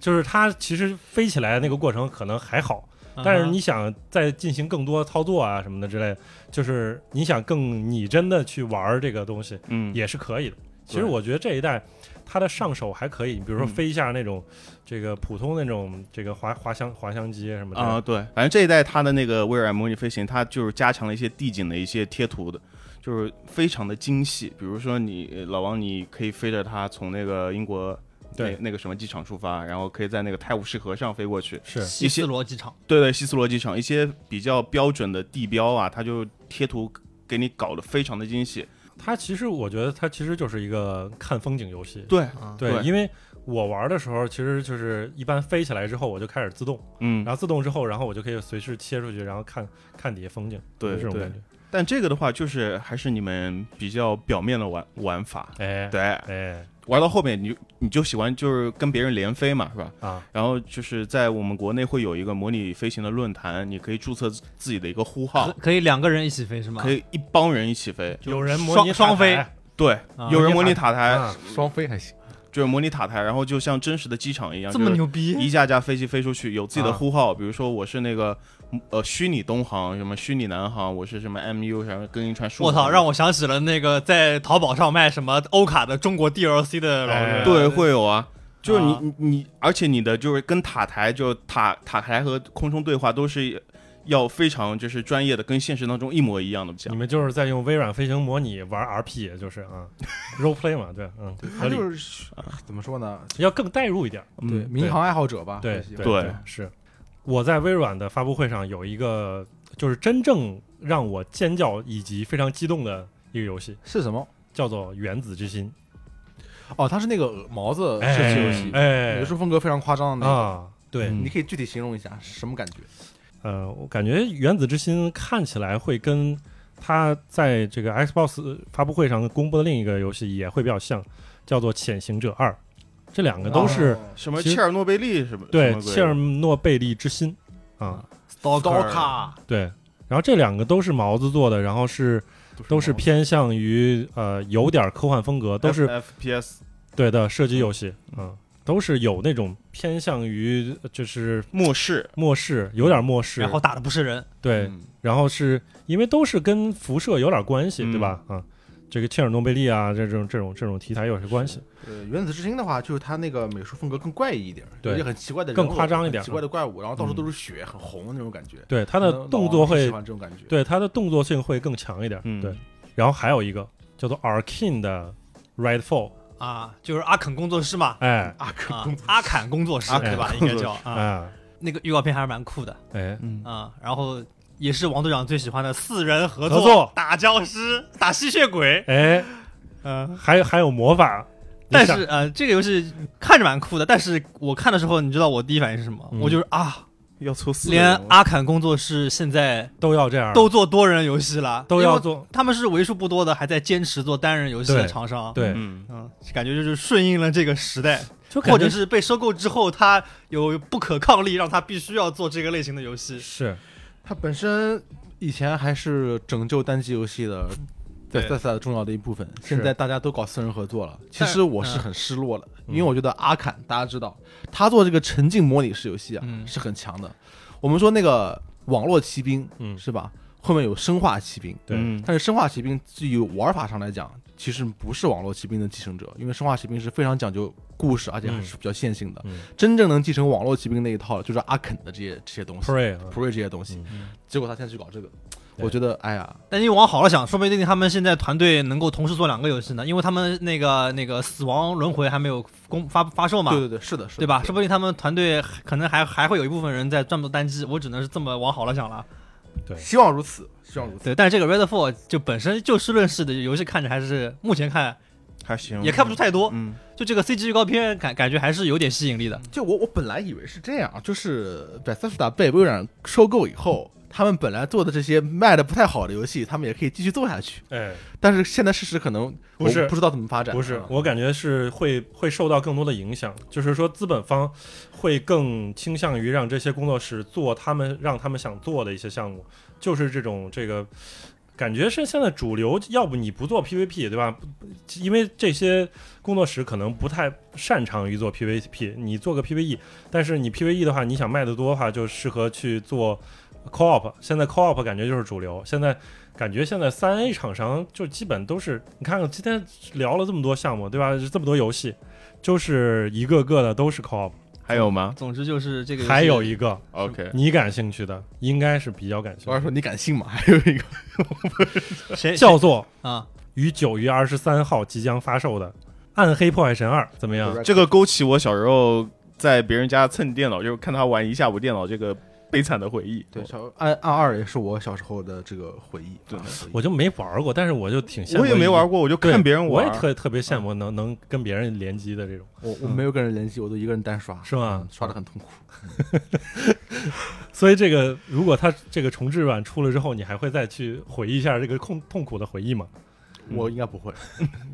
就是它其实飞起来的那个过程可能还好，嗯嗯啊但是你想再进行更多操作啊什么的之类的，就是你想更拟真的去玩儿这个东西嗯，也是可以的。其实对我觉得这一代它的上手还可以，比如说嗯飞一下那种这个普通那种这个滑滑翔滑翔机什么的啊，对，反正这一代它的那个微软模拟飞行，它就是加强了一些地景的一些贴图的，就是非常的精细。比如说你呃老王，你可以飞着它从那个英国对那那个什么机场出发，然后可以在那个泰晤士河上飞过去。是西斯罗机场，对对，希斯罗机场一些比较标准的地标啊，它就贴图给你搞得非常的精细。它其实我觉得它其实就是一个看风景游戏。对，对，对因为我玩的时候其实就是一般飞起来之后我就开始自动，嗯，然后自动之后，然后我就可以随时切出去，然后看看底下风景，对就这种对感觉。但这个的话，就是还是你们比较表面的玩玩法。哎，对，哎玩到后面你就你就喜欢就是跟别人连飞嘛，是吧？啊，然后就是在我们国内会有一个模拟飞行的论坛，你可以注册自自己的一个呼可号，可以两个人一起飞是吗？啊可以一帮人一起飞。有人模双拟双塔飞台对，啊有人模拟塔台，啊，双飞还行。就是模拟塔台，然后就像真实的机场一样，这么就是牛逼一架架飞机飞出去，有自己的啊呼号，比如说我是那个呃虚拟东航，什么虚拟南航，我是什么 MU，什么跟一串数。我操，让我我想起了那个在淘宝上卖什么欧卡的中国 DLC 的老哎人。对会有啊。就是你啊你你，而且你的就是跟塔台，就塔塔台和空中对话都是要非常就是专业的，跟现实当中一模一样的讲你。们就是在用微软飞行模拟玩 RP，就是啊，role play 嘛，对，嗯，合他理，就是啊怎么说呢？要更代入一点，嗯对，民航爱好者吧，对这些对对是。我在微软的发布会上有一个，就是真正让我尖叫以及非常激动的一个游戏，是什么？叫做《原子之心哦，它是那个毛子》。哎，射击呃游戏，哎美术风格非常夸张的那个。啊，对，嗯你可以具体形容一下是什么感觉？呃，我感觉《原子之心》看起来会跟它在这个 Xbox 发布会上公布的另一个游戏也会比较像，叫做《潜行者二》，这两个嗯都是、什么其实切尔诺贝利什么对啊什么鬼切尔诺贝利之心啊， ，Stalker，对，然后这两个都是毛子做的，然后是都是偏向于呃有点科幻风格，都 是 FPS 对的射击游戏，嗯，都是有那种偏向于呃就是末世，末世，有点末世，然后打的不是人，对，嗯然后是因为都是跟辐射有点关系，嗯对吧？啊，这个切尔诺贝利啊，这种这种这种题材有些关系。呃，原子之心的话，就是它那个美术风格更怪异一点，对有一些很奇怪的人更物夸张一点啊很奇怪的怪物，然后到处都是血，很红的那种感觉。对，他它的动作会喜，欢这种感觉。对他的动作性会更强一点。嗯对，然后还有一个叫做 Arkane 的 Redfall，啊，就是阿肯工作室嘛，哎啊，可啊，阿坎工作室阿肯对吧？工应作该室 叫啊，啊那个预告片还是蛮酷的哎，嗯，啊，然后也是王队长最喜欢的四人合合作打僵尸、打吸血鬼，哎，嗯。还有还有魔法，但你是想呃，这个游戏看着蛮酷的，但是我看的时候，你知道我第一反应是什么？嗯我就是啊，要凑四连阿坎工作室现在都要这样，都做多人游戏了，都因为要做，他们是为数不多的还在坚持做单人游戏的对厂商。，对，嗯，嗯，感觉就是顺应了这个时代，就感或者觉是被收购之后，他有不可抗力，让他必须要做这个类型的游戏。是它本身以前还是拯救单机游戏的。在对赛赛的重要的一部分，是现在大家都搞私人合作了。其但实我是很失落了，因为我觉得阿坎大家知道，他做这个沉浸模拟式游戏啊、嗯是很强的。我们说那个网络骑兵，嗯是吧？后面有生化骑兵，对嗯但是生化骑兵基于玩法上来讲，其实不是网络骑兵的继承者，因为生化骑兵是非常讲究故事，而且还是比较线性的。嗯真正能继承网络骑兵那一套，就是阿肯的这些这些东西 Prey 啊 p r e 这些东西。嗯结果他现在去搞这个，对我觉得，哎呀，但你往好了想，说不定他们现在团队能够同时做两个游戏呢，因为他们那个那个死亡轮回还没有公发发售嘛。对对对，是的，是的，对吧？是说的不定他们团队还可能还还会有一部分人在专门做单机，我只能是这么往好了想了。希望如此，希望如此。对，但是这个 Redfall 就本身就事论事的游戏，看着还是目前看还行，也看不出太多，嗯，就这个 CG 预告片感感觉还是有点吸引力的。就我我本来以为是这样，就是百塞斯达被微软收购以后，他们本来做的这些卖的不太好的游戏，他们也可以继续做下去。哎，但是现在事实可能不是我不知道怎么发展，不是啊，我感觉是会会受到更多的影响，就是说资本方会更倾向于让这些工作室做他们让他们想做的一些项目，就是这种这个感觉是现在主流，要不你不做 PVP 对吧？不因为这些工作室可能不太擅长于做 PVP，你做个 PVE，但是你 PVE 的话，你想卖的多的话，就适合去做 co-op。现在 co-op 感觉就是主流，现在感觉现在三 A 厂商就基本都是，你看看今天聊了这么多项目，对吧？这么多游戏，就是一个个的都是 co-op。还有吗总之就是这个游戏还有一个？OK，你感兴趣的，应该是比较感兴我趣是说你敢信吗？ 还有一个谁的，叫做啊，于九月二十三号即将发售的《暗黑破坏神二》，怎么样？这个勾起我小时候在别人家蹭电脑，就是看他玩一下午电脑这个悲惨的回忆。对，小暗暗二也是我小时候的这个回忆。对啊回忆我就没玩过，但是我就挺羡慕。我也没玩过，我就对，看别人我玩。也特特别羡慕能能跟别人联机的这种，我我没有跟人联系，我都一个人单刷，是吗嗯？刷的很痛苦。所以这个如果它这个重置版出了之后，你还会再去回忆一下这个痛痛苦的回忆吗？嗯我应该不会，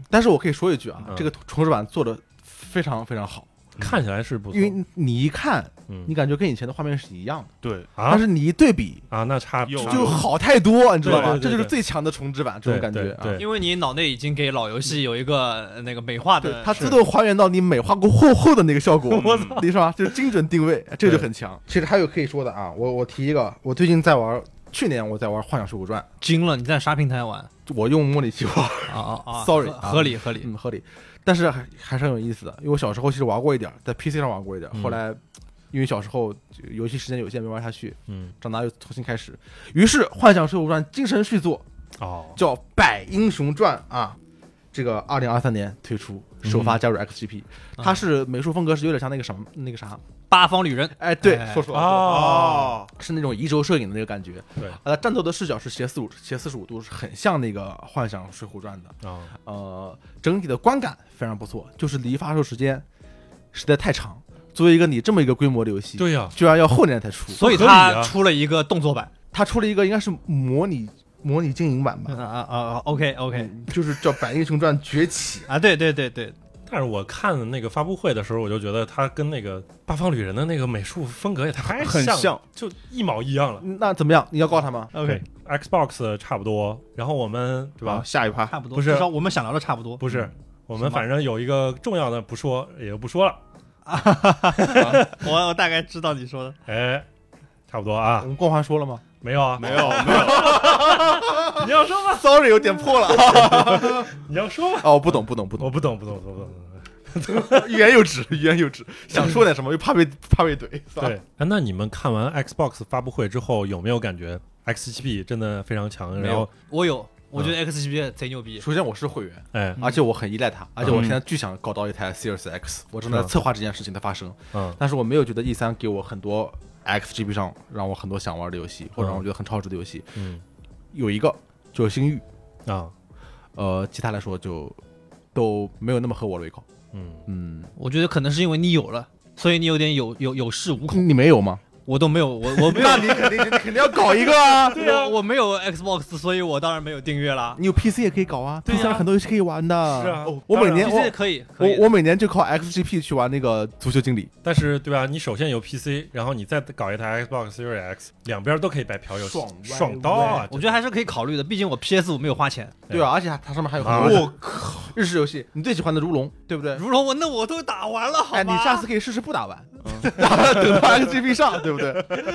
但是我可以说一句啊嗯，这个重置版做的非常非常好，看起来是不错，因为你一看，嗯你感觉跟以前的画面是一样的，对，啊但是你一对比啊，那差有差就好太多，你知道对吧？对对这就是最强的重置版这对种感觉啊对。对因为你脑内已经给老游戏有一个呃那个美化对，的，它自动还原到你美化过厚厚的那个 效果，我操你是吧？就是精准定位，这对个就很强。其实还有可以说的啊，我我提一个，我最近在玩，去年我在玩《幻想水浒传惊了。你在啥平台玩？》，我用模拟 器玩，啊啊 啊 Sorry，合啊合理合理。嗯，合理，但是还还是很有意思的，因为我小时候其实玩过一点儿，在 PC 上玩过一点儿，嗯后来因为小时候就游戏时间有限没玩下去，嗯长大又重新开始，于是《幻想水浒传》精神续作哦，叫《百英雄传》啊，这个二零二三年推出，嗯首发加入 XGP，、嗯它是美术风格是有点像那个什么那个啥，八方旅人嗯哎，对，哎说错 了，哦，是那种移轴摄影的那个感觉，对啊，它战斗的视角是斜四五斜四十五度，是很像那个《幻想水浒传》的。哦，呃，整体的观感非常不错，就是离发售时间实在太长。作为一个你这么一个规模的游戏，对呀，居然要后年才出，所以合理啊他出了一个动作版。它出了一个应该是模拟模拟经营版吧啊啊啊！OK OK 就是叫《百英雄传崛起》。啊，对对对对，但是我看那个发布会的时候，我就觉得它跟那个《八方旅人》的那个美术风格也太很像了，像就一毛一样了。那怎么样？你要告他吗？ OK Xbox 差不多，然后我们对对吧？吧？下一趴，差不多，不是至少我们想聊的差不多。不是，我什们么反正有一个重要的不说，也就不说了。我我大概知道你说的。哎，差不多我啊，们光环说了吗没有啊，没有没有，你要说吧， ？Sorry，有点破了。 你要说吧，哦，不懂，不懂，不懂，我不懂，不懂，不懂，不懂。欲言又止，欲言又止，想说点什么又怕被怕被怼。算了，对，哎那你们看完 Xbox 发布会之后，有没有感觉 XGP 真的非常强？没然后有，，我有，我觉嗯得 XGP 贼牛逼。首先我是会员，哎，而且我很依赖它，而且我现在巨想搞到一台 Series X，我正在是吧策划这件事情的发生。嗯，但是我没有觉得 E 三给我很多 XGP 上让我很多想玩的游戏，或者让我觉得很超值的游戏。嗯，有一个就是《星域》，啊，呃，其他来说就都没有那么合我的胃口。嗯，嗯，我觉得可能是因为你有了，所以你有点有有有恃无恐。你没有吗？我都没有，我我没有那你肯定你肯定要搞一个啊！我我没有 Xbox，所以我当然没有订阅啦。 你有 PC 也可以搞啊对呀，PC 上很多游戏可以玩的。是啊哦我每当然年 PC 我可以，可以我我每年就靠 XGP 去玩那个足球经理。但是对吧？你首先有 PC，然后你再搞一台 Xbox Series X，两边都可以摆瓢游戏爽，歪爽到啊！我觉得还是可以考虑的，毕竟我 PS 五没有花钱。对对啊，而且它它上面还有啊很多日式游戏，你最喜欢的《如龙》，对不对？如龙，我那我都打完了，好吧？哎，你下次可以试试不打完， 打完等到 XGP 上，对不对？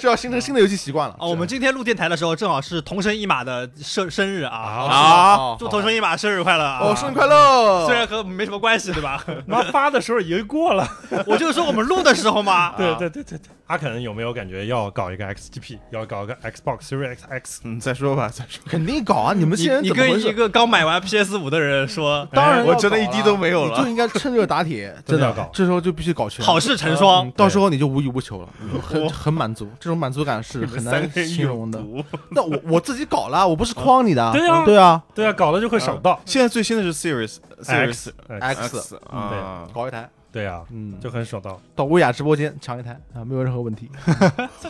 这要形成新的游戏习惯了。啊，我们今天录电台的时候，正好是同生一马的生生日啊！啊，祝同生一马生日快乐啊！哦，生日快乐！虽然和没什么关系，对吧？ 妈发的时候已经过了。我就说我们录的时候嘛， 对对对对对，阿肯有没有感觉要搞一个 XGP，要搞一个 Xbox Series X？嗯，再说吧，再说。肯定搞啊！你们你现在你跟一个刚买完 PS 五的人说，当然要搞啊我了真的一滴都没有你了就。应该趁热打铁， 真真的要的搞这时候就必须搞全。好事成双嗯，到时候你就无欲无求了，很很满足，这种满足感是你们很三难个人形容有的。毒。嗯那我我自己搞了，我不是诓你的。对啊对啊对啊，搞了就会爽到现在最新的是 Series Series X，哎，X X 啊，搞一台，对呀、嗯，就很手到。到薇娅直播间抢一台啊，没有任何 问题。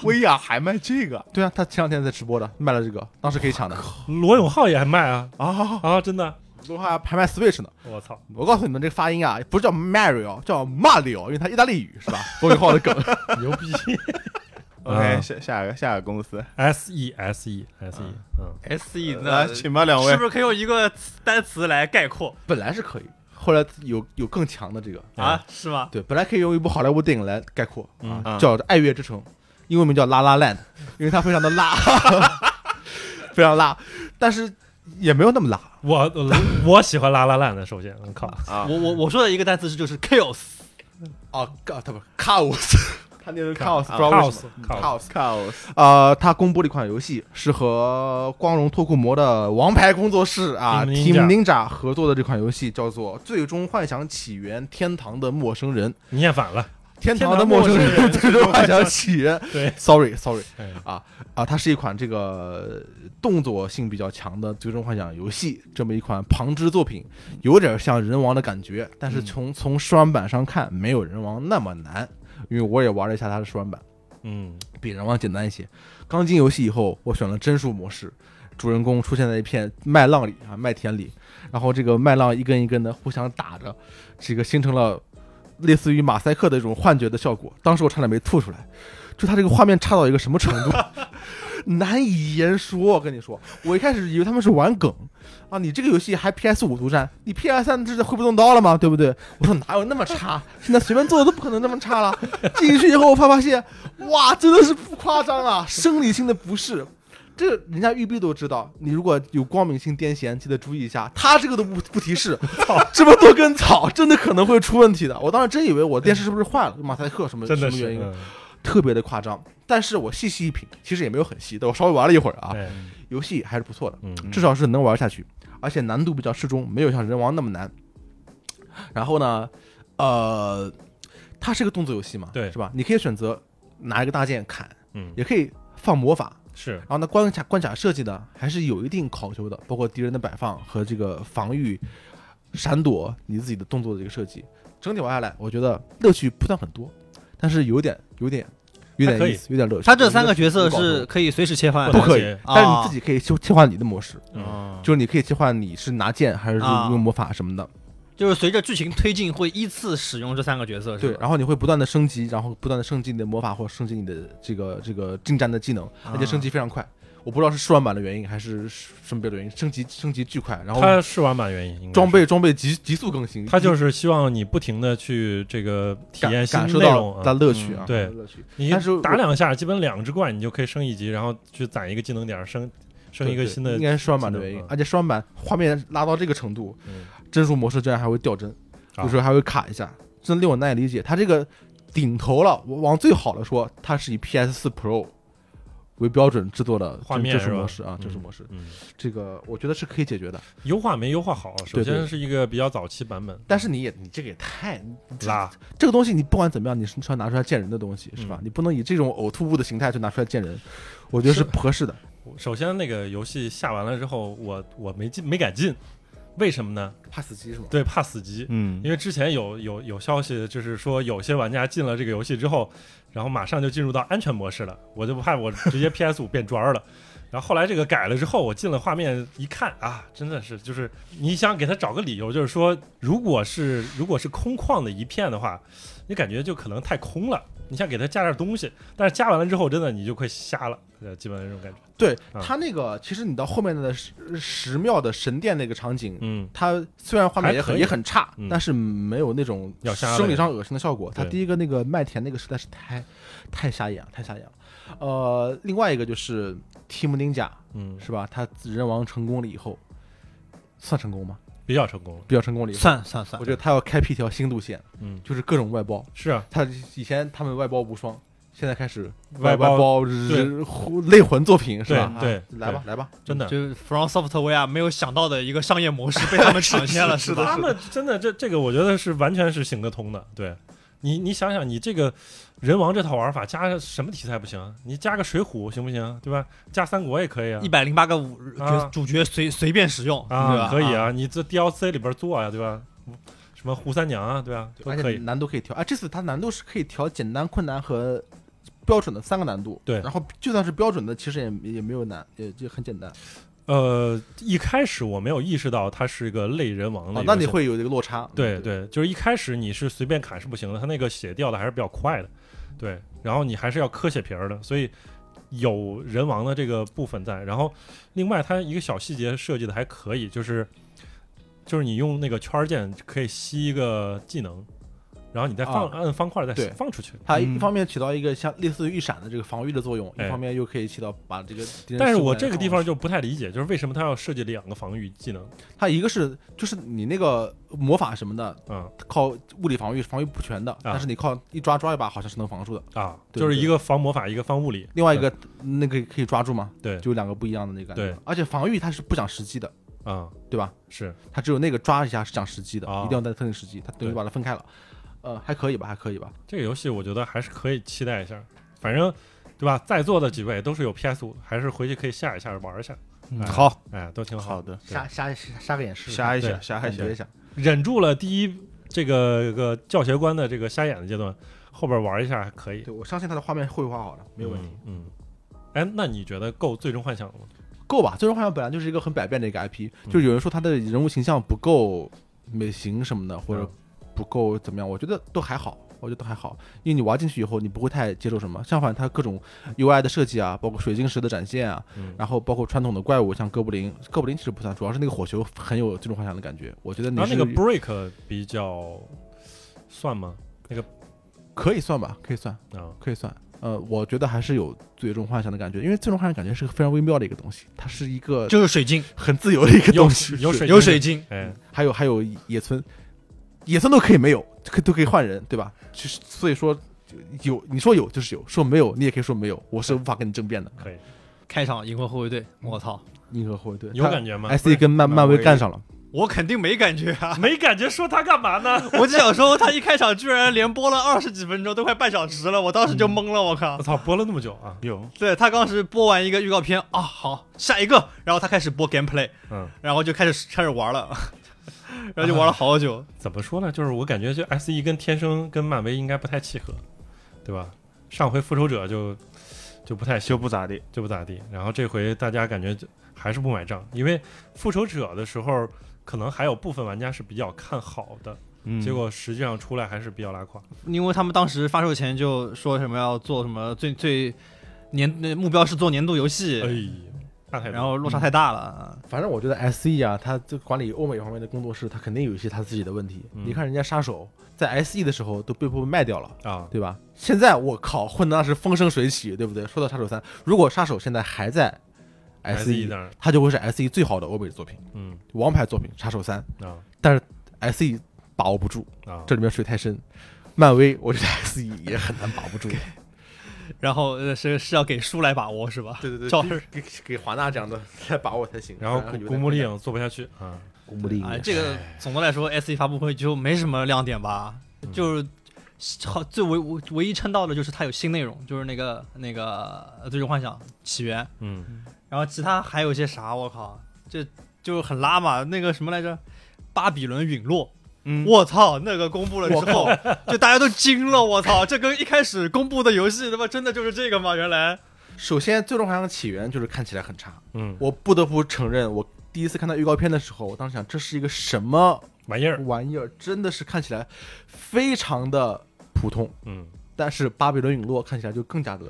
薇娅还卖这个对啊，他前两天在直播的，卖了这个，当时可以抢的罗永浩也还卖啊啊，啊！真的，罗还还卖 Switch 呢。我操！我告诉你们，这个发音啊，不是叫 Mario，叫 Mario，因为他意大利语是吧？罗永 浩的梗，牛逼？OK，下下个下个公司， ！S E S E S E，嗯， S 呃 E 来呢？请吧，两是位不。是可以用一个词单词来概括本来是可以，后来有有更强的这个，啊？是吗？对，本来可以用一部好莱坞电影来概括嗯啊，叫《爱乐之城》，英文名叫《拉拉 land》，因为它非常的拉， 非常拉，但是也没有那么拉。我我喜欢拉拉烂的，首先，我靠，啊我我我说的一个单词是就是 chaos，哦，啊，他不是 Chaos，他那个 Chaos，不知道为什 Chaos，么 Chaos Chaos。靠，呃，他公布了一款游戏，是和光荣脱库摩的王牌工作室啊 Team Team Ninja 合作的这款游戏，叫做《最终幻想起源：天堂的陌生人》。你念反了，天堂堂的的陌陌生生人，人 最终幻想起源。对， Sorry，Sorry，哎啊啊，它是一款这个呃动作性比较强的《最终幻想》游戏，这么一款旁支作品，有点像人王的感觉，但嗯是从、从试玩版上看，没有人王那么难，因为我也玩了一下它的试玩版，嗯，比人王简单一些。刚进游戏以后，我选了帧数模式，主人公出现在一片麦浪里啊，麦田里，然后这个麦浪一根一根的互相打着，这个形成了类似于马赛克的这种幻觉的效果。当时我差点没吐出来，就它这个画面差到一个什么程度， 难以言说。我跟你说，我一开始以为他们是玩梗啊，你这个游戏还 PS 五独占，你 PS 三这是会不动刀了吗？对不对？我说哪有那么差， 现在随便做的都不可能那么差了。进去以后，我发发现，哇，真的是不夸张啊，生理性的不适。这人家育碧都知道，你如果有光敏性癫痫，记得注意一下。他这个都不不提 示，这么多根草，真的可能会出问题的。我当时真以为我电视是不是坏了，马赛克什么真的什么是原因，，啊嗯特别的夸张。但是我细细一品，其实也没有很细，但我稍微玩了一会儿啊，哎，游戏还是不错的，嗯，至少是能玩下去，而且难度比较适中，没有像人王那么难。然后呢，呃，它是个动作游戏嘛，对是吧？你可以选择拿一个大剑砍，嗯，也可以放魔法，是，然后呢，啊关卡关卡设计呢还是有一定考究的，包括敌人的摆放和这个防御、闪躲你自己的动作的这个设计。整体玩下来，我觉得乐趣不算很多，但是有点有点有还可点以意思，有点乐趣。他这三个角色有搞头是可以随时切换不的，能可以切，但是啊你自己可以切切换你的模式，嗯就是你可以切换你是拿剑还是啊用魔法什么的。就是随着剧情推进会依次使用这三个角色，是对，吧？然后你会不断的升级，然后不断的升级你的魔法或者升级你的这个这个近战的技能，而且升级非常快。我不知道是试玩版的原因还是什么别的原因，升级升级巨快，然后他试玩版原因嗯应该是装备装备急急速更新，他就是是希望你不停的去这个体感验新感受内容到它啊，乐趣啊嗯，对乐趣。你但是打我两下，基本两只怪你就可以升一级，然后去攒一个技能点儿，升升一对个对新的应。该是双版的原技因能，嗯而且双版画面拉到这个程度，嗯帧数模式居然还会掉帧，啊有时候还会卡一下，真令我难以理解。它这个顶头了，我往最好的说，它是以 PS 四 Pro 为标准制作的画面帧数是吧模式啊，嗯帧数模式，嗯，这个我觉得是可以解决的。优化没优化好，首对对先是一个比较早期版本，但是你也你这个也太你这拉这个东西你不管怎么样，你是是要拿出来见人的东西，是吧？你不能以这种呕吐物的形态就拿出来见人，我觉得嗯是是不合适的。首先那个游戏下完了之后，我我没进没敢进，为什么呢？怕死机是吗？对，怕死机。嗯因为之前有有有消息，就是说有些玩家进了这个游戏之后，然后马上就进入到安全模式了，我就不怕我直接 PS 五变砖儿了。然后后来这个改了之后，我进了画面一看啊，真的是就是你想给他找个理由，就是说如果是如果是空旷的一片的话，你感觉就可能太空了。你想给他加点东西，但是加完了之后，真的你就快瞎了，呃，基本上这种感觉。对啊他那个，其实你到后面的十十庙的神殿那个场景，嗯，它虽然画面也还可很以也很差嗯，但是没有那种要吓人生理上恶心的效果。它对第一个那个麦田那个实在是太太瞎眼了，太瞎眼了。呃，另外一个就是 Team Ninja 嗯，是吧？他人王成功了以后，算成功吗？比较成功了。比较成功了以后，算算算我，觉得他要开辟一条新路线，嗯，就是各种外包。是啊，他以前他们外包无双，现在开始外包包日类魂作品是吧？对啊对来吧来吧，真的。就是 From Software 啊没有想到的一个商业模式被他们抢先了，是吧？他们真的这这个，我觉得是完全是行得通的。对你，你想想，你这个人王这套玩法加什么题材不行啊？你加个水浒行不行？对吧？加三国也可以啊一。百零八个五啊角主角随随便使用，对啊，吧？可以，啊，你这 DLC 里边做呀、对吧？什什么胡三娘啊，对吧、都而可且以。难度可以调。啊，这次它难度是可以调简单、困难和标准的三个难度。对然后就算是标准的，其实也也没有难，也就很简单。呃，一开始我没有意识到它是一个类人王的哦游，戏、那你会有这个落差。对对，就是一开始你是随便砍是不行的，它那个血掉的还是比较快的，对，然后你还是要磕血皮儿的，所以有人王的这个部分在。然后另外它一个小细节设计的还可以，就是就是你用那个圈儿键可以吸一个技能，然后你再放、按方块再啊对放出去。它一嗯方面起到一个像类似于预闪的这个防御的作用，哎一方面又可以起到把这个敌人。但是我这个地方，就不太理解，就是为什么它要设计两个防御技能？它一个是就是你那个魔法什么的，嗯靠物理防御防御不全的，啊但是你靠一抓抓一把好像是能防住的。啊，对就是对一个防魔法，一个防物理。另外一个那个可以抓住嘛，对就两个不一样的那个感觉对。而且防御它是不讲时机的，啊、对吧？是它只有那个抓一下是讲时机的，哦啊一定要在特定时机，它等于对把它分开了。呃，还可以吧，还可以吧。这个游戏我觉得还是可以期待一下，反正对吧？在座的几位都是有 PS 五，还是回去可以下一下玩一下。嗯哎，好，哎，都挺好好。的，对啊杀啊杀杀个眼试试瞎一下，对瞎一感下觉，一下，忍住了第一这个个教学关的这个瞎眼的阶段，后边玩一下还可以，对我相信它的画面绘画好了，没有问题。嗯。嗯，哎，那你觉得够《最终幻想》了吗？够吧？最终幻想本来就是一个很百变的一个 IP，、就是嗯有人说他的人物形象不够美型什么的，或嗯者不够怎么样，我觉得都还好，我觉得都还好，因为你玩进去以后，你不会太接受什么。相反，它各种 UI 的设计啊，包括水晶石的展现啊，嗯然后包括传统的怪物，像哥布林，哥布林其实不算，主要是那个火球很有最终幻想的感觉。我觉得你然后是啊那个 Break 比较算吗？可以算吧，可以算，啊，可以算。呃，我觉得还是有最终幻想的感觉，因为最终幻想感觉是个非常微妙的一个东西，它是一个就是水晶，很自由的一个有东西，有是水有水晶，哎，还有还有野村，野村都可以没有，可都可以换人，对吧？就是所以说就有，你说有就是有，说没有你也可以说没有，我是无法跟你争辩的。可以，开场银河护卫队，我操，硬核后卫队有感觉吗？S E 跟漫漫漫威威干上了，我肯定没感觉啊！ 没感觉，说他干嘛呢？我只想说，他一开场居然连播了二十几分钟，都快半小时了，我当时就懵了，我靠我！操，播了那么久啊！有对他当时播完一个预告片啊，好，下一个，然后他开始播 gameplay，嗯，然后就开始开始玩了， 然后就玩了好久。怎么说呢？就是我感觉就 S E 跟天生跟漫威应该不太契合，对吧？上回复仇者就就不太行，就不咋地，就不咋地。然后这回大家感觉就还是不买账，因为复仇者的时候可能还有部分玩家是比较看好的，嗯结果实际上出来还是比较拉胯。因为他们当时发售前就说什么要做什么最最年那目标是做年度游戏，哎呦，那太多然后落差太大了。反正我觉得 S E 啊，他就管理欧美方面的工作室，他肯定有一些他自己的问题。嗯你看人家杀手在 S E 的时候都被迫卖掉了。啊，对吧？现在我靠，混的那是风生水起，对不对？说到杀手三，如果杀手现在还在 S E E，那儿，它就会是 S E 最好的欧美作品，嗯王牌作品《杀手三》。啊，S E 把握不住，啊，这里面水太深。漫威，我觉得 S E 也很难把握住。然后呃是是要给书来把握是吧？ 对对照对，给给给华纳这样的来把握才行。然后古古墓丽影做不下去啊，古墓丽哎，这个总的来说，S E 发布会就没什么亮点吧，就是好最唯唯唯一撑到的就是它有新内容，就是那个那个呃《最终幻想起源》，嗯，然后其他还有一些啥，我靠，这就是很拉嘛，那个什么来着，《巴比伦陨落》。嗯我操！那个公布了之后，就大家都惊了。我操！这跟一开始公布的游戏他妈真的就是这个吗？原来首先，《最终幻想起源》就是看起来很差，嗯，我不得不承认，我第一次看到预告片的时候，我当时想这是一个什么玩意儿，玩意儿，真的是看起来非常的普通。嗯，但是《巴比伦陨落》看起来就更加的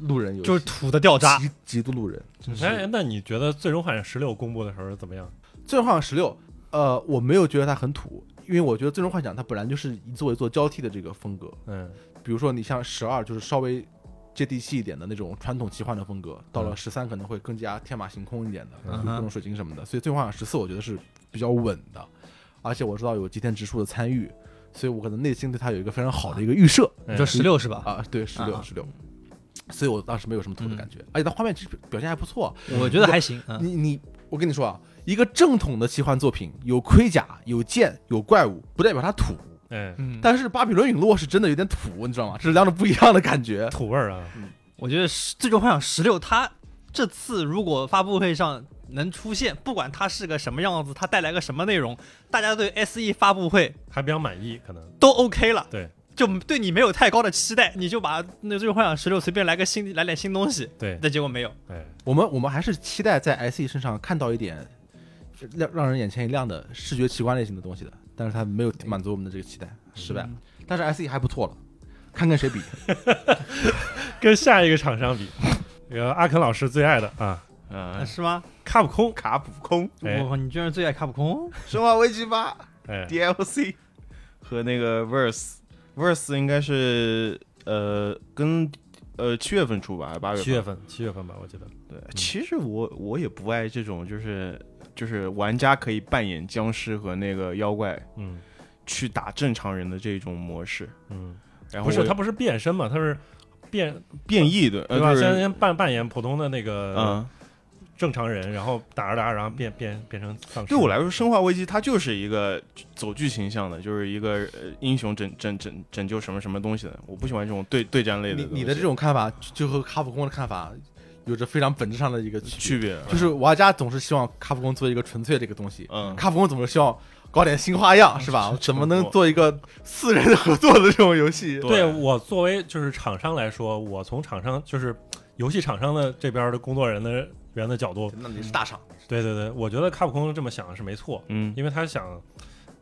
路人游戏，就是土的掉渣。极极度路人。哎，那你觉得《最终幻想十六》公布的时候怎么样？ 《最终幻想十六》，呃，我没有觉得它很土，因为我觉得《最终幻想》它本来就是一座一座交替的这个风格。嗯比如说你像十二，就是稍微接地气一点的那种传统奇幻的风格，到了十三可能会更加天马行空一点的，嗯有各种水晶什么的。所以《最终幻想十四》我觉得是比较稳的，而且我知道有吉田直树的参与，所以我可能内心对它有一个非常好的一个预设。哎你说十六是吧？啊，对，十六嗯啊十六，所以我当时没有什么土的感觉，而且它画面其实表现还不错。我觉得还行。嗯你你，我跟你说啊，一个正统的奇幻作品有盔甲、有剑、有怪物，不代表它土。哎，嗯，但是《巴比伦陨落》是真的有点土，你知道吗？这是两种不一样的感觉。土味儿啊，我觉得《最终幻想十六》它这次如果发布会上能出现，不管它是个什么样子，它带来个什么内容，大家对 SE 发布会还比较满意，可能都 OK 了。对，就对你没有太高的期待，你就把那《最终幻想十六》随便来个新来点新东西，对，但结果没有。哎，我们我们还是期待在 SE 身上看到一点让让人眼前一亮的视觉奇观类型的东西的，但是它没有满足我们的这个期待，失败了。 但是 SE 还不错了，看跟谁比。跟下一个厂商比， 这个阿肯老师最爱的啊，嗯呃，是吗？卡普空，卡普空、哎我、你居然最爱卡普空？生化危机八哎， DLC 和那个 Verse Verse 应该是呃跟呃七月份出吧，还是八月份？七月份，七月份吧，我记得。对，其实我我也不爱这种，就是就是玩家可以扮演僵尸和那个妖怪嗯去打正常人的这种模式。嗯，然后不是，我他不是变身嘛，他是变变异的，呃，对吧？就是先先扮扮演普通的那个嗯，正常人，然后打着打着，然后变变变成丧尸。对我来说，《生化危机》它就是一个走剧情向的，就是一个呃英雄拯拯拯拯救什么什么东西的。我不喜欢这种对对战类的你东西。你的这种看法就就和卡普空的看法有着非常本质上的一个区区别，别，就是玩家总是希望卡普空做一个纯粹的这个东西，嗯，卡普空总是希望搞点新花样，是吧？怎么能做一个四人合作的这种游戏？对我作为就是厂商来说，我从厂商就是游戏厂商的这边的工作人的人的角度，那你是大厂，对对对，我觉得卡普空这么想是没错，嗯因为他想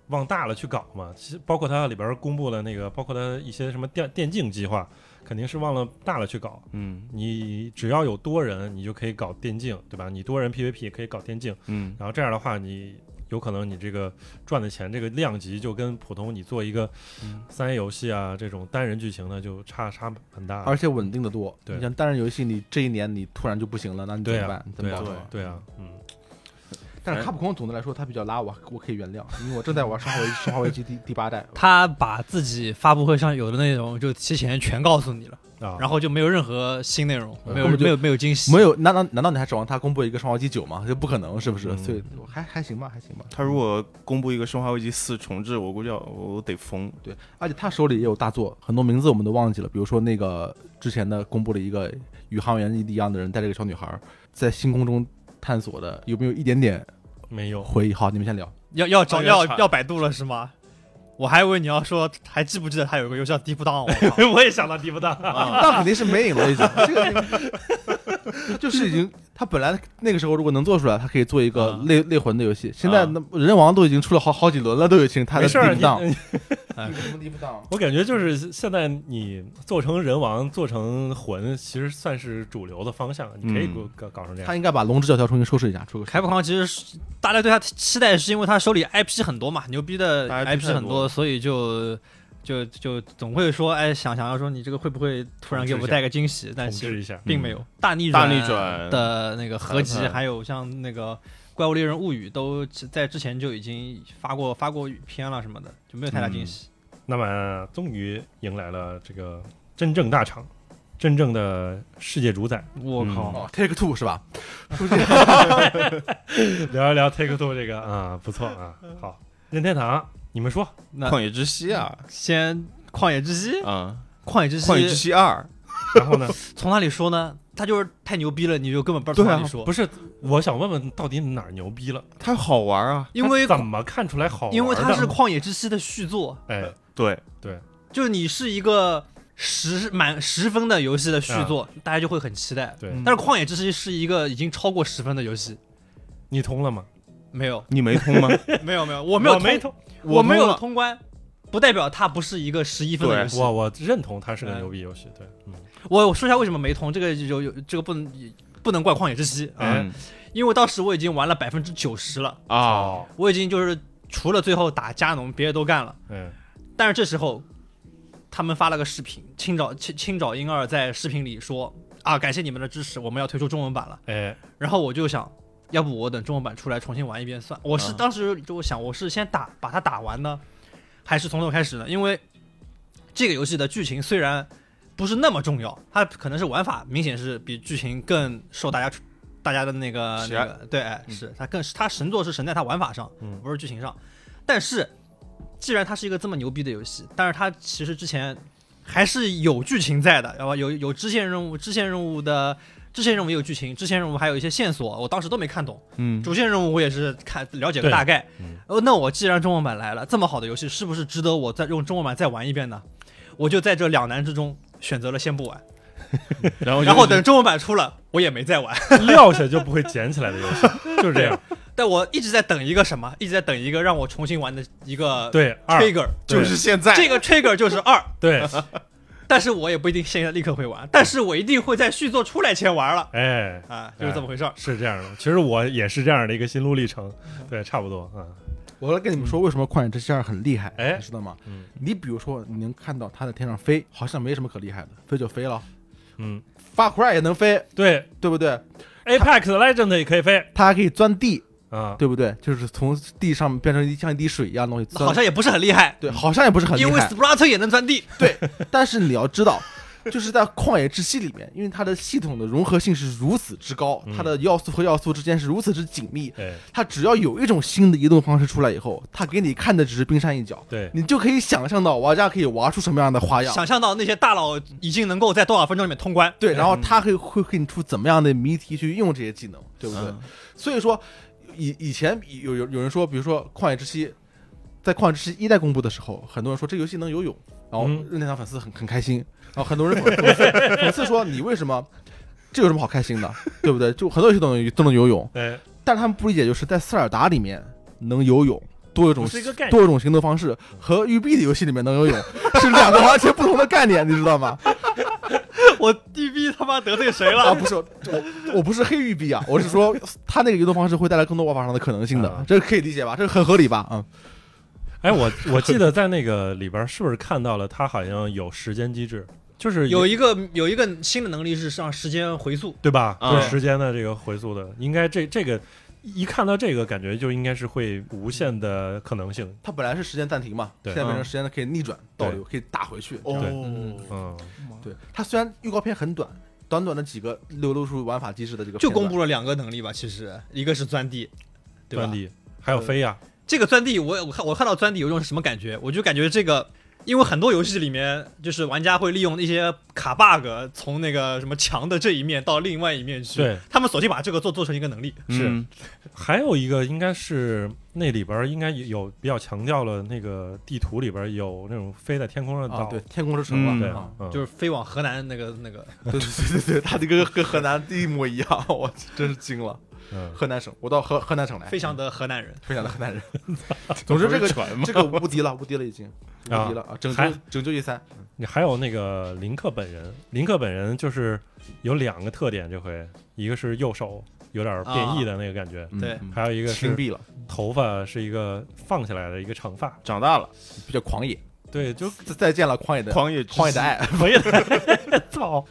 往大了去搞嘛。其实包括他里边公布的那个，包括他一些什么电电竞计划，肯定是往了大了去搞。嗯你只要有多人，你就可以搞电竞，对吧？你多人 PVP 可以搞电竞，嗯然后这样的话，你有可能你这个赚的钱这个量级就跟普通你做一个嗯三 A 游戏啊这种单人剧情的就差差很大。而且稳定的多。啊对你像单人游戏，你这一年你突然就不行了，那你怎对么啊办？怎么啊保对证？对啊，嗯，但是卡普空总的来说它比较拉，我我可以原谅，因为我正 在玩《生化危生化危机》第第八代。他把自己发布会上有的内容就提前全告诉你了，啊，然后就没有任何新内容，嗯没有根本就没有没有惊喜，没有？难道难道你还指望他公布一个《生化危机九》吗？这不可能，是不是？嗯所以我还还行吧，还行吧。他如果公布一个《生化危机四》重置，我估计要我得疯。对，而且他手里也有大作，很多名字我们都忘记了，比如说那个之前的公布了一个宇航员一样的人带着个小女孩在星空中探索的，有没有一点点没有，回忆？好，你们先聊。要要找哦要要查要百度了是吗？我还以为你要说还记不记得他有个游戏叫《迪布当》， 我 靠我也想到地不大，那肯定是没影了，已经。这个他就是已经，他本来那个时候如果能做出来，他可以做一个啊类类魂的游戏。现在那人王都已经出了好好几轮了，都已经他啊没的事儿，地不当你，你什么地不当？我感觉就是现在你做成人王，做成魂，其实算是主流的方向，你可以嗯给我搞搞成这样他。应该把龙之教条重新收拾一下，出个凯普康其实是大家对他期待是因为他手里 IP 很多嘛，牛逼的他 IP IP 很太多多，了所以就就就总会说，哎，想想要说你这个会不会突然给我统们治一下带个惊喜？但统其治实一下，并没有。大逆嗯大逆转的那个合集，嗯还有像那个《怪物猎人物语》，都在之前就已经发过发过语片了什么的，就没有太大惊嗯喜。那么终于迎来了这个真正大厂，真正的世界主宰。我靠！哦，Take Two 是吧？聊一聊 Take Two 这个啊，不错啊，好，任天堂，你们说那旷野之息啊，先《旷野之息》，《啊，旷野之息旷野之》息二，然后呢？从哪里说呢？他就是太牛逼了，你就根本不知道从哪里说。啊不是，我想问问到底哪儿牛逼了？它好玩啊，因为它怎么看出来好玩的？因为它是《旷野之息》的续作，哎，对，，就是你是一个十满十分的游戏的续作，大家就会很期待。啊对，但是《旷野之息》是一个已经超过十分的游戏，你通了吗？没 有你没 通吗？没有，没有，我我没有没通，通，我没通有了通关，不代表它不是一个十一分的对游戏。我我认同它是个哎牛逼游戏，对，嗯，我我说一下为什么没通，这个有有这个不能不能怪《旷野之息》啊，哎嗯因为当时我已经玩了百分之九十了，啊，我已经就是除了最后打加农，别的都干了。嗯，但是这时候，他们发了个视频，青沼青青沼英二在视频里说啊，感谢你们的支持，我们要推出中文版了。哎，然后我就想，要不我等中文版出来重新玩一遍算。我是嗯当时就想，我是先打把它打完呢，还是从头开始呢？因为这个游戏的剧情虽然不是那么重要，它可能是玩法明显是比剧情更受大家大家的那个喜那爱个对，哎嗯是它更它神作是神在它玩法上，嗯不是剧情上。但是既然它是一个这么牛逼的游戏，但是它其实之前还是有剧情在的，然后有有支线任务、支线任务的支线任务也有剧情，支线任务还有一些线索，我当时都没看懂。嗯，主线任务我也是看了解个大概。嗯哦，那我既然中文版来了，这么好的游戏，是不是值得我再用中文版再玩一遍呢？我就在这两难之中选择了先不玩，然哦后然后就等中文版出了，我也没再玩。 撂下就不会捡起来的游戏，就是这样。但我一直在等一个什么，一直在等一个让我重新玩的一个对，二 trigger，对就是现在这个 trigger 就是二，对，但是我也不一定现在立刻会玩，但是我一定会在续作出来前玩了哎，啊，就是这么回事儿。是这样的。其实我也是这样的一个心路历程，对，差不多啊。嗯我来跟你们说为什么旷野之息二很厉害，哎你知道吗？嗯你比如说，你能看到它在天上飞，好像没什么可厉害的，飞就飞了。嗯，发 cry 也能飞，对对不对？ ，Apex Legend 也可以飞它还可以钻地，啊，对不对？就是从地上面变成一像一滴水一样的东西钻。好像也不是很厉害，对，好像也不是很厉因为害。 Splatoon 也能钻地，但是你要知道， 就是在旷野之息里面，因为它的系统的融合性是如此之高，嗯它的要素和要素之间是如此之紧密，哎，它只要有一种新的移动方式出来以后，它给你看的只是冰山一角，对，你就可以想象到玩家可以玩出什么样的花样。想象到那些大佬已经能够在多少分钟里面通关， 对，然后他会会给你出怎么样的谜题去用这些技能，对不对？嗯所以说，以以前有有有人说，比如说《旷野之息》，在《旷野之息》一代公布的时候，很多人说这游戏能游泳，然后嗯任天堂粉丝很很开心，然后很多人讽讽 刺讽刺说你为什么这有什么好开心的，对不对？就很多游戏都能都能游泳，哎，但是他们不理解，就是在塞尔达里面能游泳。多一种不是一个概念多一种行动方式和育碧的游戏里面能游泳 是两个完全不同的概念，你知道吗？ 我地逼他妈得罪谁啊，了？不是， 我我不是黑玉币啊，我是说他那个移动方式会带来更多玩法上的可能性的啊，这可以理解吧？这很合理吧？嗯，哎，我我记得在那个里边是不是看到了，它好像有时间机制，就是有一个有一个新的能力是让时间回溯，对吧？啊就是时间的这个回溯的，应该这这个一看到这个，感觉就应该是会无限的可能性。它本来是时间暂停嘛，对现在变成时间可以逆转对倒流，可以打回去。对哦，嗯，对，它虽然预告片很短，短短的几个流露出玩法机制的这个就片段公布了两个能力吧，其实一个是钻地，对吧？断地还有飞呀，这个钻地我，我看我看到钻地有一种什么感觉？我就感觉这个，因为很多游戏里面就是玩家会利用一些卡 bug，从那个什么墙的这一面到另外一面去，对，他们索性把这个做做成一个能力。是嗯还有一个应该是那里边应该有比较强调了，那个地图里边有那种飞在天空上的啊，岛，对，天空之城嘛，嗯对啊，嗯就是飞往河南那个那个， 对对对对对，它这个跟河南一模一样，我真是惊了，嗯河南省，我到河河南哎省来，飞翔的河南人，非常的河南 人。总之这个船嘛，这个无敌了，无敌了已经，无啊敌了啊！拯还救拯救一三，你还有那个林克本人，林克本人就是有两个特点，这回一个是右手有点变异的那个感觉，嗯对嗯还有一个屏是蔽了，头发是一个放下来的一个长发，长大了，比较狂野。对，就再再见了，旷野的狂野之旷野息的爱， 可以了。操，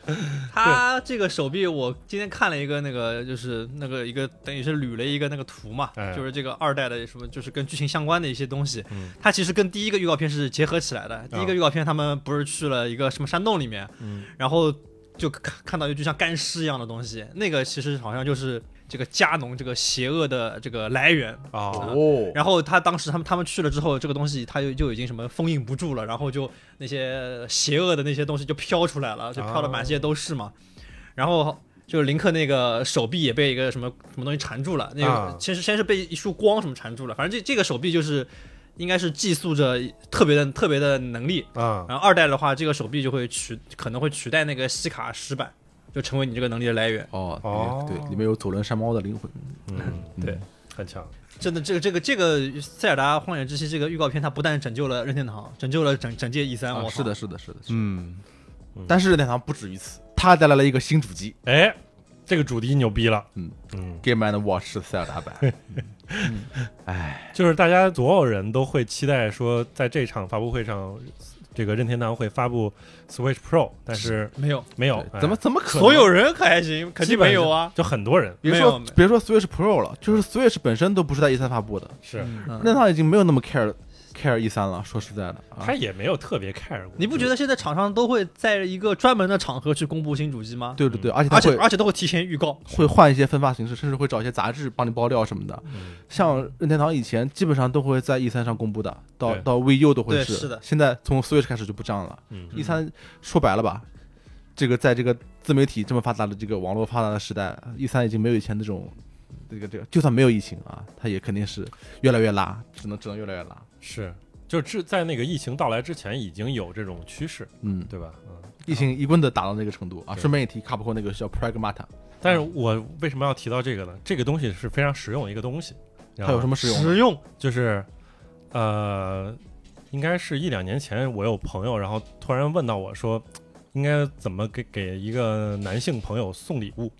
他这个手臂，我今天看了一个那个，就是那个一个等于是捋了一个那个图嘛，哎就是这个二代的什么，就是跟剧情相关的一些东西。嗯啊它其实跟第一个预告片是结合起来的。第一个预告片他们不是去了一个什么山洞里面，嗯然后就看看到一具像干尸一样的东西，那个其实好像就是这个加农这个邪恶的这个来源。啊、哦，然后他当时他们他们去了之后，这个东西它就就已经什么封印不住了，然后就那些邪恶的那些东西就飘出啊来了，就飘的满世界都是嘛。然后就是林克那个手臂也被一个什么什么东西缠住了，那个、啊先是先是被一束光什么缠住了，反正这这个手臂就是应该是寄宿着特别的特别的能力。啊，然后二代的话，这个手臂就会取可能会取代那个西卡石板，就成为你这个能力的来源。哦哦对，里面有左轮山猫的灵魂，嗯，对，很强。真的，这个这个这个塞尔达荒野之息这个预告片，它不但拯救了任天堂，拯救了整整届 E 三、啊我是的，，是的，是的，是的。嗯，但是任天堂不止于此，他带来了一个新主机哎，这个主题牛逼了。嗯嗯， 《Game and Watch》塞尔达版，就是大家所有人都会期待说，在这场发布会上，这个任天堂会发布 Switch Pro，但是没有，没有，怎么哎怎么可能？所有人可还行，肯定没有啊。就很多人别没有说别说 Switch Pro 了，就是 Switch 本身都不是在 E 三发布的，是。嗯任天堂已经没有那么 care care E 三了。说实在的，啊他也没有特别 care 过，你不觉得现在厂商都会在一个专门的场合去公布新主机吗？对对对，而且他嗯而且会而且都会提前预告，会换一些分发形式，甚至会找一些杂志帮你爆料什么的。嗯像任天堂以前基本上都会在 E 三上公布的，到对到 VU 都会对是，是的现在从 Switch 开始就不这样了。嗯一三说白了吧，这个在这个自媒体这么发达的这个网络发达的时代，一三已经没有以前那种。这个这个，就算没有疫情啊，它也肯定是越来越拉，只能只能越来越拉。是，就之在那个疫情到来之前已经有这种趋势，嗯，对吧？嗯，疫情一棍子打到那个程度啊！对顺便一提，卡普空那个叫 Pragmata，但是我为什么要提到这个呢？这个东西是非常实用的一个东西，它有么？什么使用呢？实用，就是，呃，应该是一两年前，我有朋友，然后突然问到我说，应该怎么给给一个男性朋友送礼物？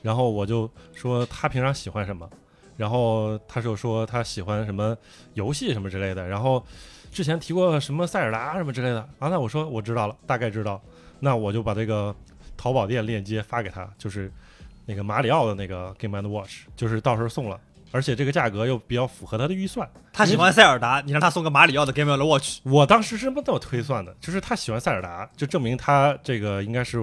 然后我就说他平常喜欢什么，然后他就说他喜欢什么游戏什么之类的，然后之前提过什么塞尔达什么之类的啊，那我说我知道了，大概知道，那我就把这个淘宝店链接发给他，就是那个马里奥的那个 Game and Watch，就是到时候送了，而且这个价格又比较符合他的预算。他喜欢塞尔达，你让他送个马里奥的 Game of the Watch，我当时是这么推算的，就是他喜欢塞尔达，就证明他这个应该是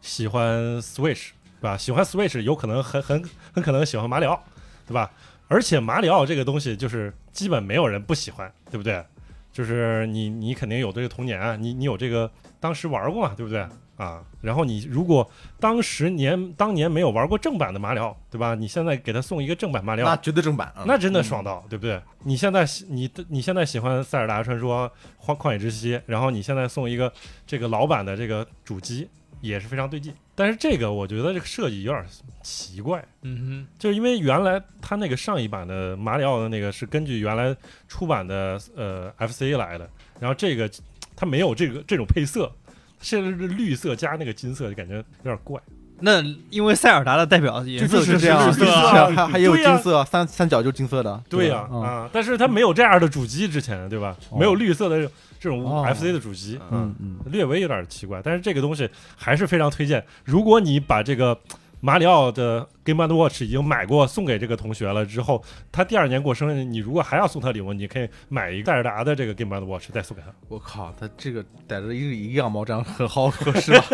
喜欢 Switch，对吧？喜欢 Switch 有可能很很很可能喜欢马里奥，对吧？而且马里奥这个东西就是基本没有人不喜欢，对不对？就是你你肯定有这个童年啊，你你有这个当时玩过嘛，对不对？啊，然后你如果当时年当年没有玩过正版的马里奥，对吧？你现在给他送一个正版马里奥那，绝对正版啊！那真的爽到，对不对？你现在喜你你现在喜欢塞尔达传说、旷旷野之息，然后你现在送一个这个老版的这个主机，也是非常对劲。但是这个我觉得这个设计有点奇怪，嗯就是因为原来它那个上一版的马里奥的那个是根据原来出版的呃 FC 来的，然后这个它没有这个这种配色，现在是绿色加那个金色，就感觉有点怪。哼，那因为塞尔达的代表颜色是是这样，绿是色啊啊，还还有对呀金色，三三角就是金色的。对呀吧啊,、嗯但是它没有这样的主机，之前对吧？哦没有绿色的这种这种哦 FC 的主机，嗯嗯嗯，略微有点奇怪，但是这个东西还是非常推荐。如果你把这个马里奥的 Game and Watch 已经买过送给这个同学了之后，他第二年过生日，你如果还要送他礼物，你可以买一个塞尔达的这个 Game and Watch 再送给他。我靠，他这个逮着一个一个羊毛这样很好合 适吧？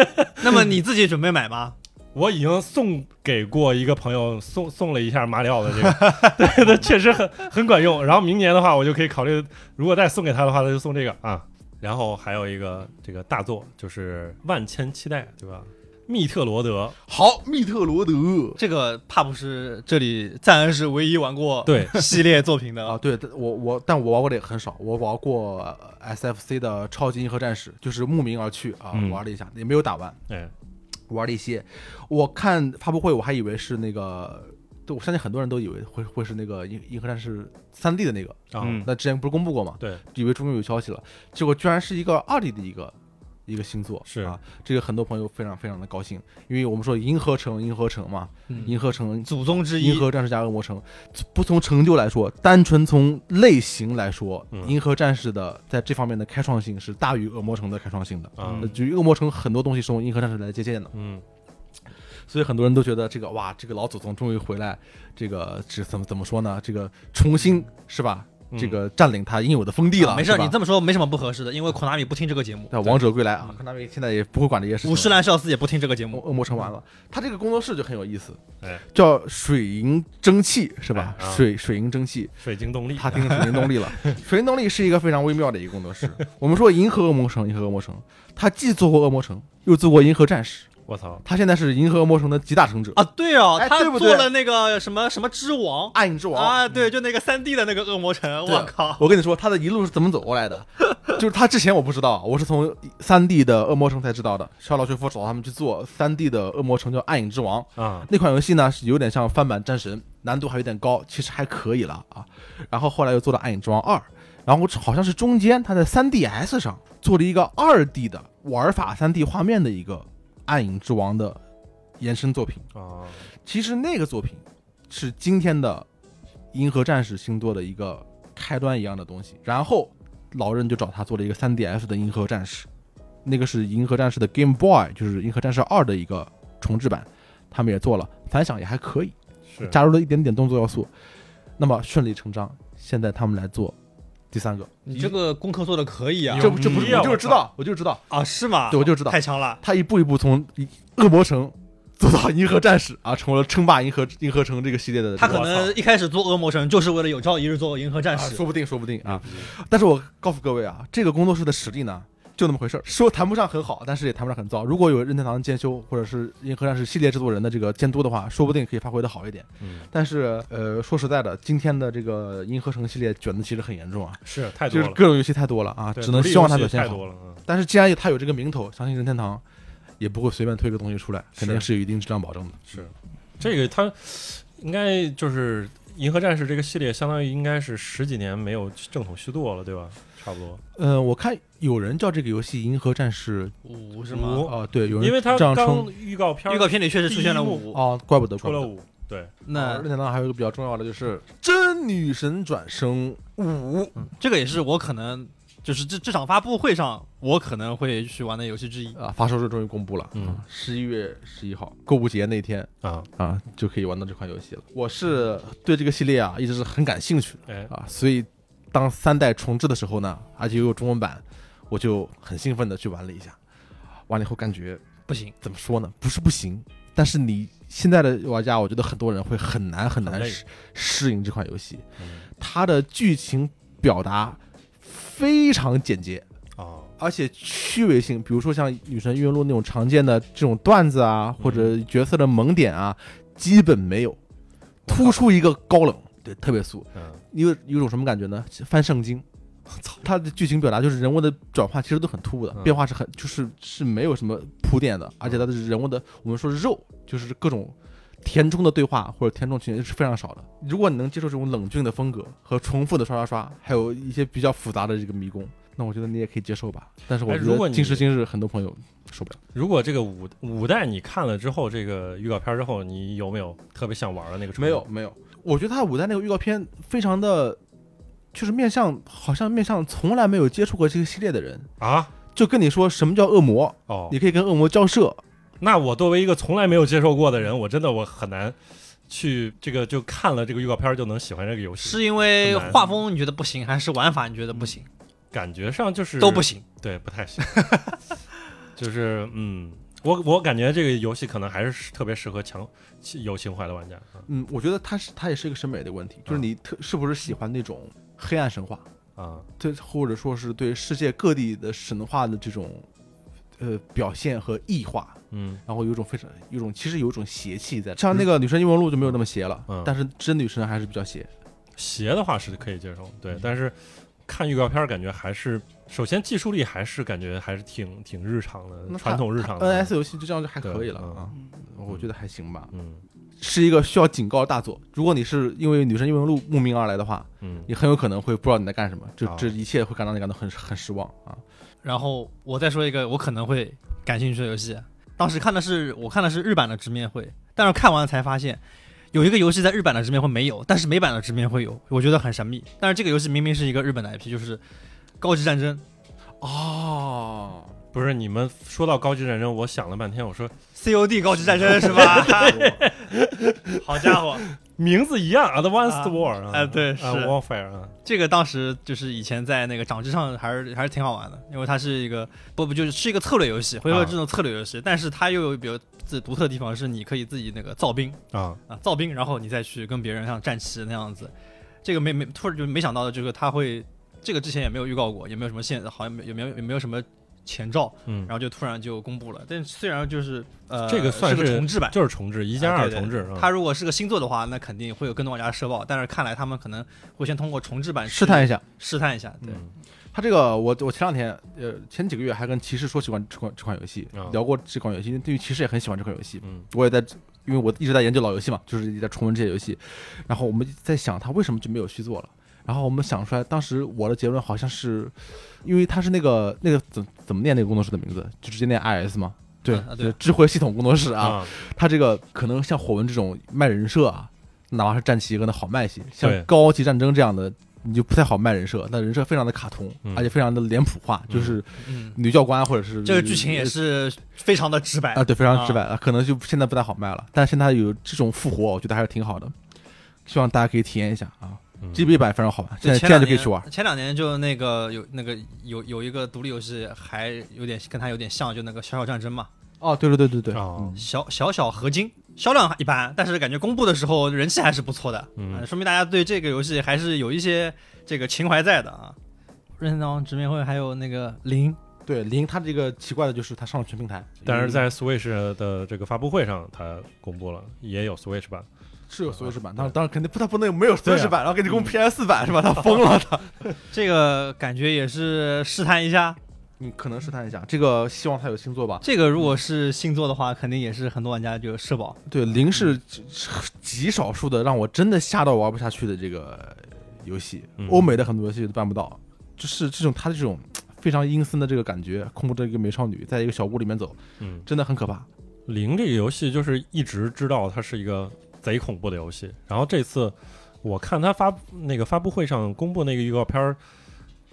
那么你自己准备买吗？我已经送给过一个朋友送送了一下马里奥的这个，对，它确实很很管用。然后明年的话，我就可以考虑，如果再送给他的话，那就送这个啊。然后还有一个这个大作就是万千期待，对吧？密特罗德，好，密特罗德这个怕不是这里赞恩是唯一玩过对，系列作品的啊，啊。对，但我我但我玩过的也很少，我玩过呃 SFC 的超级银河战士，就是慕名而去啊，嗯玩了一下，也没有打完。哎，玩了一些。我看发布会，我还以为是那个，对我相信很多人都以为会会是那个《银银河战士》三 D 的那个。啊，嗯那之前不是公布过吗？对，以为终于有消息了，结果居然是一个二 D 的一个一个新作。是啊，这个很多朋友非常非常的高兴，因为我们说银河城，银河城嘛，嗯银河城。祖宗之银一，河战士加恶魔城，不从成就来说，单纯从类型来说，嗯银河战士的在这方面的开创性是大于恶魔城的开创性的。啊呃，就恶魔城很多东西是用银河战士来借鉴的。嗯，所以很多人都觉得这个哇，这个老祖宗终于回来，这个这怎么怎么说呢？这个重新是吧？嗯这个占领他应有的封地了。啊没事，你这这么说没什么不合适的，因为孔纳米不听这个节目，王者归来啊嗯，可纳米现在也不会管这些事情了。五十岚少司也不听这个节目。恶恶魔城呃完了，他这个工作室就很有意思哎，叫水银蒸汽是吧？哎啊水水银蒸汽，水晶动力，他听水银动力了。水银动力是一个非常微妙的一个工作室。我们说银河恶魔城，银河恶魔城，他既做过恶魔城，又做过银河战士，我操，他现在是银河恶魔城的集大成者，啊，对哦，哎他对不对做了那个什么什么之王暗影之王啊，对，就那个三 D 的那个恶魔城，对我靠，我跟你说，他的一路是怎么走过来的？就是他之前我不知道，我是从三 D 的恶魔城才知道的。肖老学夫找他们去做三 D 的恶魔城，叫《暗影之王》啊，那款游戏呢，是有点像翻版战神，难度还有点高，其实还可以了啊。然后后来又做了《暗影之王二》，然后好像是中间他在 3DS 上做了一个 2D 的玩法 3D 画面的一个《暗影之王》的延伸作品。啊，其实那个作品是今天的《银河战士》星座的一个开端一样的东西。然后老任就找他做了一个 3DS 的《银河战士》，那个是《银河战士》的 Game Boy，就是《银河战士二》的一个重置版，他们也做了，反响也还可以，是加入了一点点动作要素。那么顺理成章，现在他们来做第三个，你这个功课做的可以啊有这不这不必是要我就是知道，我就知道，啊，是吗？对我就知道太强了，他一步一步从恶魔城走到银河战士啊，成为了称霸银河银河城这个系列的他可我操能一开始做恶魔城就是为了有朝一日做银河战啊士，说不定，说不定啊牛逼。但是我告诉各位啊，这个工作室的实力呢，就那么回事儿，说谈不上很好，但是也谈不上很糟。如果有任天堂监修或者是银河战士系列制作人的这个监督的话，说不定可以发挥的好一点。嗯，但是呃，说实在的，今天的这个银河城系列卷的其实很严重啊，是太多就是了，各种游戏太多了啊，对只能独立希游望它戏表现太好。多了，嗯但是既然它有这个名头，相信任天堂也不会随便推个东西出来，肯定是有一定质量保证的。是这个它应该就是银河战士这个系列，相当于应该是十几年没有正统续作了，对吧？差不多，呃，我看有人叫这个游戏《银河战士五是吗？五》啊、对，有人因为它这样称刚预告片儿预告片里确实出现了第一幕五，哦，怪不得怪出不了得。五，对，那那啊任天堂还有一个比较重要的就是嗯《真女神转生五》，这个也是我可能就是这这场发布会上我可能会去玩的游戏之一。啊，发售日终于公布了，啊嗯十一月十一号购物节那天啊，啊，就可以玩到这款游戏了。我是对这个系列啊一直是很感兴趣哎，的啊，所以当三代重置的时候呢，而且又有中文版，我就很兴奋的去玩了一下。玩了以后感觉不行，怎么说呢？不是不行，但是你现在的玩家，我觉得很多人会很难很很难累适适应这款游戏。嗯它的剧情表达非常简洁，啊，而且趣味性，比如说像《女神异闻录》那种常见的这种段子啊，或者嗯角色的萌点啊，基本没有，突出一个高冷，对，特别俗。嗯，你有有种什么感觉呢？翻圣经。操，它的剧情表达就是人物的转化其实都很突兀的，嗯变化是很就是是没有什么铺垫的，而且它的人物的我们说肉就是各种填充的对话或者填充情节是非常少的。如果你能接受这种冷峻的风格和重复的刷刷刷，还有一些比较复杂的这个迷宫，那我觉得你也可以接受吧。但是我哎觉如果得你今时今日很多朋友受不了。如果这个五五代你看了之后，这个预告片之后，你有没有特别想玩的那个？没有，没有，我觉得他五代那个预告片非常的，就是面向好像面向从来没有接触过这个系列的人，啊，就跟你说什么叫恶魔，哦，你可以跟恶魔交涉，那我作为一个从来没有接受过的人，我真的我很难去这个就看了这个预告片就能喜欢这个游戏，是因为画风你觉得不行，还是玩法你觉得不行？感觉上就是都不行。对，不太行，就是嗯，我我感觉这个游戏可能还是特别适合强有情怀的玩家嗯，我觉得它是它也是一个审美的问题，就是嗯你特是不是喜欢那种黑暗神话，啊啊，对，或者说是对世界各地的神话的这种呃表现和异化，嗯然后有一种非常有一种其实有一种邪气在。像那个女神异闻录就没有那么邪了，嗯但是真女神还是比较邪。邪的话是可以接受，嗯对，但是看预告片儿感觉还是，首先技术力还是感觉还是挺挺日常的，那传统日常的 NS 游戏就这样就还可以了嗯对嗯啊，我觉得还行吧，嗯是一个需要警告的大作。如果你是因为女神异闻录慕名而来的话，嗯你很有可能会不知道你在干什么，这啊这一切会感到你感到很很失望啊。然后我再说一个我可能会感兴趣的游戏，当时看的是我看的是日版的直面会，但是看完才发现。有一个游戏在日版的直面会没有，但是美版的直面会有，我觉得很神秘。但是这个游戏明明是一个日本的 IP，就是《高级战争》，哦，不是你们说到高级战争，我想了半天，我说 COD 高级战争是吧？好家伙，名字一样啊，The Once 啊 to War 啊，哎对啊是 Warfare 啊，这个当时就是以前在那个掌机上还是还是挺好玩的，因为它是一个不不就是是一个策略游戏，回合制这种策略游戏，但是它又有比较自己独特的地方是你可以自己那个造兵啊，啊造兵，然后你再去跟别人像战旗那样子，这个没没突然就没想到的就是它会这个之前也没有预告过，也没有什么现好像没有没有也没有什么前兆，嗯然，后就突然就公布了，但虽然就是呃这个算是是重置版，就是重置一加啊二对对重置，嗯它如果是个新作的话，那肯定会有更多玩家社报，但是看来他们可能会先通过重置版去试探一下。试探一下，对。嗯他这个，我我前两天，呃，前几个月还跟骑士说喜欢这款这款游戏啊，聊过这款游戏，因为对于骑士也很喜欢这款游戏。嗯我也在，因为我一直在研究老游戏嘛，就是一直在重温这些游戏。然后我们在想，他为什么就没有续作了？然后我们想出来，当时我的结论好像是，因为他是那个那个怎怎么念那个工作室的名字，就直接念 IS 嘛，对，啊对就是智慧系统工作室啊。啊，他这个可能像火纹这种卖人设啊，哪怕是战旗可能好卖些，像对高级战争这样的。你就不太好卖人设，那人设非常的卡通，嗯而且非常的脸谱化，嗯就是嗯，女教官或者是这个剧情也是非常的直呃白啊，对，非常直白，可能就现在不太好卖了。但是现在有这种复活，我觉得还是挺好的，希望大家可以体验一下啊。嗯 GB 版非常好玩，现就在前现两在就年可以啊去玩。前两年就那个有那个有有一个独立游戏，还有点跟它有点像，就那个小小战争嘛，哦，对对对对对，哦嗯小小小合金，销量一般，但是感觉公布的时候人气还是不错的，嗯说明大家对这个游戏还是有一些这个情怀在的啊。任天堂直面会还有那个零对零，它这个奇怪的就是它上了全平台，但嗯是在 Switch 的这个发布会上，它公布了，也有 Switch 版。是有 Switch 版，当然当然肯定不，它不能没有 Switch 啊版，然后给你供 PS 版是吧？他疯了，他，这个感觉也是试探一下。你可可能能是试探一下，这个希望它有新作吧。这个如果是星座的话，肯定也是很多玩家就社保。对，零是极少数的让我真的吓到玩不下去的这个游戏，嗯欧美的很多游戏都办不到，就是这种它这种非常阴森的这个感觉，控制着一个美少女在一个小屋里面走，嗯，真的很可怕。零这个游戏就是一直知道它是一个贼恐怖的游戏，然后这次我看它发那个发布会上公布那个预告片儿，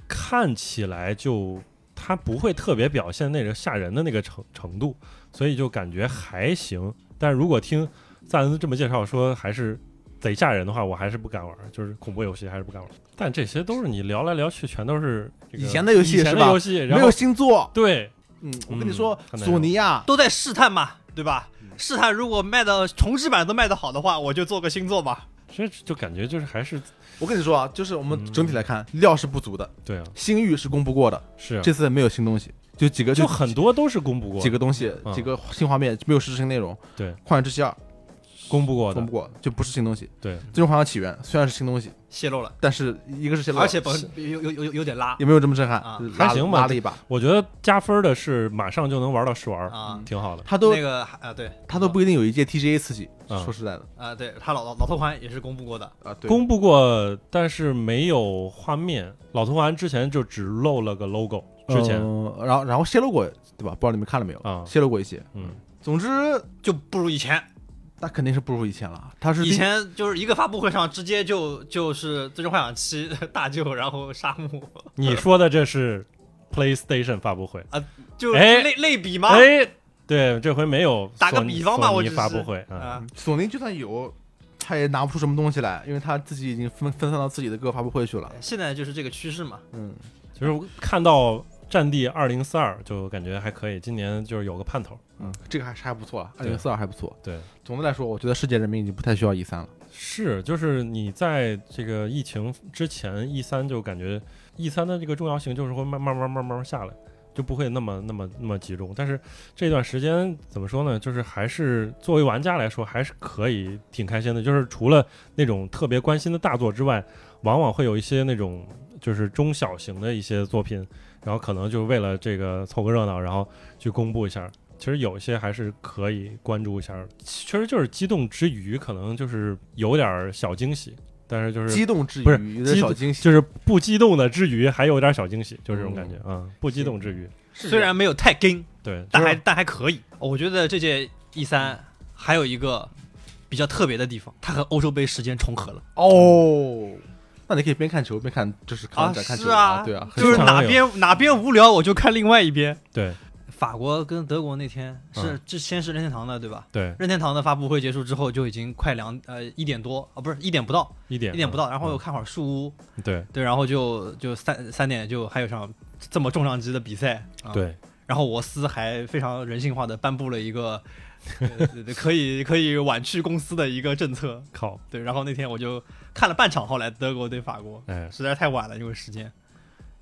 看起来就它不会特别表现那个吓人的那个程程度，所以就感觉还行。但如果听赞恩这么介绍说还是贼吓人的话，我还是不敢玩，就是恐怖游戏还是不敢玩。但这些都是你聊来聊去全都是、这个以前的游戏以前是的吧游戏，没然后有新作，对嗯，我跟你嗯说，很难索尼啊呀，都在试探嘛，对吧？嗯试探如果卖的重置版都卖的好的话，我就做个星座吧。这就感觉就是还是我跟你说啊，就是我们嗯整体来看，料是不足的，对啊，星域是攻不过的，是啊这次没有新东西，就几个就很多都是公布过几个东西，嗯几个新画面没有实时性内容。对《旷野之息二》公布过攻的不，过，就不是新东西，《对，最终幻想起源》虽然是新东西，泄露了，但是一个是泄露，而且不有有有有有点拉也没有这么震撼啊，拉还行吧拉了一把。我觉得加分的是马上就能玩到试玩，啊。挺好的。嗯他都那个啊，对，他都不一定有一届 TGA 刺激，嗯说实在的啊，对他老老老头环也是公布过的，啊，对，公布过，但是没有画面。老头环之前就只露了个 logo，之嗯前、呃然后然后泄露过对吧？不知道你们看了没有？啊泄露过一些。嗯，总之，就不如以前。那肯定是不如以前了。他是以前就是一个发布会上直接就就是《最终幻想七》 大舅，然后沙漠，你说的这是 PlayStation 发布会，就哎类类比嘛。哎，对，这回没有打个索尼比方吧索尼我只是发布会啊，啊，索尼就算有，他也拿不出什么东西来，因为他自己已经分分散到自己的各个发布会去了。现在就是这个趋势嘛。嗯，就是我看到《战地二零四二》就感觉还可以，今年就是有个盼头。嗯，这个还是还不错了，二对零四二还不错。对，总的来说，我觉得世界人民已经不太需要 E 三了。是，就是你在这个疫情之前，E 三就感觉 E 三的这个重要性就是会慢慢慢慢慢慢下来，就不会那么那么那么集中。但是这段时间怎么说呢？就是还是作为玩家来说，还是可以挺开心的。就是除了那种特别关心的大作之外，往往会有一些那种就是中小型的一些作品，然后可能就为了这个凑个热闹，然后去公布一下。其实有一些还是可以关注一下的，确实就是激动之余，可能就是有点儿小惊喜，但是就是激动之不是余的激小动惊喜，就是不激动的之余，还有点小惊喜，就是这种感觉啊、嗯不激动之余，虽然没有太跟，对，但还但还可以。我觉得这届 E 三还有一个比较特别的地方，它和欧洲杯时间重合了哦，那你可以边看球边看，就是看展看球是啊，对啊，很就是经常哪有边哪边无聊我就看另外一边。对法国跟德国那天是嗯这先是任天堂的对吧？对任天堂的发布会结束之后就已经快两呃一点多啊，不是一点不到，一点一点不到，然后嗯又看会儿树屋，对对，然后就就三三点就还有场这么重量级的比赛，啊、，对，然后我司还非常人性化的颁布了一个、呃 可以可以晚去公司的一个政策，靠，对，然后那天我就看了半场，后来德国对法国，哎，实在是太晚了，因为时间，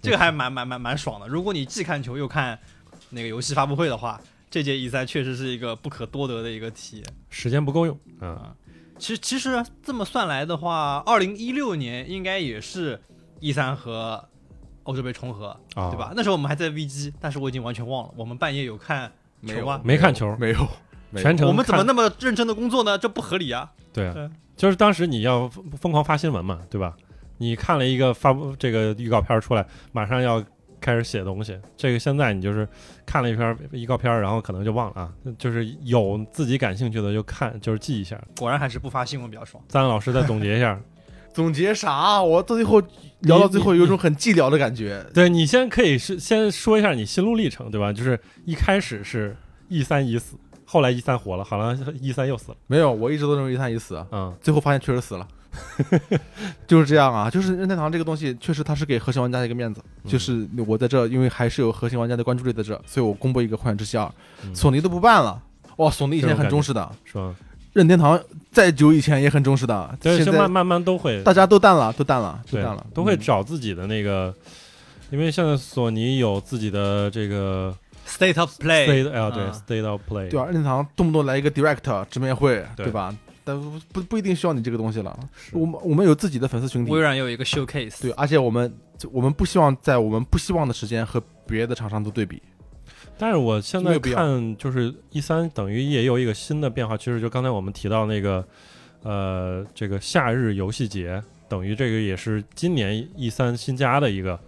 这嗯个还蛮蛮蛮蛮爽的。如果你既看球又看那个游戏发布会的话，这届 E 三确实是一个不可多得的一个体验。时间不够用，嗯，其实其实这么算来的话，二零一六年应该也是 E 三和欧洲杯重合，啊，对吧？？那时候我们还在 VG，但是我已经完全忘了。我们半夜有看没球有吗？没看球，没有，没有全程我们怎么看那么认真的工作呢？这不合理啊！对啊对？就是当时你要疯疯狂发新闻嘛，对吧？你看了一个发布这个预告片出来，马上要开始写东西。这个现在你就是看了一篇预告片，然后可能就忘了啊。就是有自己感兴趣的就看，就是记一下。果然还是不发新闻比较爽。赞恩老师再总结一下，总结啥？我到最后聊到最后，有一种很寂寥的感觉。对你先可以是先说一下你心路历程，对吧？就是一开始是 E 三已死，后来 E 三活了，好像 E 三又死了，没有，我一直都认为一三一死啊，嗯最后发现确实死了， 就是这样啊。就是任天堂这个东西，确实它是给核心玩家一个面子。嗯就是我在这，因为还是有核心玩家的关注力在这，所以我公布一个《旷野之息二》，嗯啊索尼都不办了。哇，索尼以前这种感很觉重视的，是吧？任天堂再久以前也很重视的，对，现是慢在慢慢都会大家都淡了，都淡了，都对淡了，都会嗯找自己的那个因为现在索尼有自己的这个 State of Play， state 啊，对啊 state of play，对吧？任天堂动不动来一个 direct 直面会，对对吧？但不不一定需要你这个东西了。是我们我们有自己的粉丝群体微，软有一个 Showcase，对，而且我们就我们不希望在我们不希望的时间和别的厂商做对比。但是我现没在有必要看，就是一三等于也有一个新的变化趋势，就刚才我们提到那个，呃，这个夏日游戏节，等于这个也是今年一三新加的一个，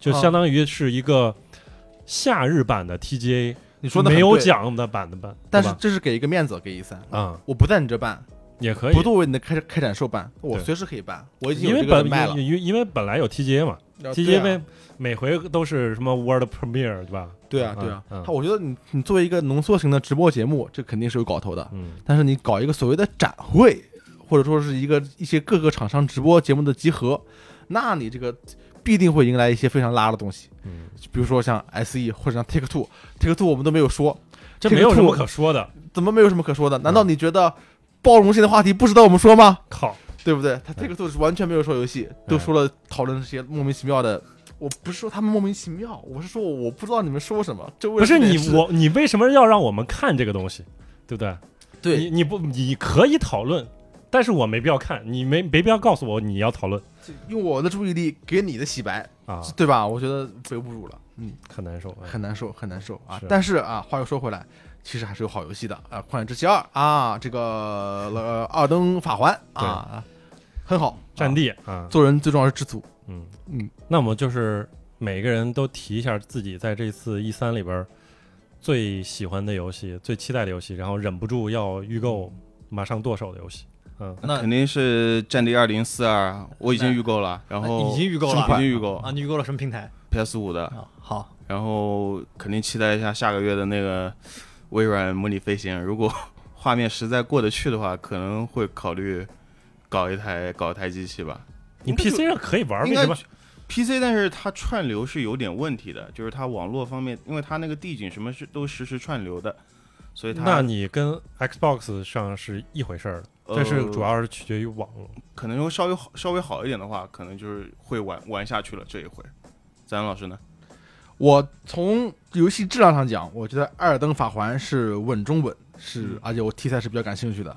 就啊相当于是一个夏日版的 TGA，、你说的没有讲，奖的版的版，但对是吧这是给一个面子，给一三。啊、我不在你这办，也可以不，作为你的开开展售办，我对随时可以办，我已经因有为这个人本脉了。因为因为本来有 TGA 嘛、啊 t 对 g 啊 a 每回都是什么 World Premiere 对吧？对啊，对啊，嗯嗯他我觉得你你作为一个浓缩型的直播节目，这肯定是有搞头的。嗯，但是你搞一个所谓的展会，或者说是一个一些各个厂商直播节目的集合，那你这个必定会迎来一些非常拉的东西，嗯，比如说像 SE 或者像 Take Two，Take Two 我们都没有说，这这个没有什兔么可说的，怎么没有什么可嗯说的？难道你觉得包容性的话题不值得我们说吗？靠，对不嗯对？他 Take Two 是完全没有说游戏，都说了讨论这些莫名其妙的。我不是说他们莫名其妙，我是说我不知道你们说什么。这为不是这件你事我你为什么要让我们看这个东西，对不对？对你你不你可以讨论，但是我没必要看，你没没必要告诉我你要讨论用我的注意力给你的洗白，啊，对吧？我觉得被侮辱了，嗯，很难受。哎很难受，很难受啊是。但是啊，话又说回来，其实还是有好游戏的啊，《旷野之息二》啊，这个呃《二登法环》啊，很好。战啊地啊，做人最重要是知足，嗯嗯，那我们就是每个人都提一下自己在这次 E 三里边儿最喜欢的游戏、最期待的游戏，然后忍不住要预购、马上剁手的游戏。嗯，那啊肯定是《战地二零四二》，我已经那预购了，然后已经预购了已经预购啊，你预购了什么平台 PS 五的，啊？好，然后肯定期待一下下个月的那个微软模拟飞行。如果 画面实在过得去的话，可能会考虑搞一台搞一台机器吧。你应该就 PC 上可以玩，应为该什么？ PC，但是它串流是有点问题的，就是它网络方面，因为它那个地景什么是都实时串流的，所以它那你跟 Xbox 上是一回事儿，呃这是主要是取决于网络。可能说稍微好稍微好一点的话，可能就是会玩玩下去了这一回。咱老师呢？我从游戏质量上讲，我觉得《艾尔登法环》是稳中稳，是嗯而且我题材是比较感兴趣的。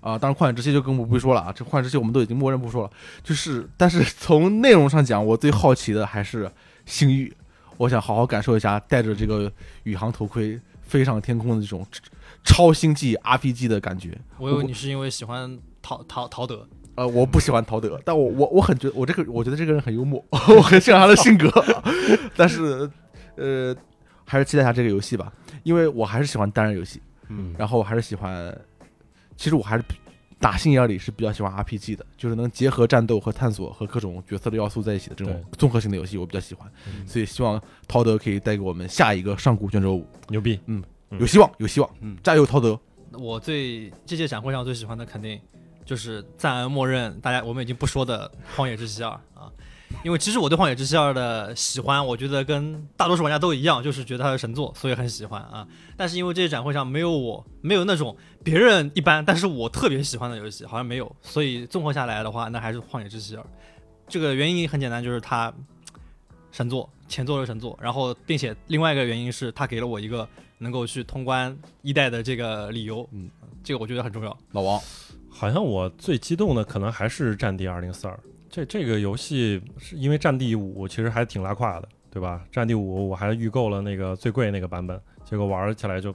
啊，当然《旷野之息》就更不必说了啊，这《旷野之息》我们都已经默认不说了。就是，但是从内容上讲，我最好奇的还是《星域》，我想好好感受一下戴着这个宇航头盔飞上天空的这种超星际 RPG 的感觉。我以为你是因为喜欢陶陶陶德，呃，我不喜欢嗯陶德，但我我我很觉我这个我觉得这个人很幽默， 我很欣赏他的性格， 但是呃，还是期待一下这个游戏吧，因为我还是喜欢单人游戏，嗯然后我还是喜欢，其实我还是比打心眼里是比较喜欢 RPG 的，就是能结合战斗和探索和各种角色的要素在一起的这种对综合性的游戏，我比较喜欢，嗯所以希望陶德可以带给我们下一个上古卷轴五，牛逼！嗯有希望，有希望，嗯加油，陶德！我最这届展会上最喜欢的肯定就是赞恩默认大家我们已经不说的《荒野之息二》啊，因为其实我对《荒野之息二》啊的喜欢，我觉得跟大多数玩家都一样，就是觉得它是神作，所以很喜欢啊。但是因为这届展会上没有我没有那种别人一般，但是我特别喜欢的游戏，好像没有，所以综合下来的话，那还是《荒野之息二》。这个原因很简单，就是它神作，前作是神作，然后并且另外一个原因是它给了我一个能够去通关一代的这个理由，嗯，这个我觉得很重要。老王，好像我最激动的可能还是《战地二零四二》。这这个游戏是因为《战地五》其实还挺拉胯的，对吧？《战地五》我还预购了那个最贵那个版本，结果玩起来就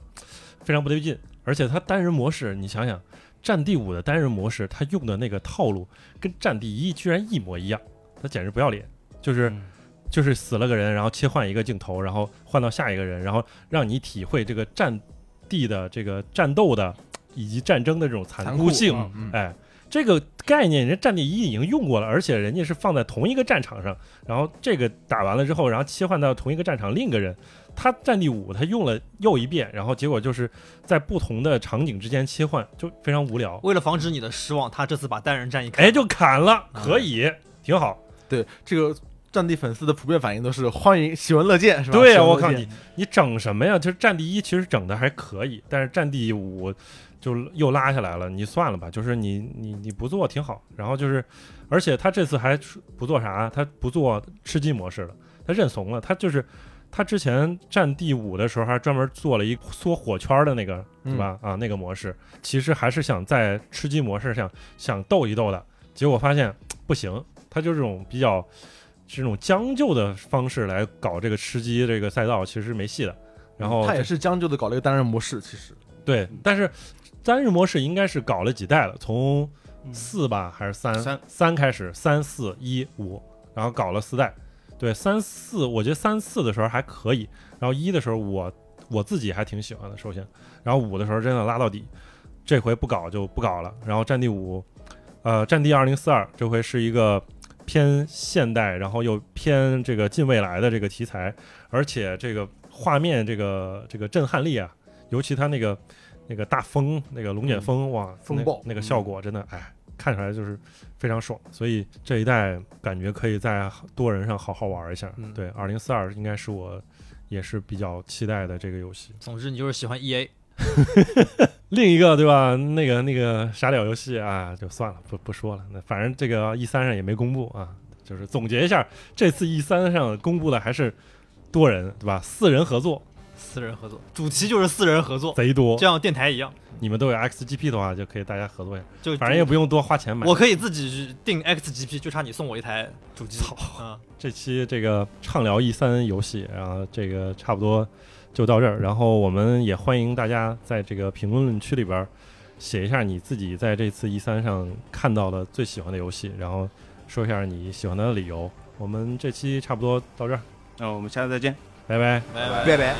非常不对劲。而且它单人模式，你想想，《战地五》的单人模式，它用的那个套路跟《战地一》居然一模一样，它简直不要脸。就是嗯就是死了个人，然后切换一个镜头，然后换到下一个人，然后让你体会这个战地的这个战斗的以及战争的这种残酷性。啊嗯哎，这个概念人家战地一已经用过了，而且人家是放在同一个战场上，然后这个打完了之后，然后切换到同一个战场另一个人，他战地五他用了又一遍，然后结果就是在不同的场景之间切换，就非常无聊。为了防止你的失望，他这次把单人战役砍了哎，就砍了，可以，挺好。对这个战地粉丝的普遍反应都是欢迎，喜闻乐见，是吧？对喜啊，闻乐我靠见你，你整什么呀？就是战地一其实整的还可以，但是战地五就又拉下来了。你算了吧，就是你你你不做挺好。然后就是，而且他这次还不做啥，他不做吃鸡模式了，他认怂了，他就是他之前《战地五》的时候还专门做了一缩火圈的那个，嗯是吧？啊，那个模式其实还是想在吃鸡模式上想斗一斗的，结果发现不行，他就这种比较这种将就的方式来搞这个吃鸡这个赛道，其实是没戏的。然后他也是将就的搞了一个单人模式，其实对，但是单日模式应该是搞了几代了，从四吧还是三三三开始，三四一五，然后搞了四代。对，三四我觉得三四的时候还可以，然后一的时候我我自己还挺喜欢的，首先，然后五的时候真的拉到底，这回不搞就不搞了。然后战地五，呃，战地二零四二这回是一个偏现代，然后又偏这个近未来的这个题材，而且这个画面这个这个震撼力啊，尤其它那个那个大风那个龙卷风，哇，嗯风那暴那个效果真的，哎，看起来就是非常爽。所以这一代感觉可以在多人上好好玩一下。嗯对，二零四二应该是我也是比较期待的这个游戏。总之你就是喜欢 E EA，另一个对吧？那个那个傻屌游戏啊，就算了，不不说了。那反正这个 E 三上也没公布啊，就是总结一下，这次 E 三上公布的还是多人对吧？四人合作四人合作，主题就是四人合作，贼多就，像电台一样，你们都有 XGP 的话，就可以大家合作一下，就反正也不用多花钱买。我可以自己去定 XGP，就差你送我一台主机。操啊，这期这个畅聊 E 三游戏，然后这个差不多就到这儿。然后我们也欢迎大家在这个评论区里边儿写一下你自己在这次 E 三上看到的最喜欢的游戏，然后说一下你喜欢它的理由。我们这期差不多到这儿，那我们下次再见。拜拜。拜拜。拜拜。